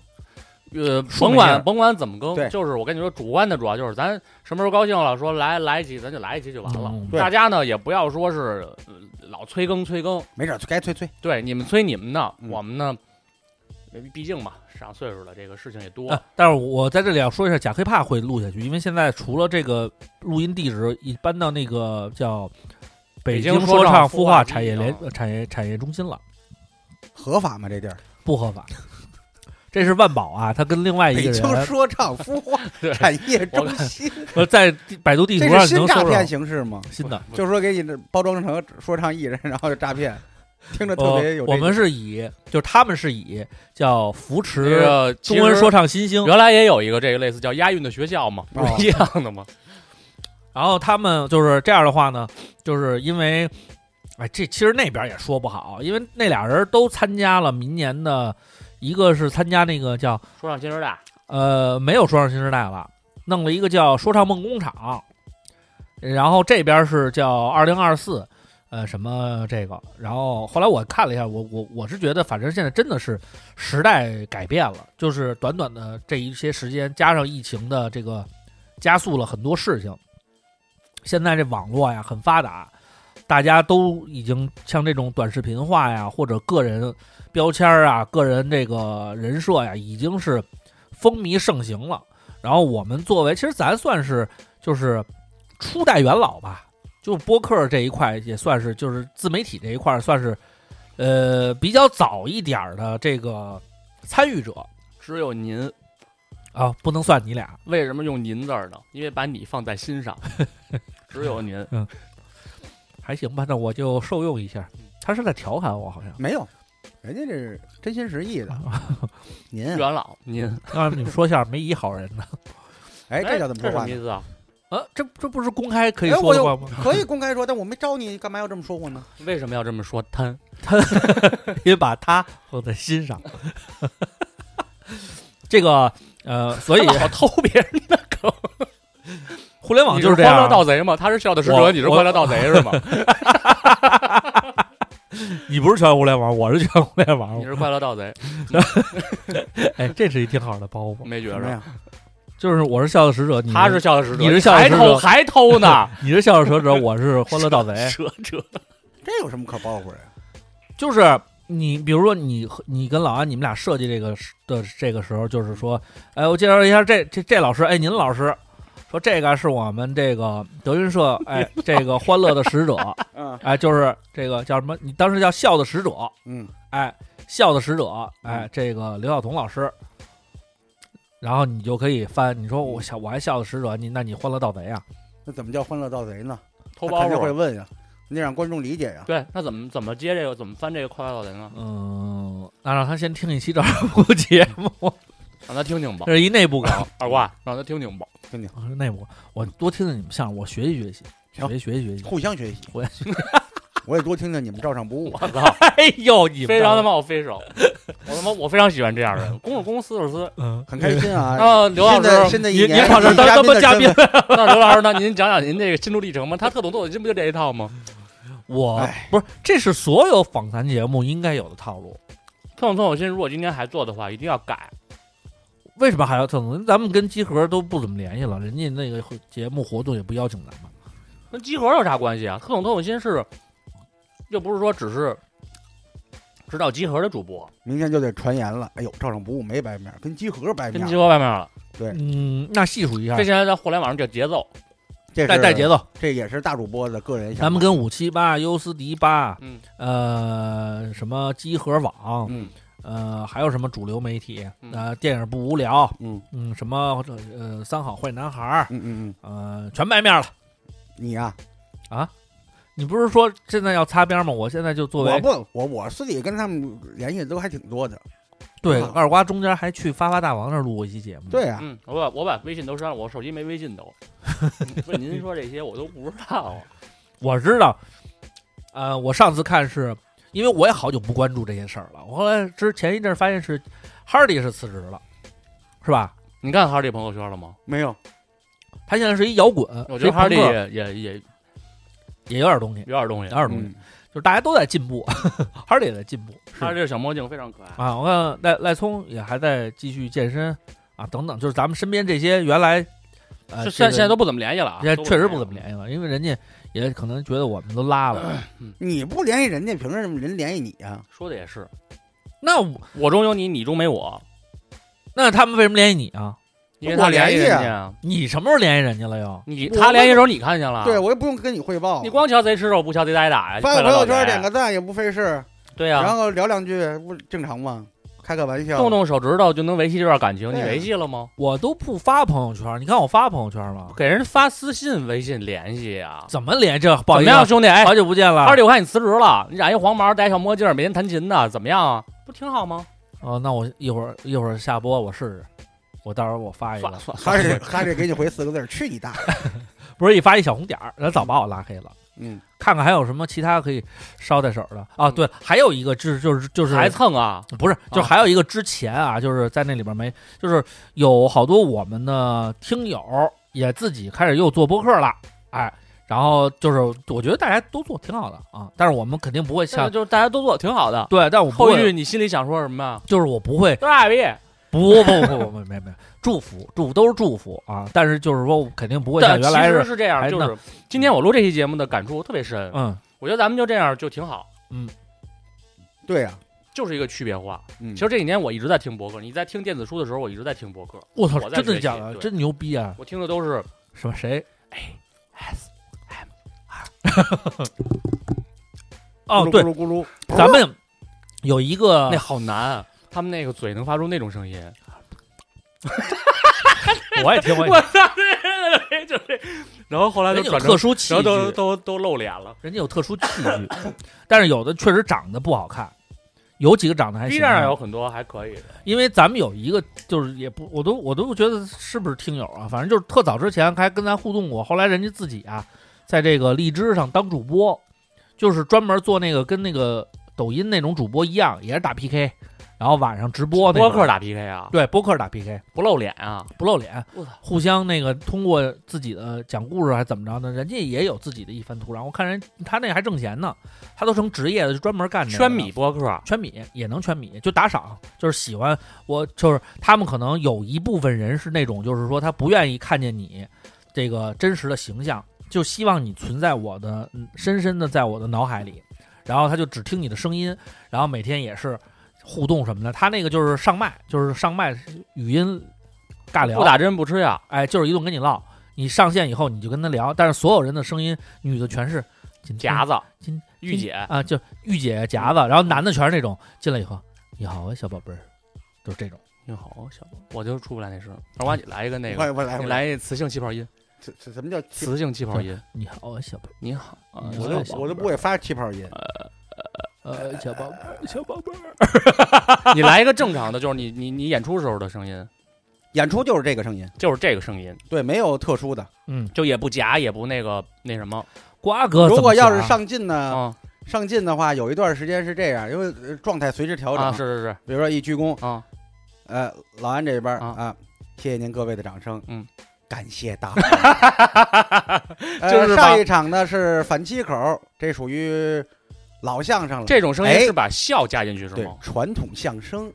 D: 呃，
C: 说
D: 甭
C: 没事儿
D: 管甭管怎么更，
E: 对
D: 就是我跟你说，主观的主要就是咱什么时候高兴了，说来来一期，咱就来一期就完了。
C: 嗯
E: 对
D: 大家呢也不要说是呃老催更催更，
E: 没事儿该催催。
D: 对你们催你们的，
E: 嗯
D: 我们呢，呃毕竟嘛上岁数了，这个事情也多，
C: 啊但是我在这里要说一下，贾黑怕会录下去，因为现在除了这个录音地址，一搬到那个叫北
D: 京
C: 京
D: 说
C: 说
D: 唱
C: 唱
D: 孵
C: 孵
D: 化
C: 化
D: 基
C: 产业
D: 地
C: 联
D: 啊
C: 呃产业产业中心了。
E: 合法吗？这地儿
C: 不合法。这是万宝啊，他跟另外一
E: 北
C: 个
E: 京
C: 人
E: 说唱孵化
D: 对
E: 产业中心，
C: 呃，在百度地图
E: 这是
C: 上你
E: 新
C: 能
E: 诈
C: 搜
E: 骗
C: 到
E: 形式吗？
C: 新的。
E: 就是说给你这包装成说唱艺人，然后就诈骗，听着特
C: 呃
E: 别有这。
C: 我们是以就是他们是以叫扶
D: 这
C: 持
D: 个其
C: 中
D: 实
C: 文说唱新星，
D: 原来也有一个这个类似叫押韵的学校嘛，不
E: 哦
D: 是一样 的吗？
C: 然后他们就是这样的话呢，就是因为，哎，这其实那边也说不好，因为那俩人都参加了明年的，一个是参加那个叫
D: 说唱新时代，
C: 呃，没有说唱新时代了，弄了一个叫说唱梦工厂，然后这边是叫二零二四，呃，什么这个，然后后来我看了一下，我我我是觉得，反正现在真的是时代改变了，就是短短的这一些时间，加上疫情的这个加速了很多事情，现在这网络呀很发达。大家都已经像这种短视频化呀，或者个人标签儿啊、个人这个人设呀，已经是风靡盛行了。然后我们作为，其实咱算是就是初代元老吧，就播客这一块也算是就是自媒体这一块儿算是呃比较早一点儿的这个参与者
D: 只有您
C: 啊，不能算你俩。
D: 为什么用您字儿呢？因为把你放在 心上，只有您。
C: 还行吧，那我就受用一下。他是在调侃我， 好像
E: 没有，人家这是真心实 意的。您啊
D: 元老，您
C: 让啊你们说一下没一好人呢。
E: 哎，这叫怎么说
D: 这什
E: 话
D: 么意
E: 呢？
D: 思啊？
C: 呃，这这不是公开可以
E: 哎
C: 说的
E: 我
C: 话吗？
E: 可以公开说，但我没招你，干嘛要这么说我呢？
D: 为什么要这么说贪？
C: 也把他放在心上。 这个呃，所以
D: 老偷别人的梗，
C: 互联网
D: 你
C: 就是是这
D: 欢乐
C: 样。
D: 盗贼吗？他是笑的使者，
C: 我
D: 你是欢乐盗贼是吗？
C: 你不是全互联网，我是全互联网
D: 你。是快乐盗贼，
C: 哎，这是一挺好的包袱。
D: 没觉
E: 什么
D: 着？
E: 呀？
C: 就是我是笑的使者，你
D: 他是笑的使者，
C: 你是笑的
D: 还
C: 使者
D: 偷还偷呢？
C: 你是笑的使者，我是欢乐盗 贼。
D: 蛇者，
E: 这有什么可包袱的呀？
C: 就是你，比如说你和你跟老安，你们俩设计这个时的这个时候，就是说，哎，我介绍一下这这这老师，哎，您老师。说这个是我们这个德云社，哎，这个欢乐的使者，
E: 嗯
C: 哎，就是这个叫什么？你当时叫笑的使者，
E: 嗯，
C: 哎，笑的使者，哎，这个刘晓彤老师，然后你就可以翻，你说我笑，我还笑的使者，你那你欢乐盗贼啊？
E: 那怎么叫欢乐盗贼呢？
D: 偷
E: 他
D: 包
E: 肯定会
D: 袱。
E: 问呀，你得让观众理解呀。
D: 对，那怎么怎么接这个？怎么翻这个快乐盗贼呢？
C: 嗯，那让他先听一期照常不节目，
D: 让他听听吧。
C: 这是一内部梗，
D: 二瓜，让他听听吧。
C: 内部。我多听听你们相声，我学习学习，
E: 行
C: 学习学习 学习。
E: 互相学习，
C: 互相
E: 我也多听听你们照唱不误。啊
D: 我操，
C: 哎呦，你们
D: 非常他妈我飞手，我他妈我非常喜欢这样的人，公是公，私是私。
C: 嗯，
E: 很开心啊！
D: 啊刘老
E: 现
D: 师
E: 在现在一
C: 您
E: 年
C: 您跑这儿当
E: 以
C: 当当
E: 嘉宾
C: 嘉宾
E: 的身份，
D: 那刘老师，那您讲讲您这个心路历程吧。他特懂豆，这不就这一套吗？
C: 我
E: 哎
C: 不是，这是所有访谈节目应该有的套路。
D: 特种特种心，如果今天还做的话，一定要改。
C: 为什么还要蹭呢？咱们跟集合都不怎么联系了，人家那个节目活动也不邀请咱们。
D: 跟集合有啥关系啊？特种特种心是又不是说只是指导集合的主播
E: 明天就得传言了。哎呦，照上不误没白面，跟集合白
D: 跟
E: 面
D: 集，合外面了，
C: 嗯，那细数一下
D: 这，现在在互联网上叫节奏，
E: 这
C: 带
E: 是
C: 带节，奏。
E: 这也是大主播的个人想法。
C: 咱们跟五七八、优思迪八，
D: 嗯
C: 呃，什么集合网，
E: 嗯
C: 呃，还有什么主流媒体，
D: 嗯
C: 呃，电影不无聊，
E: 嗯
C: 嗯，什么呃，三好坏男孩儿，
E: 嗯嗯嗯，
C: 呃，全白面了。
E: 你啊呀，
C: 你不是说现在要擦边吗？我现在就作
E: 我
C: 为
E: 不，我我私底跟他们联系都还挺多的。
C: 对
E: 啊
C: 二瓜中间还去发发大王那儿录过一期节目，
E: 对，啊，
D: 嗯，我把我把微信都删了，我手机没微信都。嗯所以您说这些我都不知道，啊
C: 我知道。呃，我上次看是因为我也好久不关注这些事儿了，我后来之前一阵儿发现是哈迪是辞职了，是吧？
D: 你看哈尔的朋友圈了吗？
E: 没有，
C: 他现在是一摇滚，
D: 我觉
C: 是一
D: 得哈尔的
C: 朋克
D: 也也也
C: 也有点东西，
D: 有点东
C: 有
D: 西，
C: 点东西。
E: 嗯，
C: 就是大家都在进步， 哈尔也在进步
D: 他这小墨镜非常可爱。
C: 啊。我看赖赖聪也还在继续健身啊，等等，就是咱们身边这些原来呃，这
D: 是现
C: 个
D: 现在都不怎么联系了啊，
C: 人家
D: 都
C: 确实不怎么
D: 系
C: 联系了，因为人家也可能觉得我们都拉 了。
E: 你不联系人家，凭什么人联系你呀
D: 了。？说的也是，
C: 那我
D: 我中有你，你中没我，
C: 那他们为什么联系你啊？
D: 因为
E: 我
D: 他
E: 联
D: 系
E: 系
D: 人
E: 啊
D: 家，
C: 你什么时候联系人家了又？
D: 你
E: 我
D: 他联系的时候你看见了，
E: 对，我也不用跟你汇报
D: 啊你，光瞧贼吃肉不瞧贼挨打呀，
E: 发
D: 快
E: 个
D: 乐
E: 朋友
D: 啊老
E: 圈
D: 贼
E: 点个赞也不费事，
D: 对
E: 然
D: 呀，
E: 后聊两句不正常吗？开个玩笑，
D: 动动手指头就能维系这段感情，
E: 对
D: 你
E: 啊
D: 维系了吗？
C: 我都不发朋友圈，你看我发朋友圈吗？
D: 给人发私信微信联系呀，
C: 怎么联系？这不
D: 怎
C: 好
D: 么
C: 意思
D: 样，
C: 啊，
D: 兄弟？哎，
C: 好久不见了。
D: 二弟，我看你辞职了，你染一黄毛，戴一小墨镜，每天弹琴呢，怎么样啊？不挺好吗？
C: 哦，那我一会儿一会儿下播我试试，我到时候我发一个，
D: 算
E: 还是还是给你回四个字儿：去你大 爷！
C: 不是一发一小红点儿，那早把我拉黑了。
E: 嗯，
C: 看看还有什么其他可以捎带手的啊？
D: 嗯
C: 对，还有一个就是就是就是
D: 还蹭啊？
C: 不是，就是
D: 啊
C: 还有一个之前啊，就是在那里边没，就是有好多我们的听友也自己开始又做播客了，哎，然后就是我觉得大家都做挺好的啊，但是我们肯定不会
D: 现在
C: 像
D: 就是大家都做挺好的。
C: 对，但我不
D: 后
C: 会，
D: 续你心里想说什么呀？
C: 就是我不会
D: 都是傻逼，
C: 不不不不不没没祝福祝福都是祝福啊，但是就是说我肯定不会像
D: 但
C: 原来
D: 其实
C: 是
D: 是这样，
C: 还
D: 就
C: 弄
D: 是今天我录这期节目的感触特别深。
C: 嗯
D: 我觉得咱们就这样就挺好，
E: 对呀，
D: 就是一个区别化。
E: 嗯，
D: 其实这几年我一直在听博客，你在听电子书的时候，我一直在听博客，
C: 我操，
D: 我在
C: 真的
D: 学习
C: 假的？
D: 对
C: 真牛逼啊！
D: 我听的都是
C: 什么谁？
D: 哎 S M。
C: 哦
E: 咕噜
C: 对，
E: 咕噜咕噜，
C: 咱们有一个
D: 那好难，啊他们那个嘴能发出那种声音。
C: 我也听我也
D: 我操，这就这，然后后来
C: 听，人家
D: 都
C: 有
D: 转
C: 特
D: 成，
C: 殊器
D: 然后都
C: 具。
D: 都都露脸了。
C: 人家有特殊器具，但是有的确实长得不好看，有几个长得还
D: B
C: 行。啊
D: 站上有很多还可以的，
C: 因为咱们有一个就是也不，我都我都不觉得是不是听友啊，反正就是特早之前还跟咱互动过，后来人家自己啊，在这个荔枝上当主播，就是专门做那个跟那个抖音那种主播一样，也是打 PK，然后晚上直播那
D: 播
C: 种
D: 客打 PK 啊，
C: 对播客打 PK
D: 哦不露脸啊，
C: 不露脸
D: 我操，
C: 互相那个通过自己的讲故事还怎么着呢，人家也有自己的一番土壤，我看人他那还挣钱呢，他都成职业的，就专门干这个的
D: 圈米播客，
C: 圈米也能圈米，就打赏，就是喜欢我，就是他们可能有一部分人是那种，就是说他不愿意看见你这个真实的形象，就希望你存在我的嗯深深的在我的脑海里，然后他就只听你的声音，然后每天也是互动什么的，他那个就是上麦，就是上麦语音尬聊
D: 不，打针不吃药，
C: 哎，就是一顿跟你唠，你上线以后你就跟他聊，但是所有人的声音，女的全是今天
D: 夹子
C: 今、
D: 御姐
C: 啊，就御姐夹子，然后男的全是那种进来以后，你好啊，小宝贝儿，就是这种。
D: 你好，小宝，我就出不来那声。二瓜，你来一个那
E: 我
D: 个，
E: 我来
D: 你
E: 我，
D: 来一磁性气泡音，
E: 这这什么叫气？
D: 磁性气泡音。
C: 你好啊，小宝贝儿，
D: 你好，啊
C: 我
E: 我
C: 来
E: 都
C: 小
E: 我都不会发气泡音，
C: 呃，小宝贝儿，小宝贝儿，
D: 你来一个正常的，就是你你你演出时候的声音，
E: 演出就是这个声音，
D: 就是这个声音，
E: 对，没有特殊的。
C: 嗯，
D: 就也不夹，也不那个那什呃么
C: 瓜哥怎么想啊，
E: 如果要是上进呢，
D: 啊
E: 上进的话，有一段时间是这样，因为呃状态随之调
D: 啊，
E: 整，
D: 是是是
E: 比如说一鞠躬，
D: 啊，
E: 呃，老安这边
D: 啊
E: 啊，谢谢您各位的掌声，
D: 嗯，
E: 感谢大伙。呃
D: 就是把
E: 上一场呢是反七口，这属于老相声了，
D: 这种声
E: 哎
D: 音是把笑加进去是
E: 对
D: 吗？
E: 传统相声，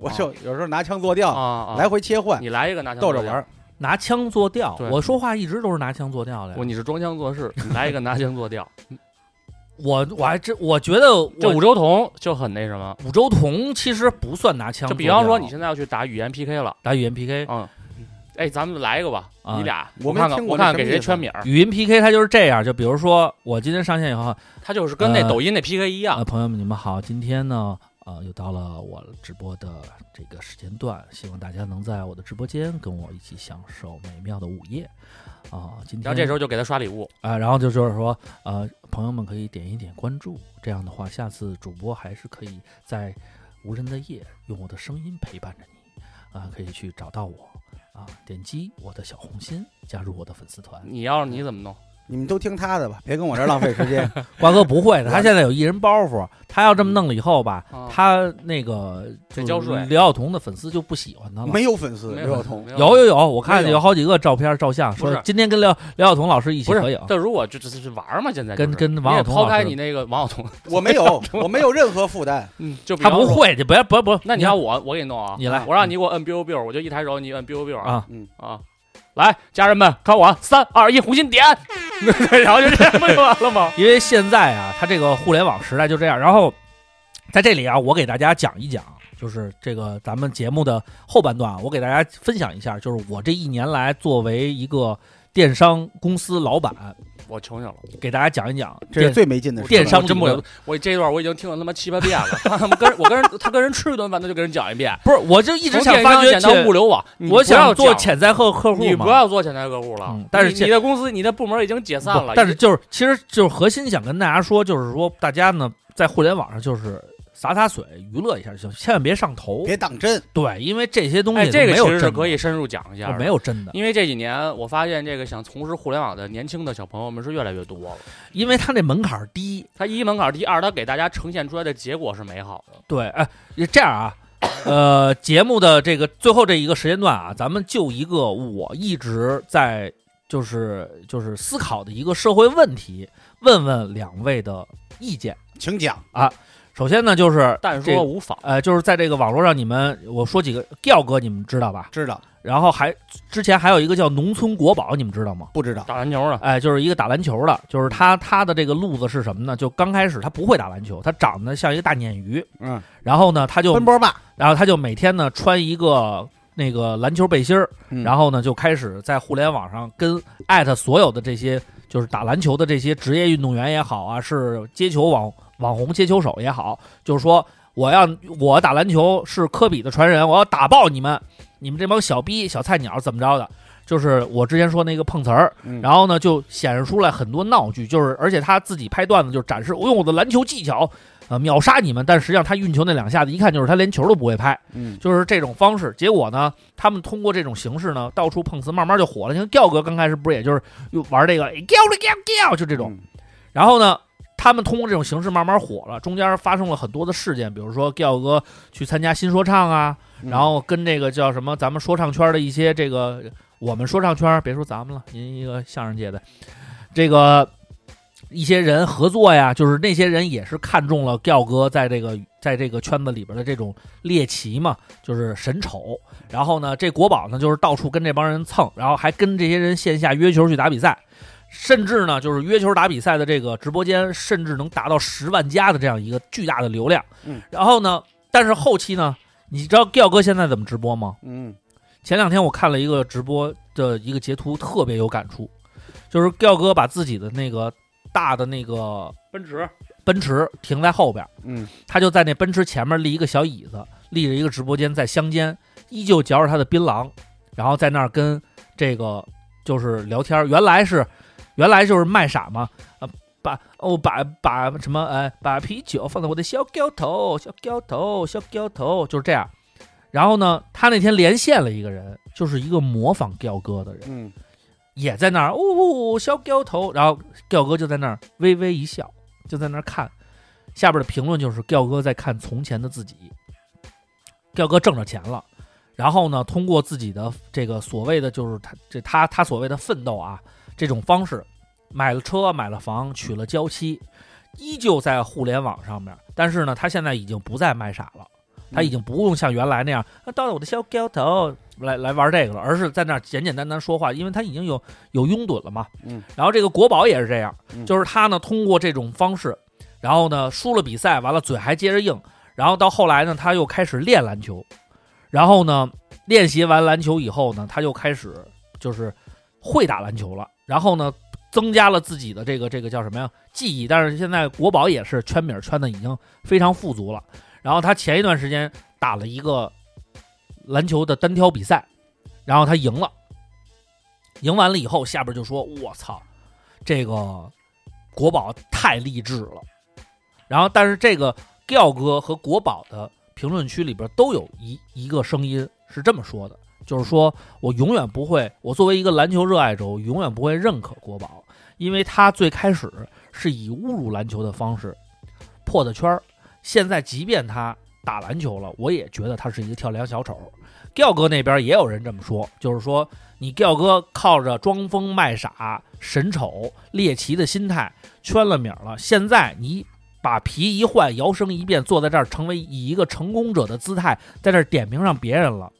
E: 我
D: 啊
E: 就有时候拿腔作调，
D: 啊，啊
E: 来，回切换，
D: 你来一个拿枪
E: 逗着
D: 作
E: 玩
D: 调
E: 儿。
C: 拿腔作调，
D: 对
C: 我说话一直都是拿腔作调的呀
D: 我。你是装腔作势，你来一个拿腔作调。
C: 我我还真我觉得
D: 这
C: 我
D: 五洲同就很那什么，
C: 五洲同其实不算拿枪
D: 就
C: 做
D: 比
C: 调，
D: 方说你现在要去打语言 PK 了，
C: 打语音 PK，
D: 嗯，哎，咱们来一个吧，
C: 啊
D: 你俩，
E: 我没
D: 看看
E: 听
D: 我
E: 过
D: 看看
E: 这什么
D: 给谁
E: 意思
D: 圈米儿，
C: 语音 PK 它就是这样，就比如说我今天上线以后，
D: 他就是跟那
C: 呃
D: 抖音那 PK 一样
C: 呃，，朋友们你们好，今天呢，呃，又到了我直播的这个时间段，希望大家能在我的直播间跟我一起享受美妙的午夜啊、今
D: 然
C: 天
D: 后这时候就给他刷礼物，
C: 啊、然后就就是说，呃，朋友们可以点一点关注，这样的话，下次主播还是可以在无人的夜用我的声音陪伴着你，啊、可以去找到我，啊、点击我的小红心，加入我的粉丝 团。
D: 你要是你怎么弄？
E: 你们都听他的吧，别跟我这儿浪费时间。
C: 瓜哥不会的，他现在有艺人包袱，他要这么弄了以后吧，
D: 啊
C: 他那个
D: 得
C: 就
D: 交税
C: 刘晓彤的粉丝就不喜欢他了。
E: 没有粉丝，
D: 没
E: 刘晓彤
D: 没
C: 有有有，我看
E: 没
C: 见
E: 有
C: 有好几个照片照相，
D: 不是
C: 说今天跟廖廖晓彤老师一起
D: 不
C: 合
D: 是
C: 影，，
D: 但如果就就是玩儿嘛，现在就
C: 啊跟
D: 是
C: 跟王
D: 你
C: 晓
D: 也
C: 彤
D: 抛
C: 老
D: 开
C: 师
D: 你那个王晓彤，
E: 我没有，我没有任何负担。
D: 嗯，就比
C: 他
D: 方
C: 不
D: 说，
C: 会，就不要不要不要，
D: 那你让我我给你弄啊，
C: 你来
D: 我让你给我摁 biu biu，我就一抬手，你摁 biu biu 啊
C: 啊，
E: 嗯
D: 啊！来，家人们，看我啊，三二一，红心点，然后就这样不就完 了吗？
C: 因为现在啊，它这个互联网时代就这样。然后在这里啊，我给大家讲一讲，就是这个咱们节目的后半段啊，我给大家分享一下，就是我这一年来作为一个电商公司老板，
D: 我求你了，
C: 给大家讲一讲
E: 这是
C: 电
E: 最没劲的事。
C: 电商
D: 我真不
C: 理论
D: 了。我这段我已经听了他妈七八遍了， 他他妈跟我跟人他跟人吃一顿饭，他就给人讲一遍。
C: 不是，我就一
D: 一
C: 直想发掘
D: 简单
C: 潜
D: 物，流网，你
C: 我
D: 不要
C: 想做
D: 讲
C: 潜在客客户
D: 你
C: 嘛
D: 不要做潜在客户了。
C: 嗯但是
D: 你
C: 现
D: 你的公司、你的部门已经解散
C: 不
D: 了。
C: 但是就是，其实就是核心想跟大家说，就是说大家呢在互联网上就是洒洒水娱乐一下就行，千万别上头。
E: 别当真，
C: 对，因为这些东
D: 哎，
C: 西都
D: 这个
C: 没有
D: 其
C: 真
D: 实
C: 的
D: 是可以深入讲一下的。
C: 没有真的，
D: 因为这几年我发现，这个想从事互联网的年轻的小朋友们是越来越多了。
C: 因为它这门槛儿低。
D: 他一门槛低，二他给大家呈现出来的结果是美好的。
C: 对，哎，也这样啊，呃，节目的这个最后这一个时间段啊，咱们就一个我一直在就是就是思考的一个社会问题，问问两位的意见。
E: 请讲。
C: 首先呢，就是
D: 但
C: 这
D: 说无妨，
C: 呃，就是在这个网络上，你们我说几个调哥，你们知道吧？
E: 知道
C: 然后还之前还有一个叫农村国宝，你们知道吗？
E: 不知道？
D: 打篮球呢，
C: 哎，就是一个打篮球的，就是他他的这个路子是什么呢？就刚开始他不会打篮球，他长得像一个大鲶鱼，
E: 嗯，
C: 然后呢，他就
E: 奔波吧。
C: 然后他就每天呢穿一个那个篮球背心儿，
E: 嗯
C: 然后呢就开始在互联网上跟艾特所有的这些就是打篮球的这些职业运动员也好啊，是接球网网红接球手也好，就是说我要我打篮球是科比的传人，我要打爆你们，你们这帮小逼小菜鸟怎么着的。就是我之前说那个碰瓷儿，
E: 嗯
C: 然后呢就显示出来很多闹剧，就是而且他自己拍段子就展示哦我用我的篮球技巧，呃秒杀你们，但实际上他运球那两下子一看就是他连球都不会拍，
E: 嗯，
C: 就是这种方式。结果呢，他们通过这种形式呢，到处碰瓷，慢慢就火了。像吊哥刚开始不是也就是又玩这个吊了吊吊，就这
E: 这
C: 种。然后呢，他们通过这种形式慢慢火了，中间发生了很多的事件，比如说吊哥去参加新说唱啊，然后跟这个叫什么咱们说唱圈的一些这个我们说唱圈，别说咱们了，您一个相声界的这个。一些人合作呀，就是那些人也是看中了吊哥在这个在这个圈子里边的这种猎奇嘛，就是神丑。然后呢，这国宝呢就是到处跟这帮人蹭，然后还跟这些人线下约球去打比赛，甚至呢就是约球打比赛的这个直播间，甚至能达到十万加的这样一个巨大的流量。
E: 嗯，
C: 然后呢，但是后期呢，你知道吊哥现在怎么直播吗？
E: 嗯，
C: 前两天我看了一个直播的一个截图，特别有感触，就是吊哥把自己的那个大的那个
D: 奔驰
C: 奔驰停在后边，
E: 嗯，
C: 他就在那奔驰前面立一个小椅子，立着一个直播间在乡间，依旧嚼着他的槟榔，然后在那儿跟这个就是聊天儿。原来是原来就是卖傻嘛，呃，把哦把把什么呃把啤酒放在我的小脚头，小脚头，小脚头，就是这样。然后呢，他那天连线了一个人，就是一个模仿吊哥的人，
E: 嗯，
C: 也在那儿，呜、哦，小吊头，然后吊哥就在那儿微微一笑，就在那儿看。下边的评论就是吊哥在看从前的自己。吊哥挣着钱了，然后呢，通过自己的这个所谓的就是他这他他所谓的奋斗啊，这种方式，买了车，买了房，娶了娇妻，依旧在互联网上面。但是呢，他现在已经不再卖傻了，他已经不用像原来那样，啊到了我的小吊头来来玩这个了，而是在那儿简简单单说话，因为他已经有有拥趸了嘛。
E: 嗯，
C: 然后这个国宝也是这样，
E: 嗯
C: 就是他呢通过这种方式，然后呢，输了比赛，完了嘴还接着硬，然后到后来呢，他又开始练篮球，然后呢，练习完篮球以后呢，他又开始就是会打篮球了，然后呢，增加了自己的这个这个叫什么呀记忆，但是现在国宝也是圈米儿圈的已经非常富足了，然后他前一段时间打了一个篮球的单挑比赛，然后他赢了，赢完了以后，下边就说：“我操，这个国宝太励志了。”然后，但是这个调哥和国宝的评论区里边都有一一个声音是这么说的，就是说我永远不会，我作为一个篮球热爱者，我永远不会认可国宝，因为他最开始是以侮辱篮球的方式破的圈儿，现在即便他打篮球了，我也觉得他是一个跳梁小丑。调哥那边也有人这么说，就是说你调哥靠着装疯卖傻、神丑、猎奇的心态圈了米儿了，现在你把皮一换，摇身一变，坐在这儿成为以一个成功者的姿态，在这儿点评上别人了。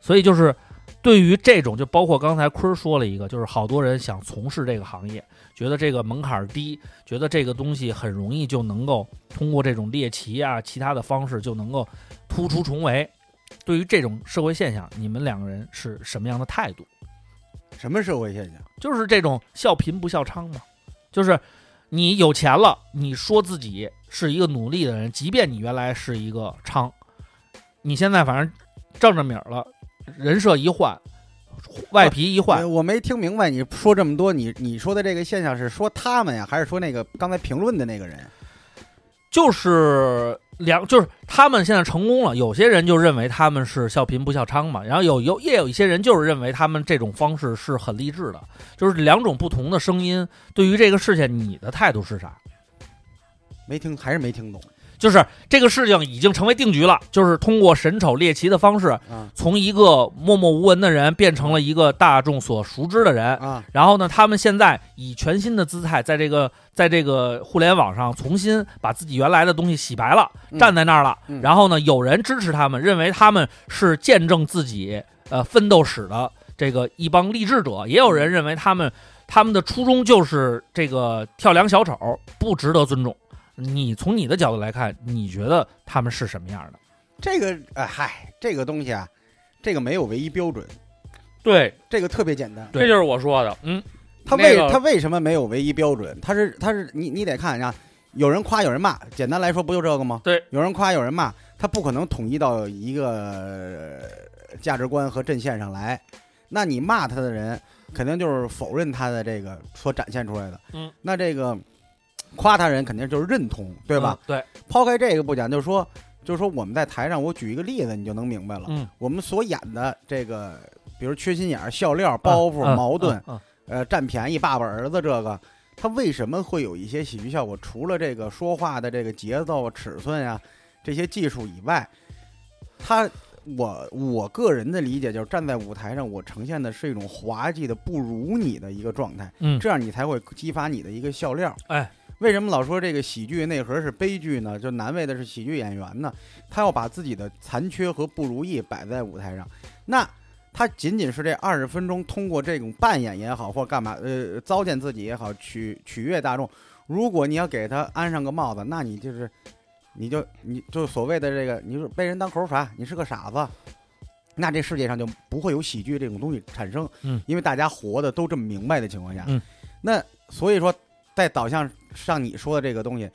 C: 所以就是对于这种，就包括刚才坤儿说了一个，就是好多人想从事这个行业，觉得这个门槛儿低，觉得这个东西很容易就能够通过这种猎奇啊、其他的方式就能够突出重围。对于这种社会现象，你们两个人是什么样的态度？
E: 什么社会现象？
C: 就是这种笑贫不笑娼嘛，就是你有钱了，你说自己是一个努力的人，即便你原来是一个娼，你现在反正正着米儿了，人设一换，外皮一换
E: 哎，我没听明白你说这么多，你你说的这个现象是说他们呀，还是说那个刚才评论的那个人？
C: 就是两，就是他们现在成功了，有些人就认为他们是笑贫不笑娼嘛，然后有有也有一些人就是认为他们这种方式是很励志的，就是两种不同的声音。对于这个事情，你的态度是啥？
E: 没听，还是没听懂？
C: 就是这个事情已经成为定局了，就是通过神丑猎奇的方式，
E: 啊
C: 从一个默默无闻的人变成了一个大众所熟知的人。
E: 啊，
C: 然后呢，他们现在以全新的姿态，在这个在这个互联网上重新把自己原来的东西洗白了，
E: 嗯
C: 站在那儿了。
E: 嗯
C: 然后呢，有人支持他们，认为他们是见证自己呃奋斗史的这个一帮励志者，也有人认为他们他们的初衷就是这个跳梁小丑，不值得尊重。你从你的角度来看，你觉得他们是什么样的？
E: 这个哎嗨，这个东西啊，这个没有唯一标准，
D: 对，
E: 这个特别简单。
C: 对
D: 这就是我说的。
C: 嗯
E: 他
D: 那
E: 为
D: 个
E: 他为什么没有唯一标准？他是他是你你得看啊，有人夸有人骂，简单来说不就这个吗？
C: 对，
E: 有人夸有人骂，他不可能统一到一个呃价值观和阵线上来。那你骂他的人，肯定就是否认他的这个所展现出来的。
C: 嗯，
E: 那这个夸他人肯定就是认同，对吧？
C: 嗯
E: 抛开这个不讲，就是说，就是说我们在台上，我举一个例子，你就能明白了。
C: 嗯，
E: 我们所演的这个，比如缺心眼儿、笑
C: 啊
E: 料、包袱、矛盾，
C: 嗯嗯
E: 呃，占便宜、爸爸儿子这个，他为什么会有一些喜剧效果？除了这个说话的这个节奏啊、尺寸啊这些技术以外，他我我个人的理解就是站在舞台上，我呈现的是一种滑稽的不如你的一个状态，
C: 嗯
E: 这样你才会激发你的一个笑料。
C: 哎，
E: 为什么老说这个喜剧内核是悲剧呢？就难为的是喜剧演员呢，他要把自己的残缺和不如意摆在舞台上，那。他仅仅是这二十分钟，通过这种扮演也好，或干嘛，呃，糟践自己也好，取取悦大众。如果你要给他安上个帽子，那你就是，你就你就所谓的这个，你是被人当口耍，你是个傻子，那这世界上就不会有喜剧这种东西产生。
C: 嗯，
E: 因为大家活的都这么明白的情况下，
C: 嗯，
E: 那所以说，在导向上你说的这个东西，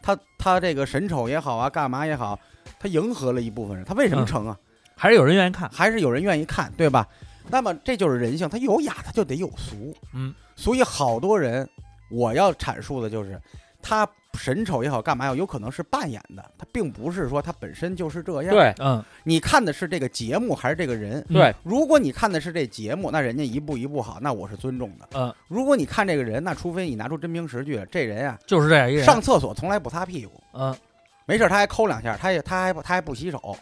E: 他他这个神丑也好啊，干嘛也好，他迎合了一部分人，他为什么
C: 嗯
E: 成啊？
C: 还是有人愿意看。
E: 还是有人愿意看，对吧？那么这就是人性，他有雅他就得有俗，
C: 嗯，
E: 所以好多人我要阐述的就是，他神丑也好，干嘛也好，有可能是扮演的，他并不是说他本身就是这样。，
D: 对
C: 嗯，
E: 你看的是这个节目还是这个人？
C: 嗯
D: 对，
E: 如果你看的是这节目，那人家一步一步好，那我是尊重的。
C: 嗯，
E: 如果你看这个人，那除非你拿出真凭实据，这人啊，
C: 就是这样一个人。
E: 上厕所从来不擦屁股，
C: 嗯
E: 没事儿他还抠两下，他也他还不他还不洗手，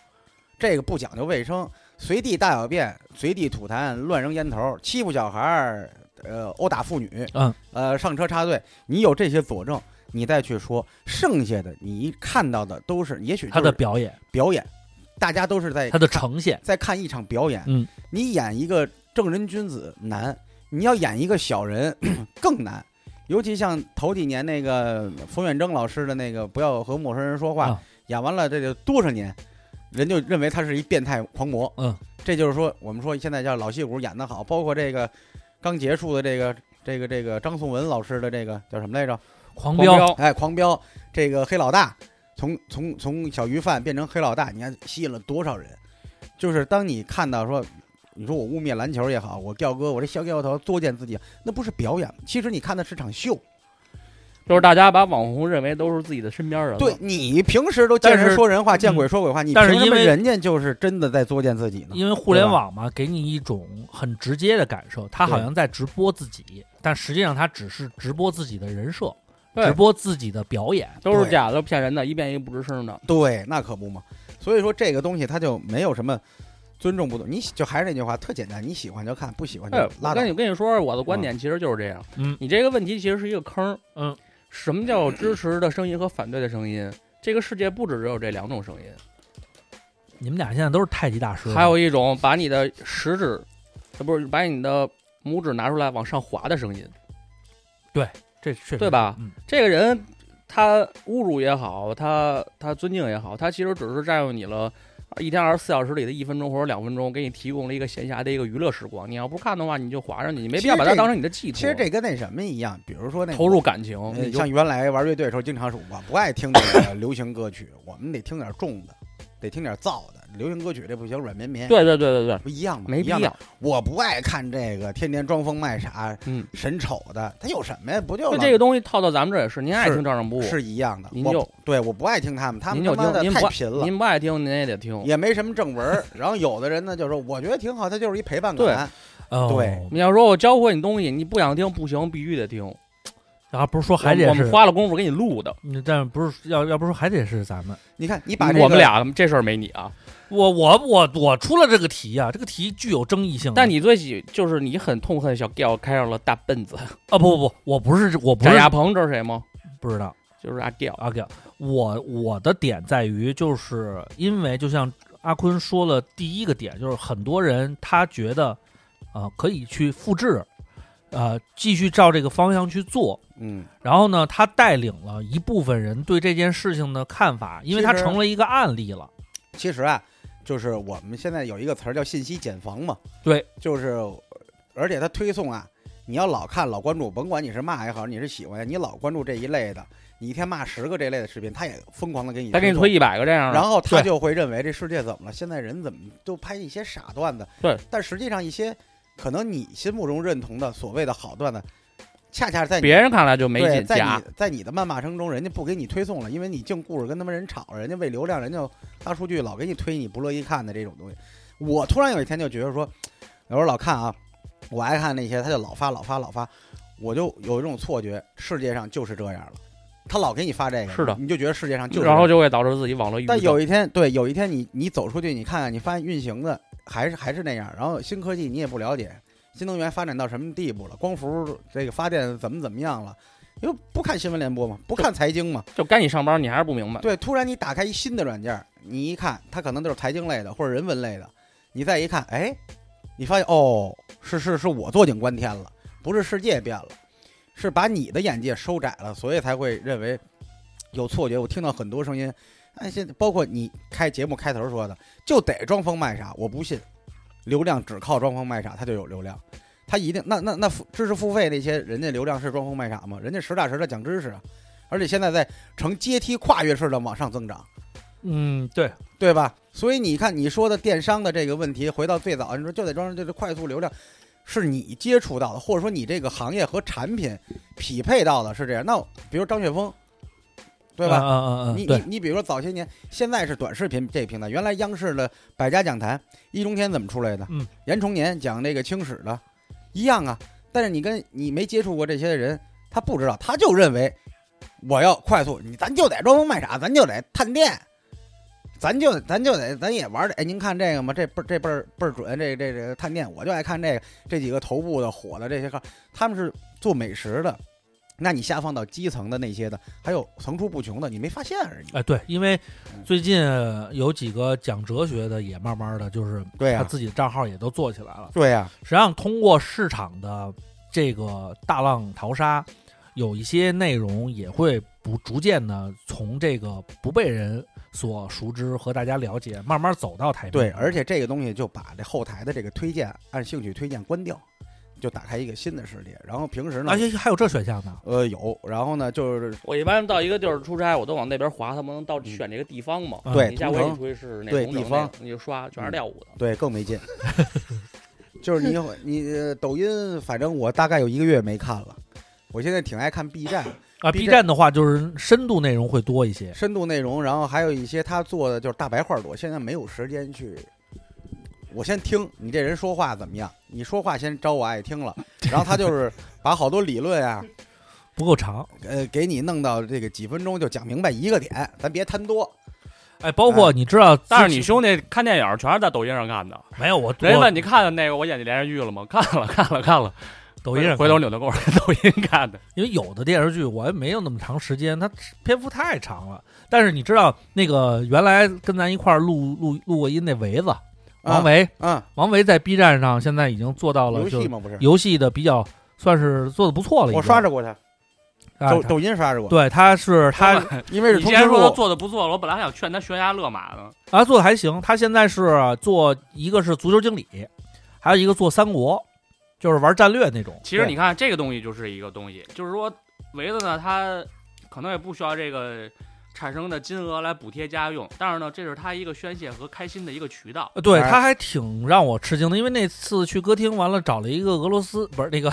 E: 这个不讲究卫生，随地大小便，随地吐痰，乱扔烟头，欺负小孩儿，呃，殴打妇女，
C: 嗯，
E: 呃，上车插队，你有这些佐证，你再去说，剩下的你看到的都是，也许
C: 他
E: 就
C: 的
E: 是
C: 表演，
E: 表演，大家都是在
D: 哎
C: 他的
E: 看
C: 呈现，
E: 在看一场表演，
C: 嗯，
E: 你演一个正人君子难，你要演一个小人 更难，尤其像头几年那个冯远征老师的那个“不要和陌生人说话”，
C: 啊
E: 演完了这就多少年，人就认为他是一变态狂魔。
C: 嗯，
E: 这就是说我们说现在叫老戏骨演得好，包括这个刚结束的这个这个这个张颂文老师的这个叫什么来着？
C: 狂
D: 标
C: 飙，
E: 哎，狂飙这个黑老大，从从从小鱼贩变成黑老大，你看吸引了多少人？就是当你看到说，你说我污蔑篮球也好，我吊哥，我这小吊头作践自己，那不是表演吗，其实你看的是场秀。
D: 就是大家把网红认为都是自己的身边人了。
E: 对你平时都见
C: 嗯但
E: 人
C: 是嗯
E: 说人话，见鬼说鬼话，你
C: 但是
E: 凭什
C: 因
E: 么
C: 为
E: 人家就是真的在作践自己呢？
C: 因为互联网嘛，给你一种很直接的感受，他好像在直播自己，但实际上他只是直播自己的人设，
D: 对
C: 直播自己的表演。
D: 都是
E: 对
D: 假的，都是骗人的，一遍一不吱声的。
E: 对，那可不嘛。所以说这个东西它就没有什么尊重不尊，你喜就还是那句话，特简单，你喜欢就看，不喜欢就
D: 哎，
E: 嗯拉
D: 我
E: 倒
D: 跟。你跟你说，我的观点其实就是这样。
C: 嗯
D: 你这个问题其实是一个坑。
C: 嗯，
D: 什么叫支持的声音和反对的声音？这个世界不止只有这两种声音，
C: 你们俩现在都是太极大师了，
D: 还有一种把你的食指，呃，不是把你的拇指拿出来往上滑的声音。
C: 这确实
D: 对吧
C: 嗯，
D: 这个人他侮辱也好，他他尊敬也好，他其实只是占用你了一天二十四小时里的一分钟或者两分钟，给你提供了一个闲暇的一个娱乐时光。你要不看的话，你就划上去，你没必要把它当成你的寄托。
E: 其实这跟那什么一样，比如说那个
D: 投入感情，
E: 呃
D: 你就
E: 像原来玩乐队的时候，经常说我不爱听这个流行歌曲，我们得听点重的，得听点燥的。流行歌曲这不行，软绵绵，
D: 对对对对对，
E: 不一样吗？
D: 没
E: 一
D: 必
E: 样的
D: 要。
E: 我不爱看这个，天天装疯卖傻，
D: 嗯，
E: 神丑的，它有什么呀？不就
D: 就
E: 老
D: 这个东西套到咱们这儿也是，您爱
E: 是
D: 听照常不误，
E: 是一样的？
D: 您
E: 我
D: 就
E: 不对，我不爱听他们，他们
D: 您
E: 他妈
D: 就听，
E: 的
D: 您
E: 太
D: 不爱
E: 贫了，
D: 您不爱听您也得听。
E: 也没什么正文儿。然后有的人呢就说，我觉得挺好，它就是一陪伴感。
C: 哦
E: 对
D: 你要说我教会你东西，你不想听不行，必须得听。
C: 然后不是说还得
D: 我
C: 是
D: 们，花了功夫给你录的，
C: 嗯但不是要要不是还得是咱们，
E: 你看，你把这个
D: 嗯我们俩这事儿没你啊。
C: 我我我我出了这个题啊，这个题具有争议性啊。
D: 但你最喜就是你很痛恨小 Giao 开上了大奔子，
C: 啊不不不，我不是我不
D: 翟
C: 是
D: 亚鹏知道谁吗？
C: 不知道。
D: 就是阿 Giao。
C: 阿 Giao，我我的点在于，就是因为就像阿坤说了，第一个点就是很多人他觉得，呃，可以去复制，呃，继续照这个方向去做。
E: 嗯，
C: 然后呢，他带领了一部分人对这件事情的看法，因为他
E: 其实
C: 成了一个案例了。
E: 其实啊，就是我们现在有一个词儿叫信息茧房嘛。
C: 对，
E: 就是，而且它推送啊，你要老看、老关注，甭管你是骂也好，你是喜欢，你老关注这一类的，你一天骂十个这类的视频，它也疯狂的给你
D: 他给你
E: 推
D: 推
E: 送。
D: 一百个这样
E: 然
D: 的，
E: 后他
C: 对
E: 就会认为这世界怎么了？现在人怎么都拍一些傻段子？
D: 对，
E: 但实际上一些可能你心目中认同的所谓的好段子，恰恰在你
D: 别人看来就没
E: 对，
D: 劲
E: 在
D: 假
E: 你。在你的谩骂声中，人家不给你推送了，因为你净故事跟他们人吵，人家为流量，人家大数据老给你推你不乐意看的这种东西。我突然有一天就觉得说，有时候老看啊，我爱看那些，他就老发老发老发，我就有一种错觉，世界上就是这样了，他老给你发这个，
D: 是的
E: 你就觉得世界上就是这
D: 然
E: 样。
D: 后就会导致自己网络抑郁症。
E: 但有一天，对，有一天你你走出去，你看看，你发现运行的还是还是那样，然后新科技你也不了解，新能源发展到什么地步了，光伏这个发电怎么怎么样了，因为不看新闻联播嘛，不看财经嘛，
D: 就该你上班，你还是不明白。
E: 对，突然你打开一新的软件，你一看，它可能都是财经类的或者人文类的，你再一看，哎，你发现哦，是是是我坐井观天了，不是世界变了，是把你的眼界收窄了，所以才会认为有错觉。我听到很多声音，哎，现在包括你开节目开头说的，就得装疯卖傻，我不信，流量只靠装疯卖傻，它就有流量。他一定那那那付知识付费那些人家流量是装疯卖傻吗？人家实打实的讲知识啊，而且现在 在呈阶梯跨越式的往上增长，
C: 嗯，对，
E: 对吧？所以你看你说的电商的这个问题，回到最早，你说就得装这个快速流量，是你接触到的，或者说你这个行业和产品匹配到的是这样。那比如张雪峰，对吧？
C: 嗯嗯嗯
E: 你
C: 嗯，
E: 你
C: 对，
E: 你比如说早些年，现在是短视频这平台，原来央视的百家讲坛，易中天怎么出来的？
C: 嗯，
E: 严崇年讲那个清史的，一样啊。但是你跟你没接触过这些人，他不知道，他就认为我要快速，你咱就得装疯卖傻，咱就得探店，咱就咱就得咱也玩儿。哎，您看这个吗？这倍儿这倍儿倍儿准，这这这个探店，我就爱看这个。这几个头部的火的这些号，他们是做美食的。那你下放到基层的那些的，还有层出不穷的，你没发现而已。
C: 哎对，因为最近有几个讲哲学的也慢慢的就是
E: 对啊呀、
C: 他自己的账号也都做起来了。
E: 对呀、
C: 实际上通过市场的这个大浪淘沙，有一些内容也会不逐渐的从这个不被人所熟知和大家了解，慢慢走到台面。
E: 对，而且这个东西就把这后台的这个推荐按兴趣推荐关掉，就打开一个新的世界。然后平时呢
C: 而，且还有这选项呢。
E: 呃有，然后呢就是
D: 我一般到一个地儿出差，我都往那边划，他不能到选这个地方嘛。
C: 嗯
E: 对
D: 你下
E: 同城
D: 回你出去试试那
E: 对
D: 红灯
E: 地方
D: 那，你就刷全是跳舞的。
E: 对更没劲，就是你你呃抖音，反正我大概有一个月没看了，我现在挺爱看 B 站，
C: 啊
E: B
C: ，B 站的话就是深度内容会多一些，
E: 深度内容，然后还有一些他做的就是大白话儿，我现在没有时间去。我先听你这人说话怎么样？你说话先招我爱听了，然后他就是把好多理论啊，
C: 不够长。
E: 呃，给你弄到这个几分钟就讲明白一个点，咱别贪多。
C: 哎，包括你知道，
G: 但是你兄弟看电影全是在抖音上看的，
C: 没有我
G: 人家
C: 我
G: 问你看的那个《我演的连续剧》了吗？ 看了，看了，看了。
C: 抖音上
G: 回头扭头跟我说抖音看的。
C: 因为有的电视剧我也没有那么长时间，它篇幅太长了。但是你知道那个原来跟咱一块儿录录录过音那维子王维，
E: 啊，
C: 王维在 B 站上现在已经做到
E: 嗯
C: 了
E: 游
C: 就
E: 戏
C: 是
E: 嘛不是，
C: 游戏的比较算是做的不错了已经。
E: 我刷着过他，
C: 啊
E: 抖
C: 他
E: 抖音刷着过，
C: 对，他是 他
E: 因为是
G: 你既
E: 通知
G: 然说他
E: 录，
G: 做的不错了，我本来还想劝他悬崖勒马呢。
C: 啊做的还行，他现在是做一个是足球经理，还有一个做三国，就是玩战略那种。
G: 其实你看这个东西就是一个东西，就是说维子呢，他可能也不需要这个产生的金额来补贴家用，但是呢，这是他一个宣泄和开心的一个渠道。
C: 呃对，
E: 哎
C: 他还挺让我吃惊的，因为那次去歌厅完了找了一个俄罗斯，不是那个，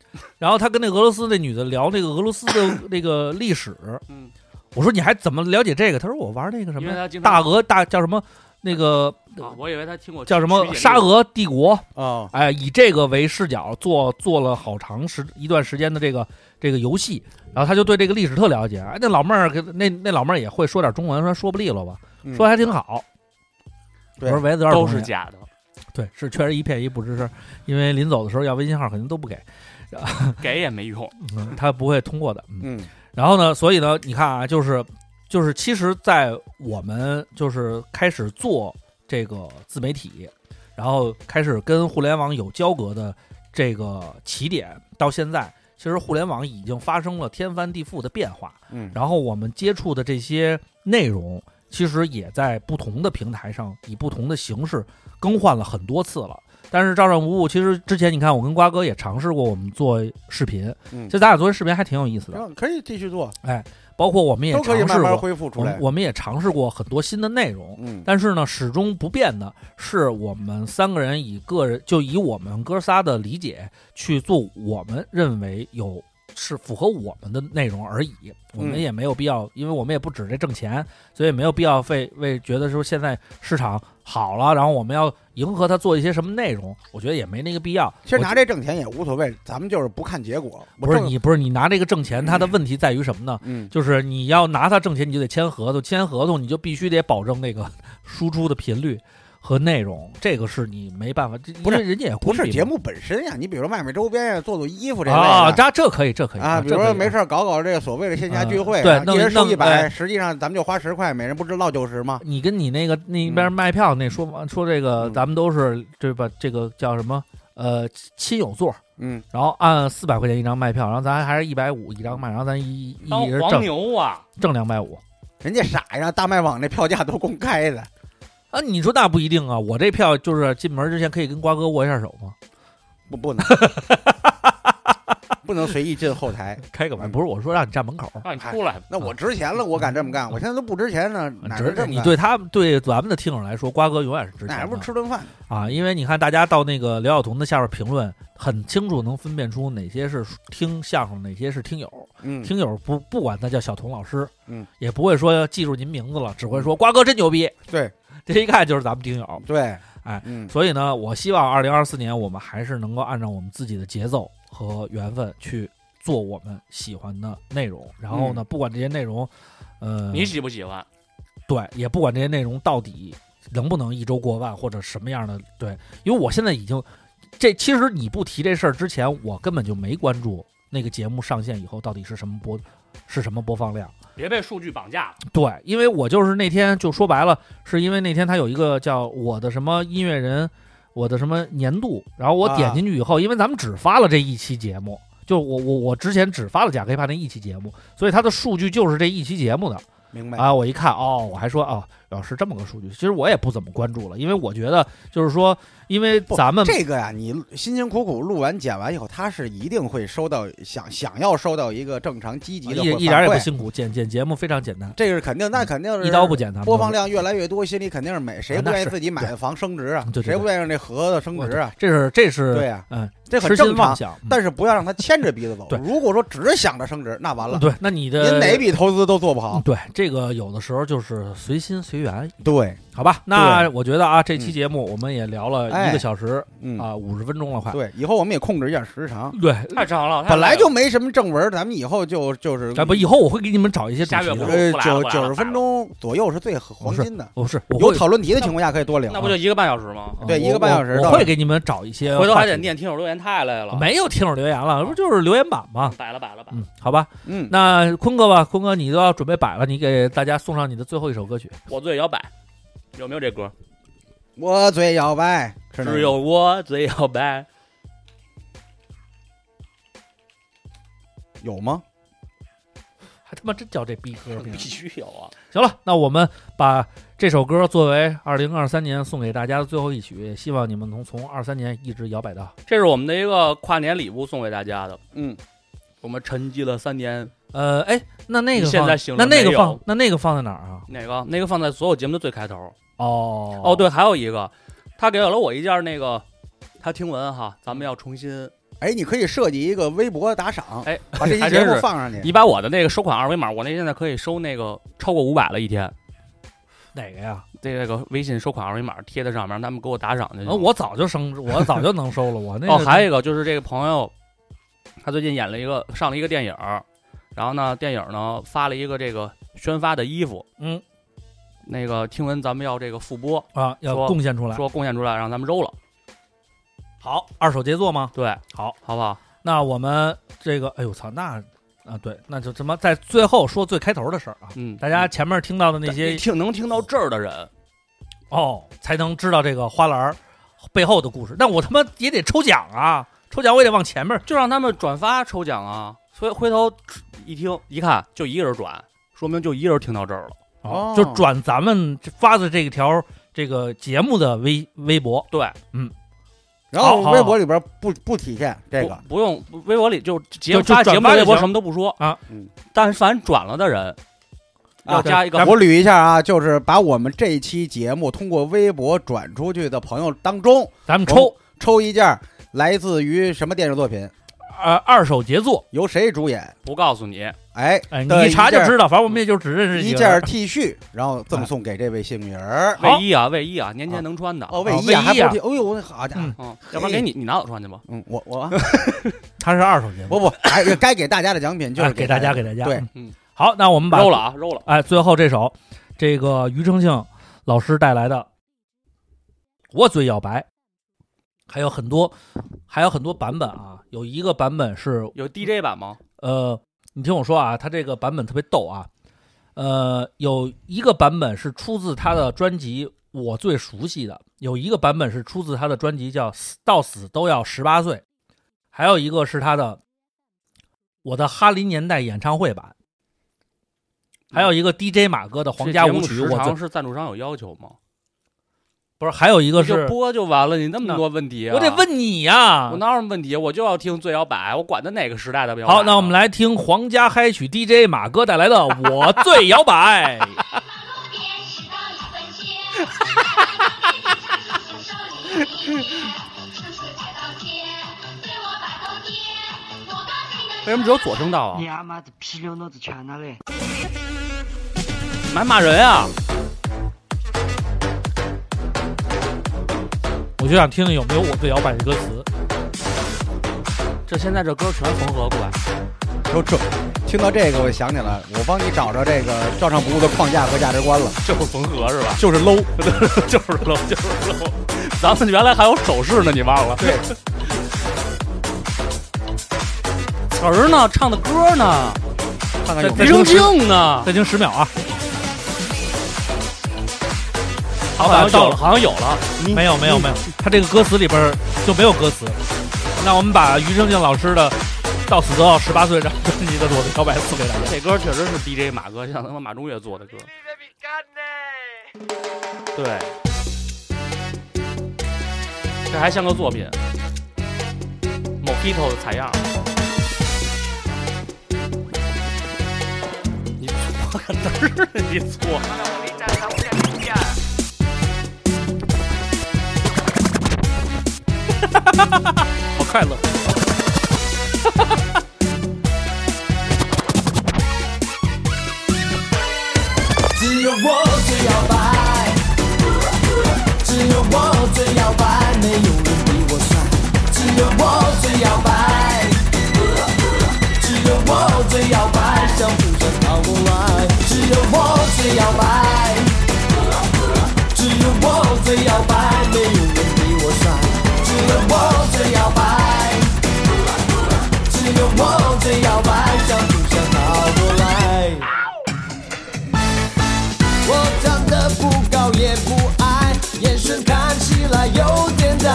C: 然后他跟那俄罗斯那女的聊那个俄罗斯的那个历史，
G: 嗯，
C: 我说你还怎么了解这个？他说我玩那个什
G: 因为
C: 么
G: 他经常
C: 大俄大叫什么那个
G: 啊，我以为他听过
C: 叫什
G: 曲
C: 么
G: 解
C: 沙
G: 这个
C: 俄帝国，
E: 哦，
C: 哎，以这个为视角做做了好长时一段时间的这个这个游戏，然后他就对这个历史特了解。哎，那老妹儿跟那那老妹儿也会说点中文，说说不利落吧，
E: 嗯
C: 说得还挺好。
E: 对
C: 我说维子有点
G: 都
C: 东
G: 是
C: 西啊
G: 假的，
C: 对，是确实一片一不吱声，因为临走的时候要微信号肯定都不给，
G: 给也没用。
C: 嗯、他不会通过的。嗯，
E: 嗯，
C: 然后呢，所以呢，你看啊，就是就是，其实，在我们就是开始做这个自媒体，然后开始跟互联网有交隔的这个起点，到现在，其实互联网已经发生了天翻地覆的变化。
E: 嗯
C: 然后我们接触的这些内容，其实也在不同的平台上以不同的形式更换了很多次了。但是照常不误，其实之前你看，我跟瓜哥也尝试过我们做视频，
E: 嗯
C: 其实咱俩做视频还挺有意思的
E: 然。后可以继续做，
C: 包括我们也
E: 都
C: 尝
E: 可以
C: 试
E: 慢慢
C: 过，
E: 恢复出
C: 我们
E: 来。
C: 我们也尝试过很多新的内容，
E: 嗯，
C: 但是呢，始终不变的是我们三个人以个人就以我们哥仨的理解去做我们认为有是符合我们的内容而已。我们
E: 嗯
C: 也没有必要，因为我们也不指着挣钱，所以没有必要为为觉得说现在市场好了，然后我们要迎合它做一些什么内容，我觉得也没那个必要。
E: 其实
C: 我
E: 拿这挣钱也无所谓，咱们就是不看结果。我
C: 不是
E: 挣，
C: 你不是你拿这个挣钱，它的问题在于什么呢？
E: 嗯，
C: 就是你要拿它挣钱，你就得签合同，签合同你就必须得保证那个输出的频率和内容，这个是你没办法，这
E: 不是
C: 因为人家也
E: 不
C: 不
E: 是节目本身呀，你比如说卖卖周边呀，做做衣服这类
C: 啊，
E: 的。
C: 这这可以，这可以
E: 啊，比
C: 这
E: 如
C: 可
E: 说
C: 以
E: 没事儿搞搞这个所谓的线下
C: 嗯
E: 聚会，
C: 对
E: 啊
C: 弄
E: 一人收
C: 弄
E: 一百，
C: 哎
E: 实际上咱们就花十块，每人不是落九十吗？
C: 你跟你那个那边卖票那说嘛说这个，
E: 嗯
C: 咱们都是对吧？这个叫什么？呃，亲友座，
E: 嗯，
C: 然后按四百块钱一张卖票，然后咱还是一百五一张卖，然后咱 一
G: 当
C: 一人
G: 黄
C: 挣
G: 牛啊，
C: 挣两百五。
E: 人家傻呀，大麦网那票价都公开的，
C: 啊，你说那不一定啊！我这票就是进门之前可以跟瓜哥握一下手吗？
E: 不不 能，不能随意进后台。
C: 开个玩笑，不是我说让你站门口，
G: 让
D: 哎
G: 你出来。
E: 那我值钱了，我敢这么干。我现在都不值钱呢，哪
C: 只
E: 能这么
C: 是啊你
E: 干？
C: 对他们对咱们的听众来说，瓜哥永远是值
E: 哪
C: 钱
E: 不
C: 的
E: 是吃顿饭？
C: 啊！因为你看，大家到那个刘晓彤的下边评论，很清楚能分辨出哪些是听相声，哪些是听友。
E: 嗯，
C: 听友不不管他叫小童老师，
E: 嗯，
C: 也不会说记住您名字了，只会说瓜哥真牛逼。
E: 对，
C: 这一看就是咱们听友。
E: 对，
C: 哎
E: 嗯，
C: 所以呢，我希望二零二四年我们还是能够按照我们自己的节奏和缘分去做我们喜欢的内容。然后
E: 嗯
C: 呢，不管这些内容，呃，
G: 你喜不喜欢？
C: 对，也不管这些内容到底能不能一周过万或者什么样的，对，因为我现在已经，这其实你不提这事儿之前，我根本就没关注那个节目上线以后到底是什么播是什么播放量。
G: 别被数据绑架了。
C: 对，因为我就是那天就说白了，是因为那天他有一个叫我的什么音乐人，我的什么年度，然后我点进去以后，因为咱们只发了这一期节目，就我我我之前只发了假 hiphop 那一期节目，所以它的数据就是这一期节目的
E: 明白？
C: 啊。我一看哦，我还说哦，哦是这么个数据。其实我也不怎么关注了，因为我觉得就是说，因为
E: 不
C: 咱们
E: 这个呀，你辛辛苦苦录完剪完以后，他是一定会收到想想要收到一个正常积极的
C: 一
E: 或者
C: 一点
E: 反
C: 也不
E: 馈
C: 辛苦，剪剪节目非常简单，
E: 这个是肯定，那肯定是
C: 一刀不剪他们嗯
E: 播放量越来越多，心里肯定是美，谁不
C: 那
E: 愿意
C: 是嗯
E: 自己买的房升值啊
C: 对？对对
E: 谁不愿意让这盒子升值啊？
C: 这是这是
E: 对呀
C: 嗯，
E: 这很
C: 痴心
E: 正常
C: 妄，想。嗯
E: 但是不要让他牵着鼻子走
C: 对。
E: 如果说只想着升值，那完了，
C: 对，呃那你的
E: 您哪笔投资都做不好
C: 嗯。对，这个有的时候就是随心随缘，
E: 对，
C: 好吧？那我觉得啊，这期节目我们也聊了一个小时
E: 嗯，
C: 啊，嗯五十分钟了，快。
E: 对，以后我们也控制一下时长。
C: 对，
D: 太长了，太
E: 本来
D: 累了
E: 就没什么正文，咱们以后就就是
C: 哎不，以后我会给你们找一些主
D: 下
C: 题
D: 月
C: 的。
D: 不
E: 呃
D: 不来了
E: 九
D: 不来了
E: 九十分钟左右是最黄金的。
C: 不是，我
E: 有
C: 会
E: 讨论题的情况下可以多聊。啊
D: 那不就一个半小时吗？
C: 啊
E: 对
C: 我
E: 一个半小时
C: 我
E: 到
C: 我会给你们找一些话题，
D: 回头还得念听友留言，太累了。啊
C: 没有听友留言了，不就是留言板吗？
D: 摆了摆了摆了。
C: 嗯，好吧，
E: 嗯，
C: 那坤哥吧，坤哥你都要准备摆了，你给大家送上你的最后一首歌曲。
D: 我最摇摆，有没有这歌？
E: 我最摇摆，是那
C: 嗯
E: 个
D: 只有我最摇摆。
E: 有吗？
C: 还他妈真叫这逼歌名
D: 必！须有啊！
C: 行了，那我们把这首歌作为二零二三年送给大家的最后一曲，也希望你们能从二三年一直摇摆到
D: 这是我们的一个跨年礼物，送给大家的。
E: 嗯，
D: 我们沉寂了三年，
C: 呃，哎，那那个
D: 你现在
C: 放
D: 醒了
C: 那那
D: 没
C: 个
D: 有
C: 放那那个放在哪儿啊？
D: 哪个？那个放在所有节目的最开头。
C: 哦
D: 哦，，对，还有一个，他给了我一件那个，他听闻哈，咱们要重新，
E: 哎，你可以设计一个微博打赏，
D: 哎，
E: 把这期
D: 还
E: 节
D: 真
E: 目
D: 是
E: 放上去。
D: 你把我的那个收款二维码，我那现在可以收那个超过五百了一天，
C: 哪个呀？
D: 这个微信收款二维码贴在上面，他们哦给我打赏就行了。
C: 啊，我早就升，我早就能收了，我那个
D: 哦，还有一个就是这个朋友，他最近演了一个上了一个电影儿，然后呢，电影儿呢发了一个这个宣发的衣服，
C: 嗯
D: 那个听闻咱们要这个复播，
C: 啊，要
D: 说
C: 贡献出来。
D: 说贡献出来让咱们揉了，
C: 好，二手杰作吗？
D: 对，
C: 好，
D: 好不好？
C: 那我们这个，哎呦操，那啊对，那就什么在最后说最开头的事儿啊，
D: 嗯，
C: 大家前面听到的那些
D: 你听能听到这儿的人，
C: 哦，才能知道这个花篮儿背后的故事。但我他妈也得抽奖啊，抽奖我也得往前面。
D: 就让他们转发抽奖啊，所以回头一听一看就一个人转，说明就一个人听到这儿了。
E: 哦
C: 就转咱们发的这条这个节目的微微博，
D: 对，
E: 然后
C: 好
E: 微博里边不不体现这个，
D: 不不用微博里就节目
C: 就就
D: 发节
C: 转
D: 目
C: 发就
D: 微博
C: 行
D: 什么都不说
C: 啊，
E: 嗯，
D: 但凡转了的人。
E: 啊
D: 要加一个
E: 我捋一下啊，就是把我们这期节目通过微博转出去的朋友当中
C: 咱们抽
E: 抽一件来自于什么电视作品，
C: 呃二手杰作，
E: 由谁主演，
D: 不告诉你，
E: 哎，
C: 哎，你
E: 的
C: 一查就
E: 件
C: 知道，反正我们也就只认识
E: 一
C: 几个
E: 件
C: 人。
E: T 恤，然后赠送给这位幸运儿。
C: 好
D: 卫衣啊，卫衣啊，年前能穿的。
E: 哦，
C: 卫
E: 卫
C: 衣
E: 衣啊还
C: 卫衣啊
E: 不提，哎呦，好家伙
C: 嗯，
D: 嗯，要不然给你，你拿我穿去吧。
E: 嗯，我我啊
C: 他是二手节目，
E: 不不，哎，该给大家的奖品就是
C: 啊给大家给大家。
E: 对
C: 嗯，
D: 嗯
C: 好，那我们把
D: 揉了啊，揉了。
C: 哎，最后这首这个庾澄庆老师带来的《我最摇摆》，还有很多还有很多版本啊，有一个版本是
D: 有 DJ 版吗？
C: 呃，你听我说啊，他这个版本特别逗啊。呃，有一个版本是出自他的专辑我最熟悉的，有一个版本是出自他的专辑叫《死到死都要十八岁》，还有一个是他的《我的哈林年代》演唱会版，还有一个 DJ 马哥的皇家舞曲，
D: 嗯这节目时
C: 我最
D: 长是赞助商有要求吗？
C: 不是，还有一个，
D: 你就是播就完了，你那么多问题啊！
C: 我得，问你呀、
D: 我哪有什么问题？我就要听最摇摆，我管他哪个时代的啊不摇摆。
C: 好，那我们。来听皇家嗨曲 DJ 马哥带来的《我最摇摆》。
D: 为什么只有左声道啊
H: 你？阿妈的屁溜脑子全拿来！
D: 还骂人啊！
C: 我就想听听有没有我最摇摆的歌词。
D: 这现在这歌全缝合过来，
E: 就这，听到这个我想起来，我帮你找着这个照常不误的框架和价值观了，
D: 就是缝合是吧？
E: 就是 low。
D: 就是漏，就是漏。咱们原来还有手势呢，你忘了？
E: 对，
D: 词儿呢？唱的歌呢？
E: 看看有没
D: 庾
E: 有
D: 澄庆呢？
C: 再听十秒啊！
D: 好
C: 好
D: 像
C: 像
D: 有
C: 有
D: 了，嗯
C: 了
D: 好像有了。
C: 没有没有没有，他这个歌词里边就没有歌词。那我们把庾澄庆老师的到此得到十八岁这张专辑的裸的摇摆送给大家。
D: 这歌确实是 DJ 马哥像他妈马中岳做的歌。对，这还像个作品。Mojito 的采样，你错个嘚儿，你错。好快乐。
F: 只有我最摇摆，只有我最摇摆，没有人比我帅。只有我最摇摆，只有我最摇摆，相互着倒过来。只有我最摇摆，只有我最摇摆，没有人比我帅。只有我最摇摆，只有我最摇摆，相互着倒过来。我长得不高也不矮，眼神看起来有点呆。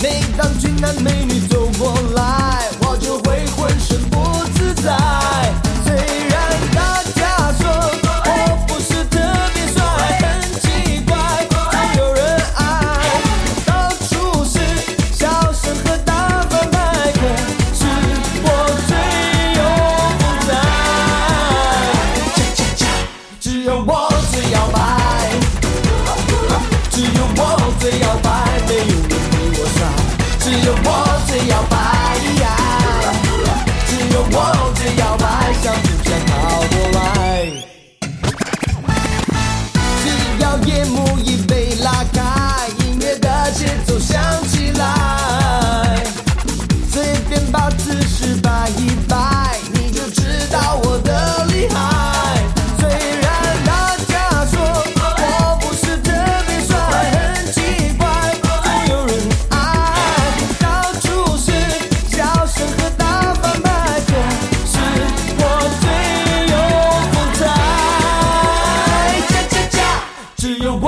F: 每当俊男美女走过来，我就会浑身不自在。虽然大家说我不是特别帅，很奇怪，总有人爱。到处是笑声和大方派，可是我最永不在。只有我最摇摆，只有我最摇摆，没有人比我帅。只有我最摇摆，只有我最摇摆，想不想靠过来？只要夜幕已被拉开，音乐的节奏响起来。随便把姿势摆一摆，你就知道我的厉害。虽然大家说我不是特别帅，很奇怪，总有人爱。到处是笑声和大反派，可是我最有风采。恰恰恰，只有我